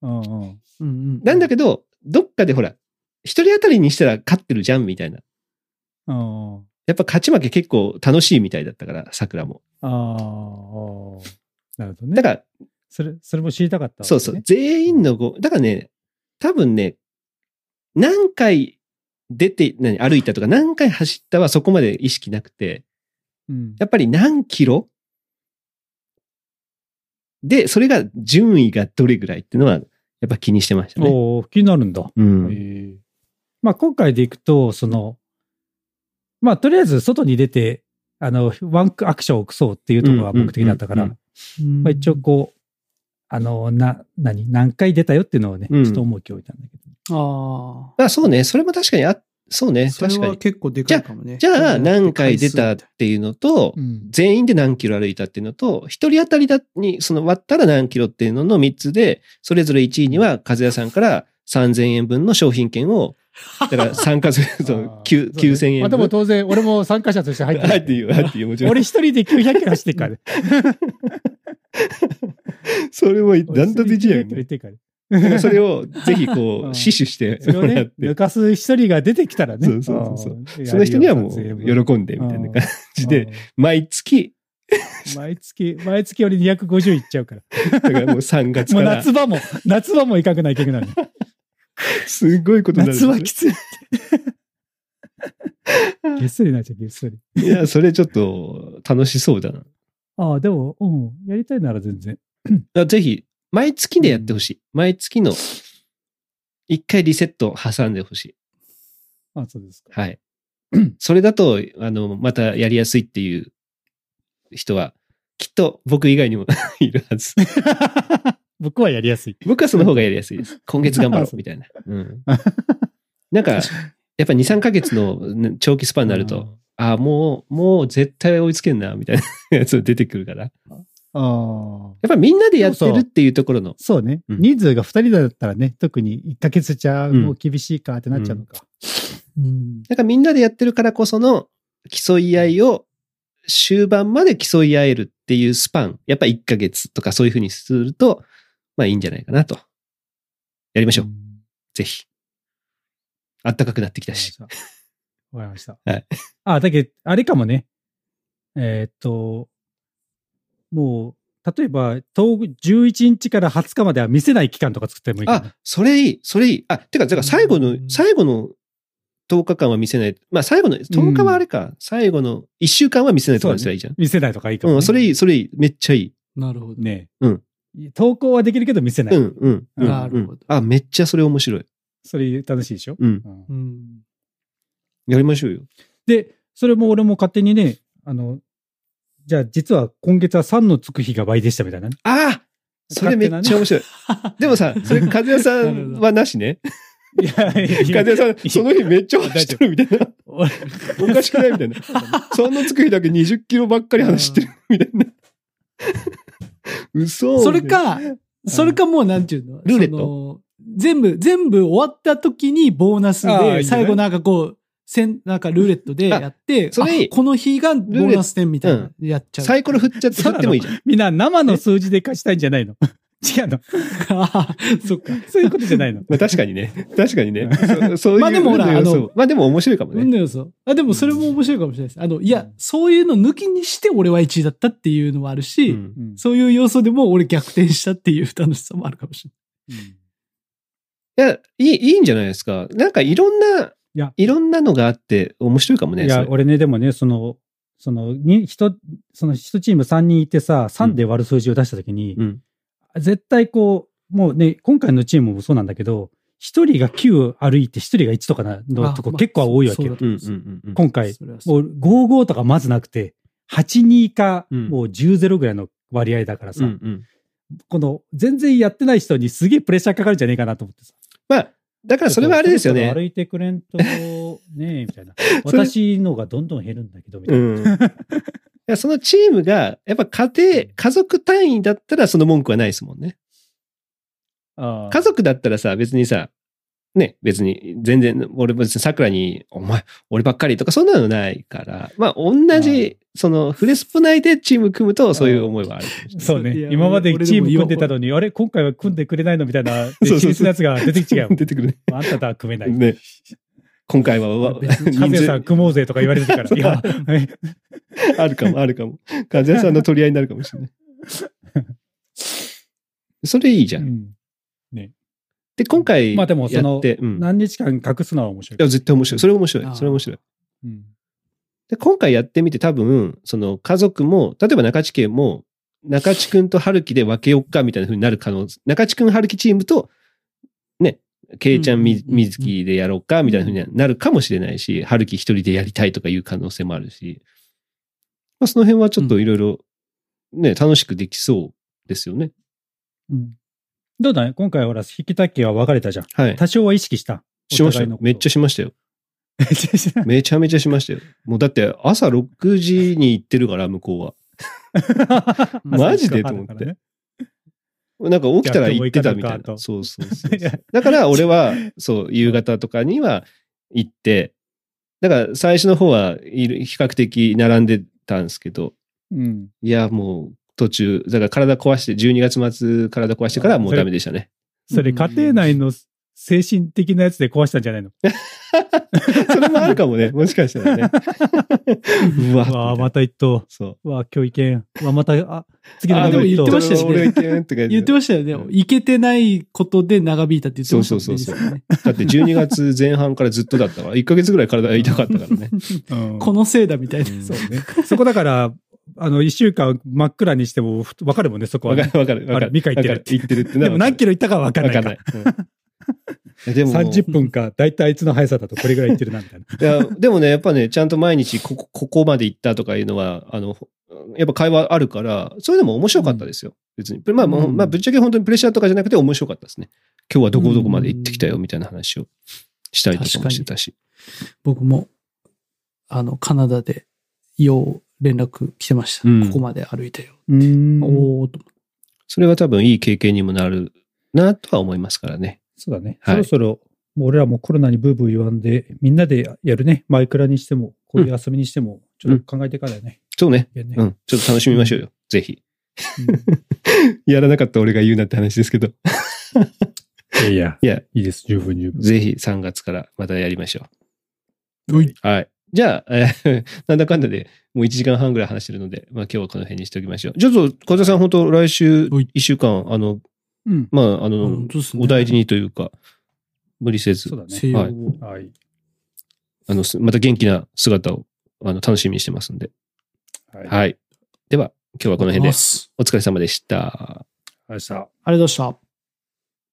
S2: うんうん。
S3: うんうん、
S1: なんだけど、どっかでほら、一人当たりにしたら勝ってるじゃんみたいな。
S2: うんうん。
S1: やっぱ勝ち負け結構楽しいみたいだったから、桜も。
S2: ああああ、なるほどね。
S1: だから、
S2: それ、それも知りたかったわけね、
S1: そうそう、全員のご、だからね、多分ね、何回出て、何、歩いたとか、何回走ったはそこまで意識なくて、
S2: うん。
S1: やっぱり何キロで、それが順位がどれぐらいっていうのは、やっぱ気にしてましたね。
S2: おー気になるんだ。
S1: うん。
S2: へえまあ、今回でいくと、その、まあ、とりあえず外に出て、あの、ワンアクションを起こそうっていうところが目的だったか
S1: うん
S2: ら
S1: うん、
S2: まあ、一応こう、あの、な、何、何回出たよっていうのをね、
S1: うん
S2: ちょっと重きを置いたんだけど。
S3: あ
S1: あ、そうね。それも確かにあ、そう
S3: あ。
S1: ね。
S3: それ
S1: 確か
S3: は
S1: に。
S3: 結構でかいかもね。
S1: じゃあ、何回出たっていうのと、
S2: うん
S1: 全員で何キロ歩いたっていうのと、一人当たりだに、その割ったら何キロっていうのの3つで、それぞれ1位には、和也さんから3000円分の商品券を、だから参 加すると
S4: あー
S1: 9
S4: そうね
S1: 9000円
S4: まあ
S1: 分。
S4: でも当然、俺も参加者として入ってる
S1: 入って いいよ、入っていいよ、もちろん。
S2: 俺一人で900キロ走って っからね。
S1: それも断トツ1位や
S2: 俺
S1: よ
S2: 一人
S1: ね。
S2: で900キロ行ってっからね
S1: だからそれをぜひこ
S2: う
S1: う、
S2: ん
S1: 死守して
S2: それ
S1: も
S2: を
S1: らっ
S2: ね
S1: て、、
S2: 抜かす一人が出てきたらね。
S1: そうそうそう
S2: う
S1: その人にはもう
S2: 喜
S1: 喜んで、みたいな感じで、
S2: う
S1: 毎月、
S2: ん毎月、毎月俺250いっちゃうから。
S1: だからもう3月
S2: も
S1: か
S2: う
S1: ら
S2: 夏、場も、夏場も行かなきゃい けない。
S1: すごいことになるんです
S2: 夏
S1: よね。
S2: はきつい。 げっそりになっちゃう、げっそり。
S1: いや、それちょっと楽しそうだな。
S2: ああ、でも、うん、やりたいなら全然。
S1: だからぜひ、毎月でやってほしい。毎月の、一回リセット挟んでほしい。
S2: あそうです か。
S1: はい。 それだと、あの、またやりやすいっていう人は、きっと僕以外にも いるはず。
S2: 僕はやりやすい。
S1: 僕はその方がやりやすいです。今月頑張ろう、みたいな。うん。なんか、やっぱ2、3ヶ月のね長期スパンになると、ああ、もう、もう絶対追いつけんな、みたいなやつが出てくるから。や
S2: あー。
S1: っぱみんなでやってるっていうところの、
S2: そうね。
S1: うん
S2: 人数が2人だったらね、特に1ヶ月じゃもう厳しいかってなっちゃうのか。
S3: うん。
S1: なんかみんなでやってるからこその競い合いを終盤まで競い合えるっていうスパン、やっぱ1ヶ月とかそういうふうにすると、まあいいんじゃないかなと。やりましょう。
S2: うん
S1: ぜひ。あったかくなってきたし。
S2: わかりました。わかりました。
S1: はい
S2: あ、だけど、あれかもね。えーっと、もう、例えば、当11日から20日までは見せない期間とか作ってもいいかもね
S1: あ、それいい、それいい。あ、てか、てか最後の
S2: う、ん
S1: 最後の10日間は見せない。まあ最後の、10日はあれか、最後の1週間は見せないとかにしたらいいじゃん。
S2: 見せないとかいいかも、ね。
S1: うん、それいい、それいい。めっちゃいい。
S3: なるほど。
S2: ね。
S1: うん
S2: 投稿はできるけど見せない。
S1: うん、うん。うん
S3: なるほど
S1: うんあ、めっちゃそれ面白い。
S2: それ楽しいでしょ、
S1: うん。
S2: うん
S3: うん。
S1: やりましょうよ。
S2: で、それも俺も勝手にね、あの、じゃあ実は今月は3のつく日が倍でしたみたい なね。
S1: ああそれめっちゃ面白い。でもさ、それ、和也さんはなしね。
S2: いや、 いや
S1: 和也さん、その日めっちゃ走ってるみたいな。
S2: 俺
S1: おかしくないみたいな。そんなつく日だけ20キロばっかり走ってるみたいな。嘘
S3: それ。か、それかもうなんていうの
S1: ルーレット
S3: その全部、全部終わった時にボーナス
S2: あーいいね
S3: で、最後なんかこう、せん、なんかルーレットでやって、
S1: それいい
S3: あこの日がボーナス点みたいな、やっちゃう。
S1: サイコロ振っちゃって、振ってもいいじゃん。
S2: みんな生の数字で勝ちたいんじゃないの 違うの。
S3: あーそっか。
S2: そういうことじ ゃないの。
S1: まあ確かにね。確かにね。そそういう。
S3: まあでもほら
S1: 運の要素
S3: あの
S1: まあでも面白いかも
S3: 運
S1: ね。
S3: の要素。あ、でもそれも面白いかもしれないです。あの、いうや
S2: ん、
S3: そういうの抜きにして俺は1位だったっていうのもあるし、
S1: うん
S2: うん
S3: そういう要素でも俺逆転したっていう楽しさもあるかもしれ
S1: いや、いい、いいんじゃないですか。なんかいろんな、
S2: や
S1: いろんなのがあって面白いかもね。
S2: い
S1: そ
S2: や、
S1: れ
S2: 俺ね、でもね、その、その、に、人、その、一チーム3人いてさ、3で割る数字を出したときに、
S1: うん。
S2: 絶対こう、もうね、今回のチームもそうなんだけど、1人が9歩いて、1人が1とかな
S3: ない。
S2: のとこ結構多いわけよ。
S1: うん、うん、うんうん。
S2: 今回、も
S3: も
S2: う55とかまずなくて、82か、
S1: うん
S2: もう10-0ぐらいの割合だからさ、
S1: うん、うん。
S2: この、全然やってない人にすげえプレッシャーかかるんじゃねえかなと思ってさ。
S1: まあ、だからそれはあれですよ
S2: ちょ
S1: ね
S2: っと。歩いてくれんと、ねえ、みたいな。
S1: それ
S2: 私のがどんどん減るんだけど、みた
S1: う
S2: いな。
S1: ん。いやそのチームが、やっぱ家庭、家族単位だったらその文句はないですもんね。
S2: あー
S1: 家族だったらさ、別にさ、ね、別に、全然、俺も別に桜に、お前、俺ばっかりとか、そんなのないから、まあ、同じ、その、フレスポ内でチーム組むと、そういう思いはあるかもしれない。
S2: そうね
S3: いや。
S2: 今まで
S3: 俺でも
S2: チーム組んでたのに、あれ今回は組んでくれないのみたいな、
S1: うそうそう
S2: 私立のやつが出てきちゃ
S1: 。
S2: う
S1: 出てくるね。
S2: あんたとは組めない。
S1: ね。今回 は、わ
S3: 別に
S2: カ
S1: 人
S2: ズヤ
S1: 数
S2: さん組もうぜとか言われてるから。いや、え
S1: あるかも、あるかも。和也さんの取り合いになるかもしれ ない。それいいじゃ。
S2: うんん
S1: で、今回やって、
S2: まあでも、その、
S1: うん
S2: 何日間隠すのは面白い
S1: い。や、絶対面白い。それ面白
S3: あ
S1: い。
S3: ー
S1: それ面白い。
S2: うん
S1: で、今回やってみて多分、その家族も、例えば中地家も、中地くんと春樹で分けよっかみたいな風になる可能性。中地くん春樹チームと、ね、けいちゃんみ
S3: うんうんうん
S1: ずきでやろうかみたいな風になるかもしれないし、春樹一人でやりたいとかいう可能性もあるし、まあ、その辺はちょっといろいろね、楽しくできそうですよね。
S2: うん。どうだい今回ほら、引きたけは別れたじゃん。
S1: はい。
S2: 多少は意識した。
S1: しました
S2: お互いの
S1: よ
S2: こ。と
S1: めっ ちゃしましたよ。
S2: した
S1: めちゃめちゃしましたよ。もうだって朝6時に行ってるから、向こうは。マジでと思って。なんか起きたら行ってたみたい
S2: いや今日も行かなきゃ
S1: な。
S2: と
S1: そうそうそうそう
S2: いや
S1: だから俺 は、そう、夕方とかには行って、だから最初の方はいる比較的並んでたんですけど、
S2: うん。
S1: いや、もう途中、だから体壊して、12月末体壊してからはもうダメでしたね。
S6: それ家庭内の
S2: 精神的なやつで壊したんじゃないの
S1: それも あるかもね、もしかした らね。う
S6: うわ
S1: わ
S6: あ、また一頭。
S1: そう。
S6: うわあ、今日意見。うわあ、また、あ、次のま
S1: あ、で
S6: た
S1: も
S6: 一
S1: 言
S6: 頭
S1: ってました
S3: よね
S1: 俺は言って ないって感じで
S3: 言ってましたよね。
S1: うん
S3: いけてないことで長引いたって言ってました
S1: そうそ
S3: もんね。
S1: うそう
S3: 実際ね
S1: だって12月前半からずっとだったから、1ヶ月ぐらい体痛かったから ね。
S2: うん
S3: このせいだみたいな。
S2: そうね。そこだから、あの、一週間真っ暗にしてもわかるもんね、そこ
S1: わ
S2: は
S1: か
S2: ね。
S1: るわかるわ
S2: あ
S1: か
S2: れ
S1: る。
S2: ミカ言ってるって
S1: わか言ってるって
S2: でも何キ
S1: ロ
S2: ロ行ったかはわかん
S1: わ
S2: ないか
S1: からんない。うんいやでも、
S2: 30分か、だいたいあいつの速さだとこれぐらい行ってるな、みたいな。
S1: いやでもね、やっぱね、ちゃんと毎日ここ、ここまで行ったとかいうのは、あの、やっぱ会話あるから、それでも面白かったですよ。別に。まあ、もう
S2: うん
S1: まあ、ぶっちゃけ本当にプレッシャーとかじゃなくて面白かったですね。今日はどこどこまで行ってきたよ、みたいな話をしたりとかもしてたし。
S3: 僕も、あの、カナダで、よう連絡来てました。
S1: うん
S3: ここまで歩いたよ。
S2: うん
S3: おーっと。
S1: それが多分いい経験にもなるなとは思いますからね。
S2: そうだね。
S1: はい
S2: そろそろ、もう俺らもコロナにブーブー言わんで、みんなでやるね。マイクラにしても、こういう遊びにしても、ちょっと考えてからだよね。
S1: そうね。
S2: いやね
S1: うん。ちょっと楽しみましょうよ。ぜひ。
S2: うん
S1: やらなかった俺が言うなって話ですけど。
S2: いやいや、
S1: いや、
S2: いいです。十分十分。
S1: ぜひ3月からまたやりましょ。
S3: おいう
S1: はい。じゃあ、えー なんだかんだでもう1時間半ぐらい話してるので、まあ今日はこの辺にしておきましょう。ちょっと、小田さん、本当来週
S3: はい
S1: 1週間、あの、
S2: うん。
S1: まあ、あ
S3: う
S1: の
S3: ん、そうっすね
S1: お大事にというか、無理せず
S2: そう、だね
S3: 西。洋を
S1: はい
S2: はい。
S1: あの、すまた元気な姿を、あの、楽しみにしてますんで。
S2: はい。
S1: はい。では、今日はこの辺
S3: あ
S1: で、
S3: す
S1: お疲れ様でした。
S2: 明日。
S3: ありがとうございました。